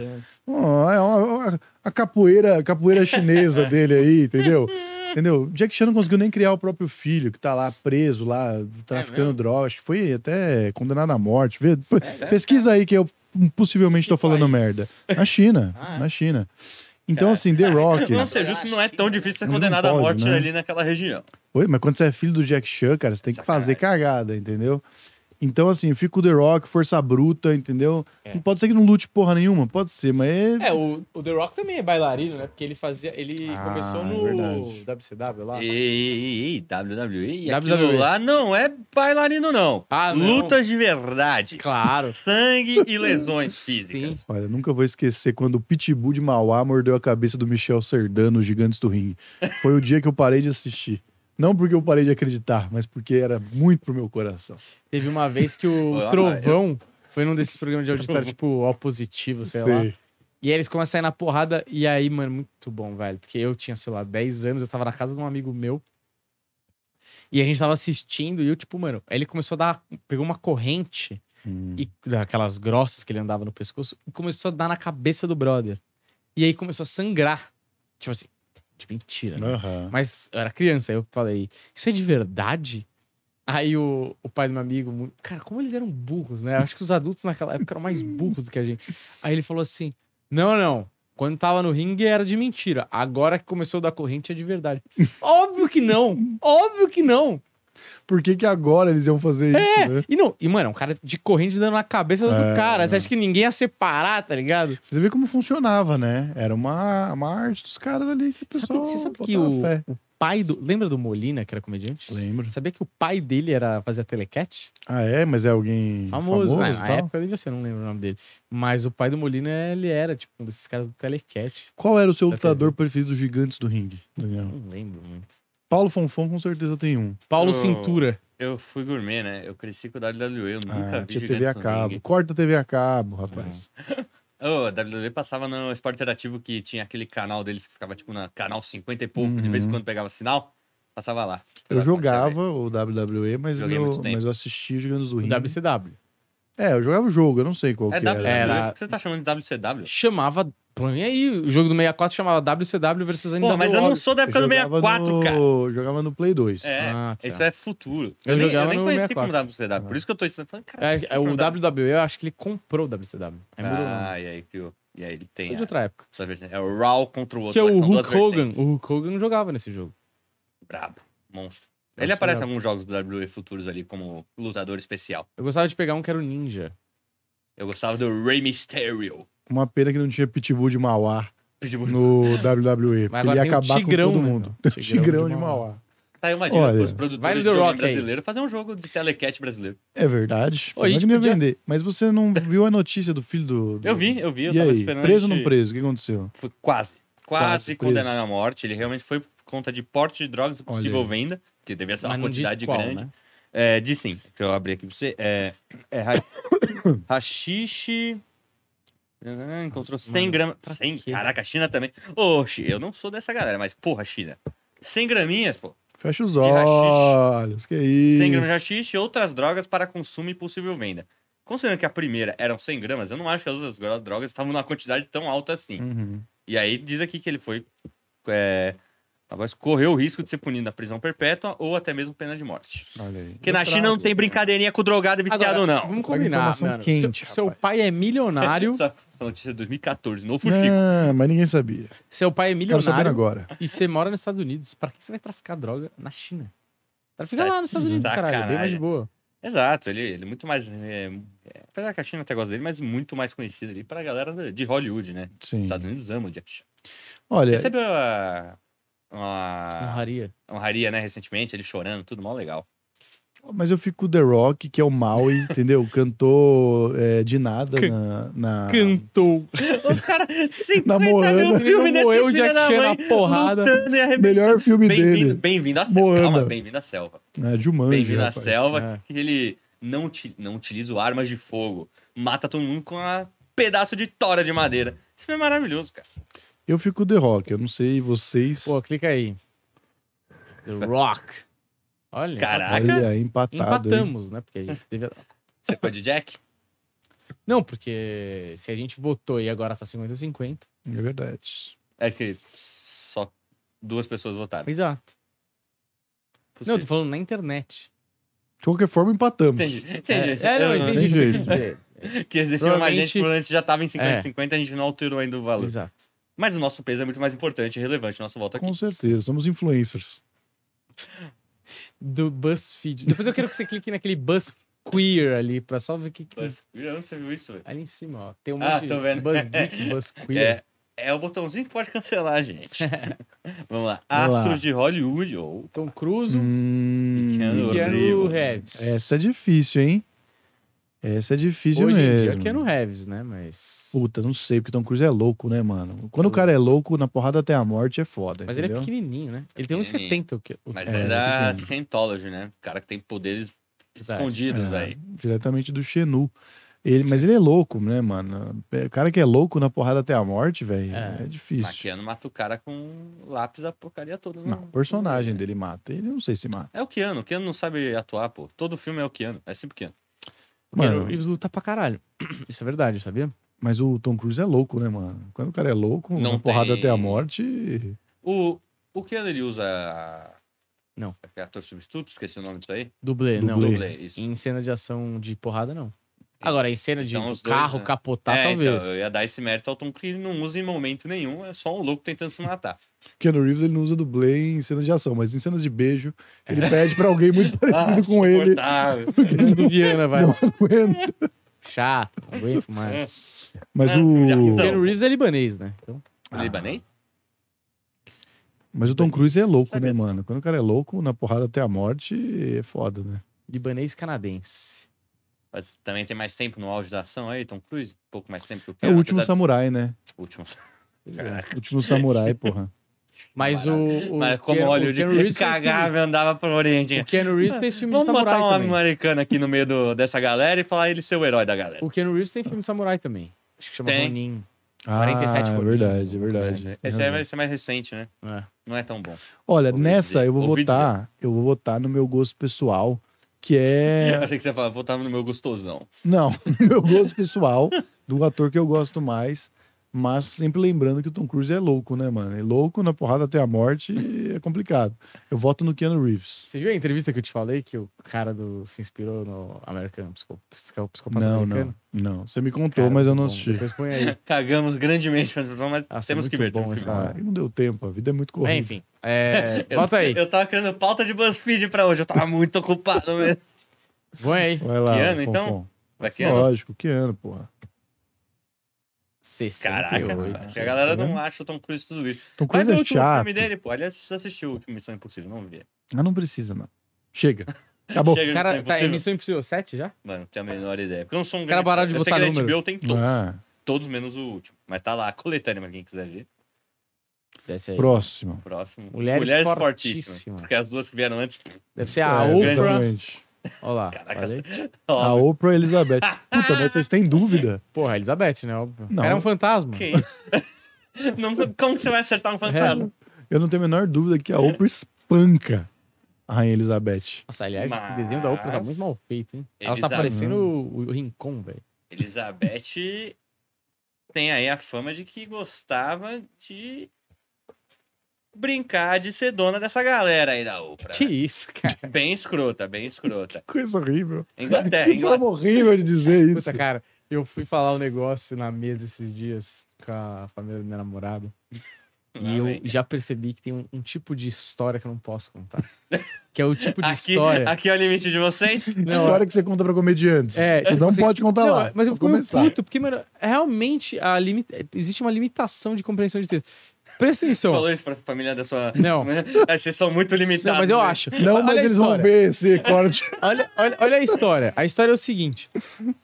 Speaker 3: Ó, é uma- a capoeira, a capoeira chinesa dele aí, entendeu? Entendeu? Jack Chan não conseguiu nem criar o próprio filho, que tá lá preso, lá, traficando
Speaker 4: mesmo?
Speaker 3: drogas. Acho que Foi até condenado à morte. Vê?
Speaker 4: Sério?
Speaker 3: Pesquisa aí que eu hum, possivelmente tô
Speaker 1: Que país?
Speaker 3: falando merda. Na China,
Speaker 1: Ah, é?
Speaker 3: na China. Então,
Speaker 4: Cara,
Speaker 3: assim, The Rock...
Speaker 4: Vamos ser justos, não é tão difícil ser
Speaker 3: Não
Speaker 4: condenado à
Speaker 3: pode,
Speaker 4: morte
Speaker 3: né?
Speaker 4: ali naquela região.
Speaker 3: Oi, mas quando você é filho do Jack Chan, cara, você tem que
Speaker 4: Sacanagem.
Speaker 3: fazer cagada, entendeu? Então, assim, fica o The Rock, força bruta, entendeu?
Speaker 1: É.
Speaker 3: Não pode ser que não lute porra nenhuma, pode ser, mas.
Speaker 1: É, o, o The Rock também é bailarino, né? Porque ele fazia. Ele
Speaker 3: Ah,
Speaker 1: começou
Speaker 3: é
Speaker 1: no
Speaker 3: verdade.
Speaker 1: WCW
Speaker 3: Ah.
Speaker 1: lá.
Speaker 4: Ei, ei, ei, WWE.
Speaker 1: WWE.
Speaker 4: Aquilo lá não é bailarino, não.
Speaker 1: Ah, não.
Speaker 4: Lutas de verdade.
Speaker 1: Claro.
Speaker 4: Sangue e lesões físicas.
Speaker 3: Olha, nunca vou esquecer quando o Pitbull de Mauá mordeu a cabeça do Michel Serdano, os Gigantes do Ringue. Foi o dia que eu parei de assistir. Não porque eu parei de acreditar, mas porque era muito pro meu coração.
Speaker 1: Teve uma vez que o
Speaker 4: Olha lá,
Speaker 1: Trovão foi num desses programas de auditório, tipo, ó positivo,
Speaker 3: é
Speaker 1: sei lá. E aí eles começam a sair na porrada. E aí, mano, muito bom, velho. Porque eu tinha, sei lá, 10 anos, eu tava na casa de um amigo meu. E a gente tava assistindo, e eu, tipo, mano, aí ele começou a dar. Pegou uma corrente
Speaker 3: Hum.
Speaker 1: e daquelas grossas que ele andava no pescoço, e começou a dar na cabeça do brother. E aí começou a sangrar. Tipo assim, de mentira, né?
Speaker 3: Aham.
Speaker 1: Mas eu era criança, aí eu falei, isso é de verdade? Aí o, o pai do meu amigo, mu- cara, como eles eram burros, né? Eu Acho que os adultos naquela época eram mais burros do que a gente. Aí ele falou assim: não, não. Quando tava no ringue era de mentira. Agora que começou da corrente é de verdade. Óbvio que não! Óbvio que não!
Speaker 3: Por que, que agora eles iam fazer isso, né?
Speaker 1: E não, e mano, é um cara de corrente dando na cabeça do outro
Speaker 3: É.
Speaker 1: cara. Você acha que ninguém ia separar, tá ligado?
Speaker 3: Você vê como funcionava, né? Era uma, uma arte dos caras ali que o
Speaker 1: Sabe-
Speaker 3: pessoal
Speaker 1: você sabe que
Speaker 3: botava
Speaker 1: o-
Speaker 3: fé.
Speaker 1: Pai do. Lembra do Molina, que era comediante?
Speaker 3: Lembro.
Speaker 1: Sabia que o pai dele era fazia telecat?
Speaker 3: Ah, é? Mas é alguém
Speaker 1: Famoso,
Speaker 3: famoso,
Speaker 1: né?
Speaker 3: e
Speaker 1: Na
Speaker 3: tal?
Speaker 1: época devia ser, eu não lembro o nome dele. Mas o pai do Molina, ele era, tipo, um desses caras do Telecat.
Speaker 3: Qual era o seu
Speaker 1: Da
Speaker 3: lutador preferido dos gigantes do ringue, Daniel?
Speaker 1: Não lembro muito.
Speaker 3: Paulo Fonfon com certeza tem um.
Speaker 1: Paulo
Speaker 4: Oh,
Speaker 1: Cintura.
Speaker 4: Eu fui gourmet, né? Eu cresci com o WWE, eu nunca
Speaker 3: Ah,
Speaker 4: vi
Speaker 3: tinha
Speaker 4: Gigantes
Speaker 3: TV a
Speaker 4: no
Speaker 3: cabo.
Speaker 4: Ringue. Ah,
Speaker 3: Corta a TV a cabo, rapaz.
Speaker 4: Oh, a WWE passava no esporte interativo que tinha aquele canal deles que ficava tipo na canal 50 e pouco, de vez em
Speaker 3: Uhum.
Speaker 4: quando pegava sinal, passava lá.
Speaker 3: Eu
Speaker 4: Lá,
Speaker 3: jogava o WWE, mas,
Speaker 4: Joguei
Speaker 3: meu-
Speaker 4: muito tempo.
Speaker 3: mas eu assistia os gigantes do
Speaker 1: O
Speaker 3: ringue.
Speaker 1: WCW.
Speaker 3: É, eu jogava o jogo, eu não sei
Speaker 4: pra
Speaker 3: qual
Speaker 4: saber. É
Speaker 3: que era.
Speaker 4: WWE.
Speaker 1: Era-
Speaker 4: Por que Você tá chamando de WCW?
Speaker 1: Chamava. Pra mim aí, o jogo do 64 chamava WCW versus NWO.
Speaker 4: Pô, mas eu não sou da
Speaker 3: Eu
Speaker 4: época do
Speaker 3: jogava
Speaker 4: 64,
Speaker 3: no-
Speaker 4: cara.
Speaker 3: Jogava no Play 2.
Speaker 4: É,
Speaker 1: Ah, tá.
Speaker 4: isso é futuro.
Speaker 1: Eu
Speaker 4: Eu, nem,
Speaker 1: jogava
Speaker 4: eu nem
Speaker 1: no
Speaker 4: conheci
Speaker 1: 64.
Speaker 4: como WCW, por isso que eu tô falando, cara.
Speaker 1: É, é, o WWE, eu acho que ele comprou o WCW. É mudou o nome.
Speaker 4: Ah, e aí criou. E aí ele tem.
Speaker 1: Isso é de
Speaker 4: a-
Speaker 1: outra época.
Speaker 4: sua vertente. É o Raw contra o outro.
Speaker 1: Que é
Speaker 4: mas
Speaker 1: o
Speaker 4: são duas
Speaker 1: Hulk Hogan.
Speaker 4: vertentes.
Speaker 1: O Hulk Hogan jogava nesse jogo.
Speaker 4: Brabo, monstro.
Speaker 1: Não
Speaker 4: Ele
Speaker 1: sei
Speaker 4: aparece em
Speaker 1: nada.
Speaker 4: alguns jogos do WWE futuros ali como lutador especial.
Speaker 1: Eu gostava de pegar um que era o Ninja.
Speaker 4: Eu gostava do Rey Mysterio.
Speaker 3: Uma pena que não tinha Pitbull de Mauá
Speaker 4: Pitbull.
Speaker 3: no WWE.
Speaker 1: Mas
Speaker 3: porque ele
Speaker 1: agora
Speaker 3: ia
Speaker 1: tem o
Speaker 3: acabar
Speaker 1: Tigrão,
Speaker 3: com todo
Speaker 1: né,
Speaker 3: mundo.
Speaker 1: meu?
Speaker 3: Tigrão de Mauá.
Speaker 4: Tá aí uma dica
Speaker 3: Olha,
Speaker 4: pros
Speaker 1: vai no
Speaker 4: produtores
Speaker 1: The
Speaker 4: de jogo
Speaker 1: Rock aí.
Speaker 4: brasileiro fazer um jogo de telecat brasileiro.
Speaker 3: É verdade.
Speaker 1: Ô,
Speaker 3: Pô,
Speaker 1: a
Speaker 3: não
Speaker 1: gente
Speaker 3: devia
Speaker 1: podia-
Speaker 3: vender. Mas você não viu a notícia do filho do. do-
Speaker 4: Eu vi, eu vi. Eu
Speaker 3: E
Speaker 4: tava
Speaker 3: aí?
Speaker 4: esperando.
Speaker 3: Preso ou
Speaker 4: ele-
Speaker 3: não preso? O que aconteceu?
Speaker 4: Foi quase.
Speaker 3: Quase
Speaker 4: Quase,
Speaker 3: preso.
Speaker 4: condenado à morte. Ele realmente foi por conta de porte de drogas e
Speaker 3: Olha
Speaker 4: possível
Speaker 3: aí.
Speaker 4: venda, que devia ser uma
Speaker 1: mas não diz
Speaker 4: quantidade
Speaker 1: qual,
Speaker 4: grande.
Speaker 1: né?
Speaker 4: É, de sim. Deixa eu abrir aqui pra você. É, é ha- hashishi. Ah, Encontrou
Speaker 1: Nossa,
Speaker 4: 100
Speaker 1: mano,
Speaker 4: gramas.
Speaker 1: pra
Speaker 4: 100?
Speaker 1: quê?
Speaker 4: Caraca, a China também. Oxi, eu não sou dessa galera, mas porra, China. 100 graminhas, pô.
Speaker 3: Fecha os
Speaker 4: rachixe.
Speaker 3: olhos. Que é isso?
Speaker 4: 100 gramas de hashish e outras drogas para consumo e possível venda. Considerando que a primeira eram 100 gramas, eu não acho que as outras gro- drogas estavam numa quantidade tão alta assim.
Speaker 3: Uhum.
Speaker 4: E aí diz aqui que ele foi. É, talvez correu o risco de ser punido na prisão perpétua ou até mesmo pena de morte.
Speaker 3: Olha aí.
Speaker 4: Porque na China não tem brincadeirinha com drogado e viciado,
Speaker 1: Agora,
Speaker 4: não.
Speaker 1: Vamos
Speaker 3: Pega
Speaker 1: combinar,
Speaker 3: informação
Speaker 1: mano.
Speaker 3: quente,
Speaker 1: seu, seu
Speaker 3: rapaz.
Speaker 1: pai é milionário.
Speaker 4: Essa notícia é de 2014, novo Chico.
Speaker 3: Não, mas ninguém sabia.
Speaker 1: Seu pai é
Speaker 3: Quero saber
Speaker 1: milionário.
Speaker 3: agora.
Speaker 1: E você mora nos Estados Unidos. Pra que você vai traficar droga na China? Trafica
Speaker 4: Tá
Speaker 1: lá nos Estados
Speaker 4: de
Speaker 1: Unidos, caralho. Bem mais
Speaker 4: sacanagem.
Speaker 1: de boa.
Speaker 4: Exato, ele, ele é muito mais. é, é, apesar que a China até gosta dele, mas muito mais conhecido ali pra galera de Hollywood, né?
Speaker 3: Sim.
Speaker 4: Os Estados Unidos amam o Jack Chan.
Speaker 1: É.
Speaker 3: Olha,
Speaker 4: Recebeu a, uma
Speaker 1: Honraria.
Speaker 4: honraria, né, recentemente, ele chorando, tudo mal legal.
Speaker 3: mas eu fico com o The Rock, que é o Maui, entendeu? Cantou é, de nada na.
Speaker 4: Ah.
Speaker 3: na...
Speaker 1: Cantou.
Speaker 4: Os caras, 50
Speaker 3: Moana.
Speaker 4: mil filme
Speaker 1: Ele não
Speaker 4: desse
Speaker 1: moeu o
Speaker 4: filho
Speaker 1: Jack
Speaker 4: da
Speaker 1: Chan
Speaker 4: mãe,
Speaker 1: na porrada.
Speaker 4: lutando e arrebentando.
Speaker 3: Melhor filme
Speaker 4: Bem-vindo,
Speaker 3: dele.
Speaker 4: bem-vindo à
Speaker 3: Moana.
Speaker 4: selva. Calma, bem-vindo à selva.
Speaker 3: É, Jumanji.
Speaker 4: Bem-vindo à
Speaker 3: rapaz.
Speaker 1: é.
Speaker 4: selva, que ele não, uti- não utiliza armas de fogo. Mata todo mundo com um pedaço de tora de madeira. Isso foi maravilhoso, cara.
Speaker 3: Eu fico com o The Rock, eu não sei vocês.
Speaker 1: Pô, clica aí. The Rock. Olha.
Speaker 4: Caraca.
Speaker 3: Olha, empatado. hein?
Speaker 1: Empatamos, né? Porque a gente teve.
Speaker 4: Você foi de Jack?
Speaker 1: Não, porque se a gente votou e agora tá 50-50.
Speaker 3: É verdade.
Speaker 4: É que só duas pessoas votaram.
Speaker 1: Exato. Não, eu tô
Speaker 4: Possível.
Speaker 1: falando na internet.
Speaker 3: De qualquer forma, empatamos.
Speaker 4: Entendi,
Speaker 1: É,
Speaker 4: entendi.
Speaker 1: é, não,
Speaker 4: Eu-
Speaker 1: entendi o que você
Speaker 3: entendi.
Speaker 1: quis dizer.
Speaker 4: Que existiu mais gente,
Speaker 1: Provavelmente-
Speaker 4: provavelmente já tava em
Speaker 1: É.
Speaker 4: 50-50, a gente não alterou ainda o valor.
Speaker 1: Exato.
Speaker 4: Mas o nosso peso é muito mais importante e relevante, nosso voto aqui.
Speaker 3: Com certeza, somos influencers.
Speaker 1: Do BuzzFeed. Depois eu quero que você clique naquele Buzz Queer ali, pra só ver o que, que
Speaker 4: Mas, Onde você viu isso, velho?
Speaker 1: Ali em cima, ó. Tem um
Speaker 4: Ah,
Speaker 1: monte
Speaker 4: tô
Speaker 1: de
Speaker 4: vendo.
Speaker 1: Buzz Geek, Buzz Queer.
Speaker 4: É, é o botãozinho que pode cancelar, gente. Vamos lá.
Speaker 3: Vamos lá.
Speaker 4: Astros de Hollywood ou
Speaker 1: Tom Cruise,
Speaker 3: Hum,
Speaker 4: Keanu
Speaker 1: Então, Keanu
Speaker 4: Reeves.
Speaker 1: Reeves.
Speaker 3: essa é difícil, hein? Essa é difícil
Speaker 1: Hoje em
Speaker 3: mesmo.
Speaker 1: dia, Keanu Reeves, né? Mas...
Speaker 3: Puta, não sei, porque o Tom Cruise é louco, né, mano? Quando o cara é louco, na porrada até a morte é foda,
Speaker 1: Mas ele é
Speaker 3: entendeu?
Speaker 1: pequenininho, né? Ele tem uns
Speaker 4: Pequenininho.
Speaker 1: 70 o que o
Speaker 4: Mas
Speaker 1: Tom
Speaker 3: É,
Speaker 4: é,
Speaker 1: Cruise.
Speaker 4: da
Speaker 3: pequeno.
Speaker 4: Scientology, né? O cara que tem poderes
Speaker 1: Verdade.
Speaker 4: escondidos
Speaker 3: É,
Speaker 4: aí.
Speaker 3: Diretamente do Xenu. Ele, mas ele é louco, né, mano? É, O cara que é louco na porrada até a morte, velho, é.
Speaker 1: É.
Speaker 3: difícil.
Speaker 4: Maquiano mata o cara com lápis da porcaria toda. no-
Speaker 3: Não,
Speaker 1: é
Speaker 3: o personagem dele mata. Ele não sei se mata.
Speaker 4: É o Keanu. O Keanu não sabe atuar, pô. Todo filme é o Keanu. É sempre Keanu.
Speaker 1: O Keanu
Speaker 3: Mano.
Speaker 1: Reeves luta pra caralho. Isso é verdade, sabia?
Speaker 3: Mas o Tom Cruise é louco, né, mano? Quando o cara é louco,
Speaker 4: Não
Speaker 3: na porrada
Speaker 4: tem-
Speaker 3: até a morte.
Speaker 4: O, o Keanu, ele usa...
Speaker 1: Não.
Speaker 4: É Ator substituto? Esqueci o nome disso aí.
Speaker 1: Dublê, não.
Speaker 3: Dublê.
Speaker 4: Dublê, isso.
Speaker 1: Em cena de ação de porrada, não. Agora, em cena de
Speaker 4: Então, os dois,
Speaker 1: carro
Speaker 4: né?
Speaker 1: capotar,
Speaker 3: tá,
Speaker 4: é,
Speaker 1: talvez.
Speaker 4: então, eu ia dar esse mérito ao Tom Cruise, ele não usa em momento nenhum, é só um louco tentando se matar.
Speaker 3: Keanu Reeves ele não usa dublê em cenas de ação, mas em cenas de beijo,
Speaker 4: É.
Speaker 3: ele pede pra alguém muito
Speaker 4: Ah,
Speaker 3: parecido com ele. tá
Speaker 4: insuportável.
Speaker 1: Do Viana, vai.
Speaker 3: Não aguenta.
Speaker 1: Chato, não aguento mais.
Speaker 3: Mas
Speaker 4: Ah, já-
Speaker 1: O
Speaker 4: Então.
Speaker 3: o,
Speaker 1: Keanu Reeves é libanês, né? Então,
Speaker 3: Ah.
Speaker 4: Libanês?
Speaker 3: mas o Tom Cruise é louco,
Speaker 4: Sabe
Speaker 3: né,
Speaker 4: assim.
Speaker 3: mano? Quando o cara é louco, na porrada até a morte, é foda, né?
Speaker 1: libanês canadense.
Speaker 4: Mas também tem mais tempo no auge da ação aí, Tom Cruise? Um pouco mais tempo que o
Speaker 3: É
Speaker 4: Keanu,
Speaker 3: o último
Speaker 4: apesar de-
Speaker 3: samurai, né?
Speaker 4: Último Samurai. é.
Speaker 3: O último samurai, porra.
Speaker 1: Mas o, o,
Speaker 4: Mas como
Speaker 1: Keanu- o
Speaker 4: Hollywood
Speaker 1: Keanu Reeves fez
Speaker 4: cagava, andava pro Oriente.
Speaker 1: O Keanu Reeves fez filme
Speaker 4: Vamos
Speaker 1: de samurai
Speaker 4: botar um
Speaker 1: também.
Speaker 4: americano aqui no meio do- dessa galera e falar ele ser o herói da galera.
Speaker 1: O Keanu Reeves tem filme de samurai também. Acho que chama
Speaker 4: Tem.
Speaker 1: Ronin.
Speaker 3: Ah,
Speaker 1: 47
Speaker 3: é
Speaker 1: por
Speaker 3: verdade, é
Speaker 4: Esse
Speaker 3: verdade.
Speaker 4: aí esse aí vai ser mais recente, né?
Speaker 1: É.
Speaker 4: Não é tão bom.
Speaker 3: Olha,
Speaker 4: Ouvi
Speaker 3: nessa
Speaker 4: dizer,
Speaker 3: eu vou
Speaker 4: ouvi
Speaker 3: votar, eu vou votar no meu gosto pessoal, que é
Speaker 4: Achei que você ia falar, votava no meu gostosão.
Speaker 3: Não, do meu gosto pessoal, do ator que eu gosto mais. Mas sempre lembrando que o Tom Cruise é louco, né, mano? É louco na porrada até a morte é complicado. Eu voto no Keanu Reeves.
Speaker 1: Você viu a entrevista que eu te falei que o cara do se inspirou no American Psico- Psico- Psicopata
Speaker 3: Não,
Speaker 1: Americano?
Speaker 3: não, não. Você me contou,
Speaker 1: Cara,
Speaker 3: mas
Speaker 4: tá
Speaker 1: muito
Speaker 3: eu não
Speaker 1: bom.
Speaker 3: assisti.
Speaker 1: Depois põe aí.
Speaker 4: Cagamos grandemente, mas
Speaker 1: Nossa,
Speaker 4: temos que
Speaker 1: muito
Speaker 4: ver.
Speaker 1: bom
Speaker 4: Temos que
Speaker 1: essa-
Speaker 4: ver.
Speaker 3: Ah, não deu tempo, a vida é muito corrida.
Speaker 1: É, enfim. É,
Speaker 4: Eu-
Speaker 1: volta aí.
Speaker 4: Eu tava criando pauta de BuzzFeed pra hoje, eu tava muito ocupado mesmo.
Speaker 1: Põe aí.
Speaker 3: Vai lá.
Speaker 4: Que ano, então?
Speaker 3: Fonfon.
Speaker 4: Vai
Speaker 3: Sim,
Speaker 4: que ano?
Speaker 3: Lógico, que ano, porra.
Speaker 1: 68.
Speaker 4: Caraca, se a galera não acha o Tom Cruise tudo isso.
Speaker 3: Tom
Speaker 4: Vai
Speaker 3: Cruise
Speaker 4: ver o
Speaker 3: é
Speaker 4: último
Speaker 3: chato.
Speaker 4: filme dele, pô. Aliás, precisa assistir o último Missão Impossível, não vi.
Speaker 3: Ah, não precisa, mano. Chega. Acabou.
Speaker 4: Chega de
Speaker 1: Cara,
Speaker 4: Missão
Speaker 1: tá,
Speaker 4: Impossível.
Speaker 1: Missão Impossível 7 já?
Speaker 4: Mano, não tenho a menor ideia. Porque eu não sou um
Speaker 1: Os caras pararam de
Speaker 4: eu sei
Speaker 1: botar
Speaker 4: que na
Speaker 1: número.
Speaker 4: HBO tem todos.
Speaker 3: Ah,
Speaker 4: Todos menos o último. Mas tá lá, a coletânea pra quem quiser ver.
Speaker 1: Desce aí.
Speaker 3: próximo.
Speaker 4: Próximo.
Speaker 1: Mulheres
Speaker 4: Fortíssimas.
Speaker 1: Fortíssimas.
Speaker 4: Porque as duas que vieram antes.
Speaker 1: Deve ser a
Speaker 3: É,
Speaker 1: Oprah.
Speaker 3: exatamente.
Speaker 1: Olha lá.
Speaker 4: Caraca.
Speaker 1: olha aí.
Speaker 3: A
Speaker 4: Ó,
Speaker 3: Oprah e a Elizabeth. Puta, mas vocês têm dúvida?
Speaker 1: Porra, Elizabeth, né? Óbvio.
Speaker 3: Não.
Speaker 1: Era um fantasma.
Speaker 4: que isso? Não, como que você vai
Speaker 1: É.
Speaker 4: acertar um fantasma?
Speaker 3: Eu não tenho a menor dúvida que a Oprah espanca a Rainha Elizabeth.
Speaker 1: Nossa, aliás, esse
Speaker 4: Mas-
Speaker 1: desenho da Oprah tá muito mal feito, hein? Ela tá
Speaker 4: Elizabeth.
Speaker 1: parecendo o, o Rincon, velho.
Speaker 4: Elizabeth tem aí a fama de que gostava de brincar de ser dona dessa galera aí da Oprah.
Speaker 1: Que isso, cara.
Speaker 4: Bem escrota, bem escrota.
Speaker 3: Coisa horrível.
Speaker 4: Inglaterra,
Speaker 3: Que
Speaker 4: Inglaterra.
Speaker 3: forma horrível de dizer isso.
Speaker 1: Tá Puta, cara, eu fui falar um negócio na mesa esses dias com a família da minha namorada.
Speaker 4: Lá
Speaker 1: E eu
Speaker 4: vem.
Speaker 1: tipo já percebi que tem um, um tipo de história que eu não posso contar. que é o tipo de
Speaker 4: Aqui,
Speaker 1: história.
Speaker 4: aqui é o limite de vocês.
Speaker 1: Não,
Speaker 3: História que você conta pra comediantes.
Speaker 1: É,
Speaker 3: Você
Speaker 1: tipo
Speaker 3: não
Speaker 1: assim,
Speaker 3: Então pode contar
Speaker 1: Não,
Speaker 3: lá.
Speaker 1: Mas eu
Speaker 3: pra
Speaker 1: fico meio
Speaker 3: começar.
Speaker 1: puto, porque, mano, realmente a limi- existe uma limitação de compreensão de texto. Presta atenção.
Speaker 4: Falou isso pra família da sua.
Speaker 1: então. Não.
Speaker 4: É, vocês são muito limitados.
Speaker 1: Não, mas eu
Speaker 4: né?
Speaker 1: acho.
Speaker 3: Não,
Speaker 1: olha
Speaker 3: mas
Speaker 1: a
Speaker 3: eles vão
Speaker 1: história.
Speaker 3: ver esse corte.
Speaker 1: Olha, olha, olha a história. A história é o seguinte.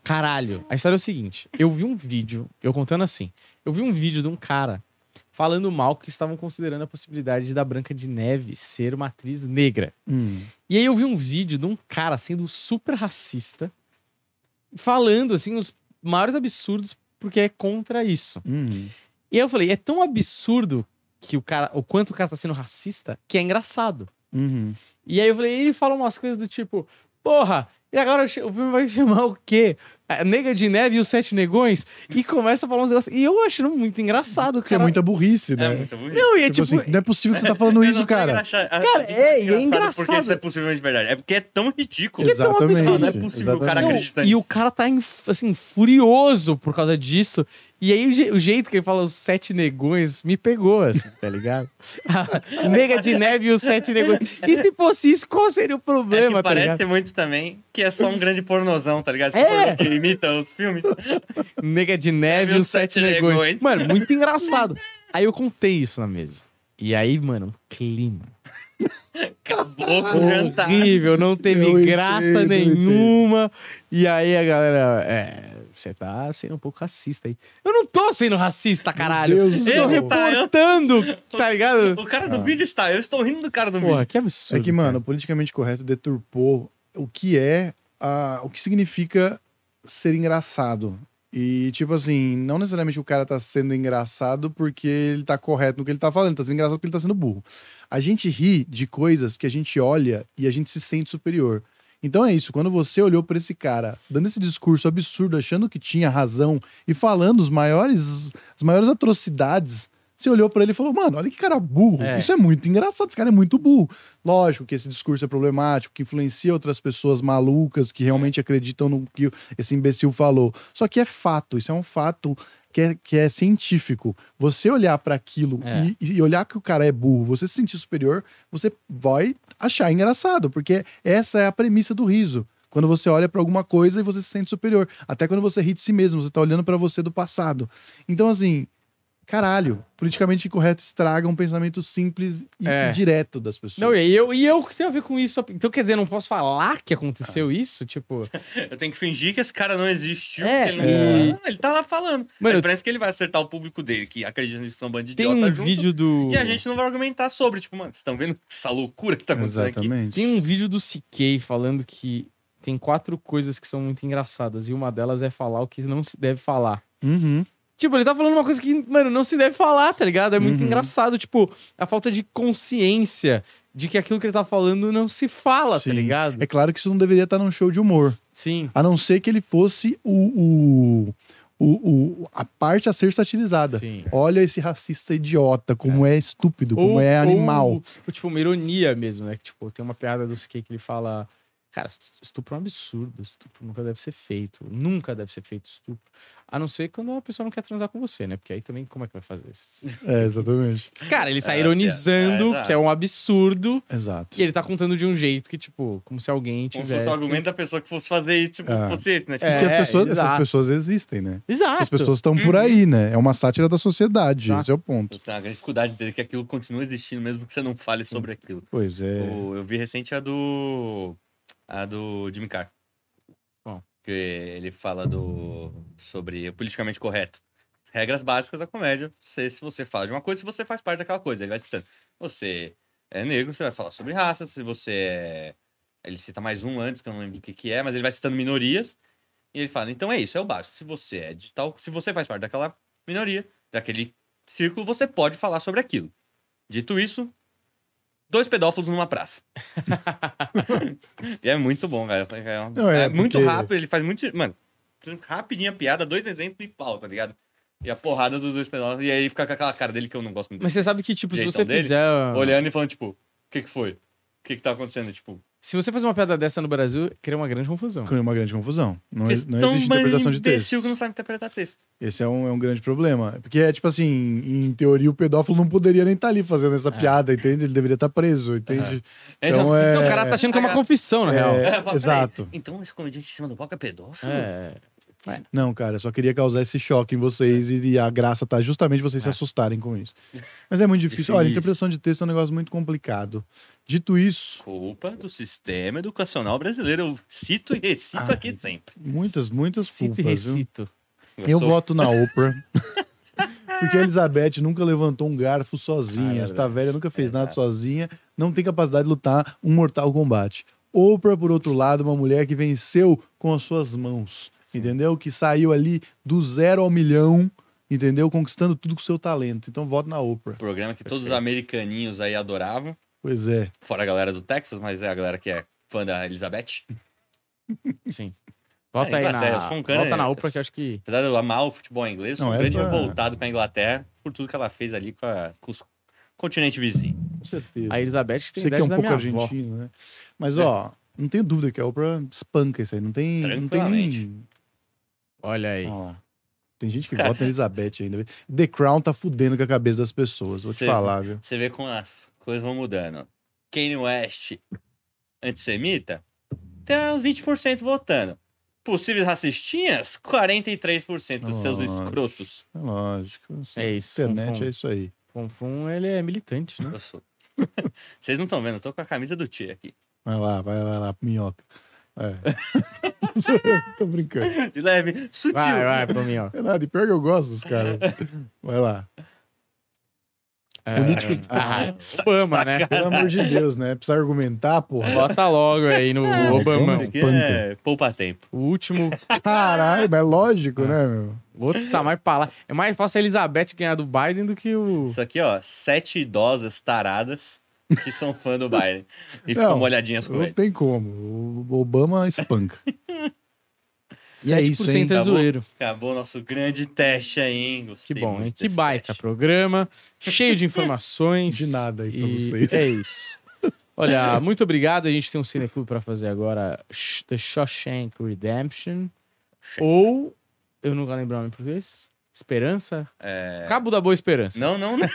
Speaker 1: Caralho. A história é o seguinte. Eu vi um vídeo, eu contando assim. Eu vi um vídeo de um cara falando mal que estavam considerando a possibilidade da Branca de Neve ser uma atriz negra.
Speaker 3: Hum.
Speaker 1: E aí eu vi um vídeo de um cara sendo super racista, falando assim os maiores absurdos porque é contra isso.
Speaker 3: Hum.
Speaker 1: E aí eu falei, é tão absurdo que o cara, o quanto o cara tá sendo racista, que é engraçado.
Speaker 3: Uhum.
Speaker 1: E aí eu falei, ele fala umas coisas do tipo, porra, e agora o chi- o filme vai chamar o quê? A Nega de Neve e os Sete Negões? E começa a falar uns negócios. E eu achando muito engraçado,
Speaker 3: Que é
Speaker 1: cara.
Speaker 3: muita burrice,
Speaker 4: É
Speaker 3: né?
Speaker 4: muito bonito.
Speaker 1: Não, e é
Speaker 3: Tipo
Speaker 1: tipo.
Speaker 3: assim, não é possível que você tá falando
Speaker 4: Eu
Speaker 3: isso,
Speaker 4: não tô
Speaker 3: cara.
Speaker 4: engraxa- ah,
Speaker 1: Cara,
Speaker 4: isso
Speaker 1: é, e é
Speaker 4: Porque
Speaker 1: engraçado.
Speaker 4: isso é possível de verdade. É porque é tão ridículo.
Speaker 1: Que é tão absurdo,
Speaker 4: Não, não é possível o
Speaker 1: Não,
Speaker 4: cara
Speaker 3: exatamente.
Speaker 4: acreditar
Speaker 1: e o
Speaker 4: nisso.
Speaker 1: cara tá, inf- assim, furioso por causa disso. E aí o, je- o jeito que ele fala os sete negões me pegou, assim, tá ligado? A Nega de Neve e os sete negões. E se fosse isso, qual seria o
Speaker 4: É
Speaker 1: problema,
Speaker 4: que
Speaker 1: tá ligado?
Speaker 4: parece muito também que é só um grande pornozão, tá ligado? Esse
Speaker 1: É.
Speaker 4: pornô que imita os filmes.
Speaker 1: Nega
Speaker 4: É
Speaker 1: de Neve e os Sete Negões. Mano, muito engraçado. Aí eu contei isso na mesa. E aí, mano, um clima
Speaker 4: Acabou com o jantar.
Speaker 1: horrível, não teve
Speaker 3: Eu
Speaker 1: graça
Speaker 3: entendo, eu
Speaker 1: nenhuma. E aí a galera, é, você tá sendo um pouco racista aí. Eu não tô sendo racista, caralho.
Speaker 3: Deus do
Speaker 1: eu tô
Speaker 3: céu.
Speaker 1: reportando, tá ligado?
Speaker 4: O cara do vídeo está, eu estou rindo do cara do
Speaker 1: Porra,
Speaker 4: vídeo.
Speaker 1: que absurdo.
Speaker 3: É que, mano, o politicamente correto deturpou o que é, a, o que significa ser engraçado. E, tipo assim, não necessariamente o cara tá sendo engraçado porque ele tá correto no que ele tá falando, ele tá sendo engraçado porque ele tá sendo burro. A gente ri de coisas que a gente olha e a gente se sente superior. Então é isso, quando você olhou pra esse cara dando esse discurso absurdo, achando que tinha razão e falando os maiores, as maiores atrocidades, você olhou pra ele e falou: "Mano, olha que cara burro.
Speaker 1: É.
Speaker 3: Isso é muito engraçado, esse cara é muito burro". Lógico que esse discurso é problemático, que influencia outras pessoas malucas que realmente acreditam no que esse imbecil falou. Só que é fato, isso é um fato que é, que é científico. Você olhar para aquilo
Speaker 1: É.
Speaker 3: e, e olhar que o cara é burro, você se sentir superior, você vai achar engraçado, porque essa é a premissa do riso. Quando você olha para alguma coisa e você se sente superior. Até quando você ri de si mesmo, você tá olhando para você do passado. Então, assim, caralho, politicamente incorreto estraga um pensamento simples e,
Speaker 1: É.
Speaker 3: e direto das pessoas.
Speaker 1: Não, e eu, e eu que tenho a ver com isso. Então, quer dizer, eu não posso falar que aconteceu isso? Tipo.
Speaker 4: Eu tenho que fingir que esse cara não existiu.
Speaker 1: É,
Speaker 4: que ele,
Speaker 1: e-
Speaker 4: não... Ah, ele tá lá falando.
Speaker 1: Mano,
Speaker 4: Mano, parece que ele vai acertar o público dele, que acredita nisso, são um bando de
Speaker 1: Tem
Speaker 4: idiota
Speaker 1: um
Speaker 4: junto.
Speaker 1: vídeo do.
Speaker 4: E a gente não vai argumentar sobre. Tipo, mano, vocês estão vendo essa loucura que tá acontecendo aqui?
Speaker 3: Exatamente.
Speaker 1: Tem um vídeo do Siquei falando que tem quatro coisas que são muito engraçadas e uma delas é falar o que não se deve falar.
Speaker 3: Uhum.
Speaker 1: Tipo, ele tá falando uma coisa que, mano, não se deve falar, tá ligado? É muito
Speaker 3: Uhum.
Speaker 1: engraçado, tipo, a falta de consciência de que aquilo que ele tá falando não se fala,
Speaker 3: Sim.
Speaker 1: tá ligado?
Speaker 3: É claro que isso não deveria estar num show de humor.
Speaker 1: Sim.
Speaker 3: A não ser que ele fosse o, o, o- o- a parte a ser satirizada.
Speaker 1: Sim.
Speaker 3: Olha esse racista idiota, como é, estúpido, como
Speaker 1: Ou-
Speaker 3: é animal.
Speaker 1: Ou, ou, tipo, uma ironia mesmo, né? Que, tipo, tem uma piada do Siquei que ele fala. Cara, estupro é um absurdo, estupro nunca deve ser feito, nunca deve ser feito estupro. A não ser quando a pessoa não quer transar com você, né? Porque aí também como é que vai fazer isso?
Speaker 3: É, exatamente.
Speaker 1: Cara, ele tá
Speaker 4: É,
Speaker 1: ironizando,
Speaker 4: é, é, é.
Speaker 1: que é um absurdo,
Speaker 3: Exato.
Speaker 1: e ele tá contando de um jeito que, tipo, como se alguém
Speaker 4: Como
Speaker 1: tivesse.
Speaker 4: se fosse o argumento da pessoa que fosse fazer isso, tipo,
Speaker 3: Ah.
Speaker 4: fosse esse, né? Tipo,
Speaker 1: É,
Speaker 3: Porque as pessoas, essas
Speaker 1: exato.
Speaker 3: pessoas existem, né?
Speaker 1: Exato.
Speaker 3: Essas pessoas estão por aí, né? É uma sátira da sociedade.
Speaker 1: Exato.
Speaker 3: Esse é o ponto.
Speaker 4: Você tem uma grande dificuldade de entender que aquilo continua existindo, mesmo que você não fale sobre aquilo.
Speaker 3: Pois é.
Speaker 4: O- eu vi recente a do. A do Jimmy Carr.
Speaker 1: Qual?
Speaker 4: Que ele fala do. sobre o politicamente correto. Regras básicas da comédia. Você, se você fala de uma coisa, se você faz parte daquela coisa. Ele vai citando. Você é negro, você vai falar sobre raça. Se você é. Ele cita mais um antes, que eu não lembro o que, que é, mas ele vai citando minorias. E ele fala: então é isso, é o básico. Se você é de tal. Se você faz parte daquela minoria, daquele círculo, você pode falar sobre aquilo. Dito isso, dois pedófilos numa praça. e é muito bom, cara. É, um-
Speaker 3: Não, é
Speaker 4: é muito
Speaker 3: porque-
Speaker 4: rápido, ele faz muito. Mano, rapidinho a piada, dois exemplos e pau, tá ligado? E a porrada dos dois pedófilos. E aí ele fica com aquela cara dele que eu não gosto muito.
Speaker 1: Mas você sabe que, tipo, se
Speaker 4: Jeitão
Speaker 1: você
Speaker 4: dele?
Speaker 1: fizer.
Speaker 4: Olhando e falando, tipo, o que que foi? O que que tá acontecendo? Tipo,
Speaker 1: Se você fazer uma piada dessa no Brasil, cria uma grande confusão.
Speaker 3: Cria uma grande confusão. Não,
Speaker 4: Porque
Speaker 3: não
Speaker 4: são
Speaker 3: existe interpretação de texto.
Speaker 4: imbecil que não sabe interpretar texto.
Speaker 3: Esse é um, é um grande problema. Porque é tipo assim, em teoria, o pedófilo não poderia nem estar ali fazendo
Speaker 1: É.
Speaker 3: essa piada, entende? Ele deveria estar preso, entende? Então,
Speaker 4: Então,
Speaker 3: é.
Speaker 1: Não, o cara tá achando que é uma confissão, na
Speaker 3: é,
Speaker 1: real.
Speaker 4: É, fala, peraí,
Speaker 3: exato.
Speaker 4: Então esse comediante em cima do palco é pedófilo?
Speaker 1: É.
Speaker 3: Não, cara, eu só queria causar esse choque em vocês e, e a graça tá justamente vocês se assustarem com isso. Mas é muito difícil.
Speaker 4: Difícil.
Speaker 3: Olha, interpretação de texto é um negócio muito complicado. Dito isso,
Speaker 4: Culpa do sistema educacional brasileiro. Eu cito e recito
Speaker 3: Ah,
Speaker 4: aqui sempre.
Speaker 3: muitas, muitas
Speaker 1: Cito e
Speaker 3: culpas, viu?
Speaker 1: recito.
Speaker 3: Eu
Speaker 4: sou-
Speaker 3: voto na Oprah. Porque a Elizabeth nunca levantou um
Speaker 1: Ah,
Speaker 3: garfo
Speaker 1: é
Speaker 3: sozinha.
Speaker 4: Cara,
Speaker 3: Esta velha nunca fez nada sozinha. Não tem capacidade de lutar um mortal combate. Oprah, por outro lado, uma mulher que venceu com as suas mãos. Entendeu? Que saiu ali do zero ao milhão. Entendeu? Conquistando tudo com seu talento. Então voto na Oprah.
Speaker 4: Programa que todos os
Speaker 1: Perfeito.
Speaker 4: americaninhos aí adoravam.
Speaker 3: Pois é.
Speaker 4: Fora a galera do Texas, mas é a galera que é fã da Elizabeth.
Speaker 1: Sim. Volta
Speaker 4: É,
Speaker 1: aí
Speaker 4: Inglaterra,
Speaker 1: na,
Speaker 4: eu sou um cara-
Speaker 1: volta na Oprah, que eu acho que.
Speaker 4: Apesar de eu amar o futebol inglês, sou
Speaker 3: Não,
Speaker 4: um grande
Speaker 3: essa- é
Speaker 4: revoltado com a Inglaterra por tudo que ela fez ali com, a- com os continente vizinho.
Speaker 3: Com certeza.
Speaker 1: A Elizabeth tem
Speaker 3: Você que é
Speaker 1: 10
Speaker 3: um
Speaker 1: da
Speaker 3: pouco
Speaker 1: minha avó. É.
Speaker 3: argentino, né? Mas, ó, não tenho dúvida que a Oprah espanca isso aí. Não tem, não tem
Speaker 4: Tranquilamente.
Speaker 3: nem...
Speaker 1: Olha aí.
Speaker 3: Ó lá. Tem gente que
Speaker 4: Cara.
Speaker 3: vota na Elizabeth ainda. viu? The Crown tá fudendo com a cabeça das pessoas, vou te
Speaker 4: Cê-
Speaker 3: falar, viu?
Speaker 4: Você vê como as coisas vão mudando. Kanye West, antissemita, tem uns 20% votando. Possíveis racistinhas, 43% dos seus
Speaker 3: Nossa.
Speaker 4: escrotos.
Speaker 3: É lógico. assim,
Speaker 1: É isso.
Speaker 3: Internet
Speaker 1: Fum,
Speaker 3: é isso aí.
Speaker 1: Fum, Fum, ele é militante, né?
Speaker 4: Eu sou. Vocês não estão vendo, eu tô com a camisa do Tia aqui.
Speaker 3: Vai lá, vai lá, vai lá, minhoca. É. Tô brincando.
Speaker 4: De leve, sutil.
Speaker 1: Vai, vai, pra mim, ó.
Speaker 3: É nada, e pior que eu gosto dos caras. Vai lá.
Speaker 1: É,
Speaker 3: Político-
Speaker 1: ah, Obama, né?
Speaker 3: Pelo amor de Deus, né? Precisa argumentar, porra.
Speaker 1: Bota logo aí no Obama.
Speaker 3: vamos-
Speaker 4: Isso aqui é poupa tempo.
Speaker 1: O último.
Speaker 3: Caralho, mas é lógico, né, meu?
Speaker 1: O outro tá mais pra lá. É mais fácil a Elizabeth ganhar do Biden do que o.
Speaker 4: Isso aqui, ó, sete idosas taradas que são fã do Biden. E
Speaker 3: Não,
Speaker 4: ficam molhadinhas com
Speaker 3: Não
Speaker 4: ele.
Speaker 3: tem como. O Obama espanca. E é
Speaker 1: 7%
Speaker 3: isso, hein?
Speaker 1: é
Speaker 4: Tá bom?
Speaker 1: zoeiro.
Speaker 4: Acabou o nosso grande teste aí, hein?
Speaker 1: Que
Speaker 4: Gostei
Speaker 1: bom,
Speaker 4: muito
Speaker 1: hein? Que
Speaker 4: desse
Speaker 1: baita
Speaker 4: teste.
Speaker 1: programa, cheio de informações.
Speaker 3: De nada aí pra
Speaker 1: E
Speaker 3: vocês.
Speaker 1: É isso. Olha, muito obrigado. A gente tem um cineclube pra fazer agora, Sh- The Shawshank Redemption.
Speaker 4: Shawshank.
Speaker 1: Ou, eu nunca lembro o nome em português, Esperança? Cabo da Boa Esperança.
Speaker 4: É. Não, não, não.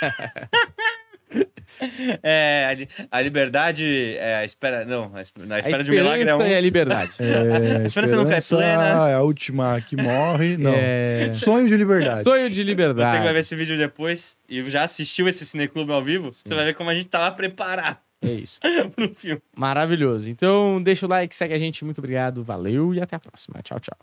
Speaker 4: é, a, li- a liberdade é a espera. Não, a es- na
Speaker 1: a
Speaker 4: espera de um milagre é
Speaker 1: esperança
Speaker 4: um.
Speaker 1: e a liberdade.
Speaker 3: É,
Speaker 4: A esperança nunca é plena.
Speaker 3: É a última que morre. Não.
Speaker 1: É,
Speaker 3: Sonho de liberdade.
Speaker 1: Sonho de
Speaker 4: Você que vai
Speaker 1: liberdade.
Speaker 4: ver esse vídeo depois e já assistiu esse Cineclube ao vivo, você vai ver como a gente tava preparado
Speaker 1: É isso.
Speaker 4: pro filme.
Speaker 1: Maravilhoso. Então, deixa o like, segue a gente. Muito obrigado, valeu e até a próxima. Tchau, tchau.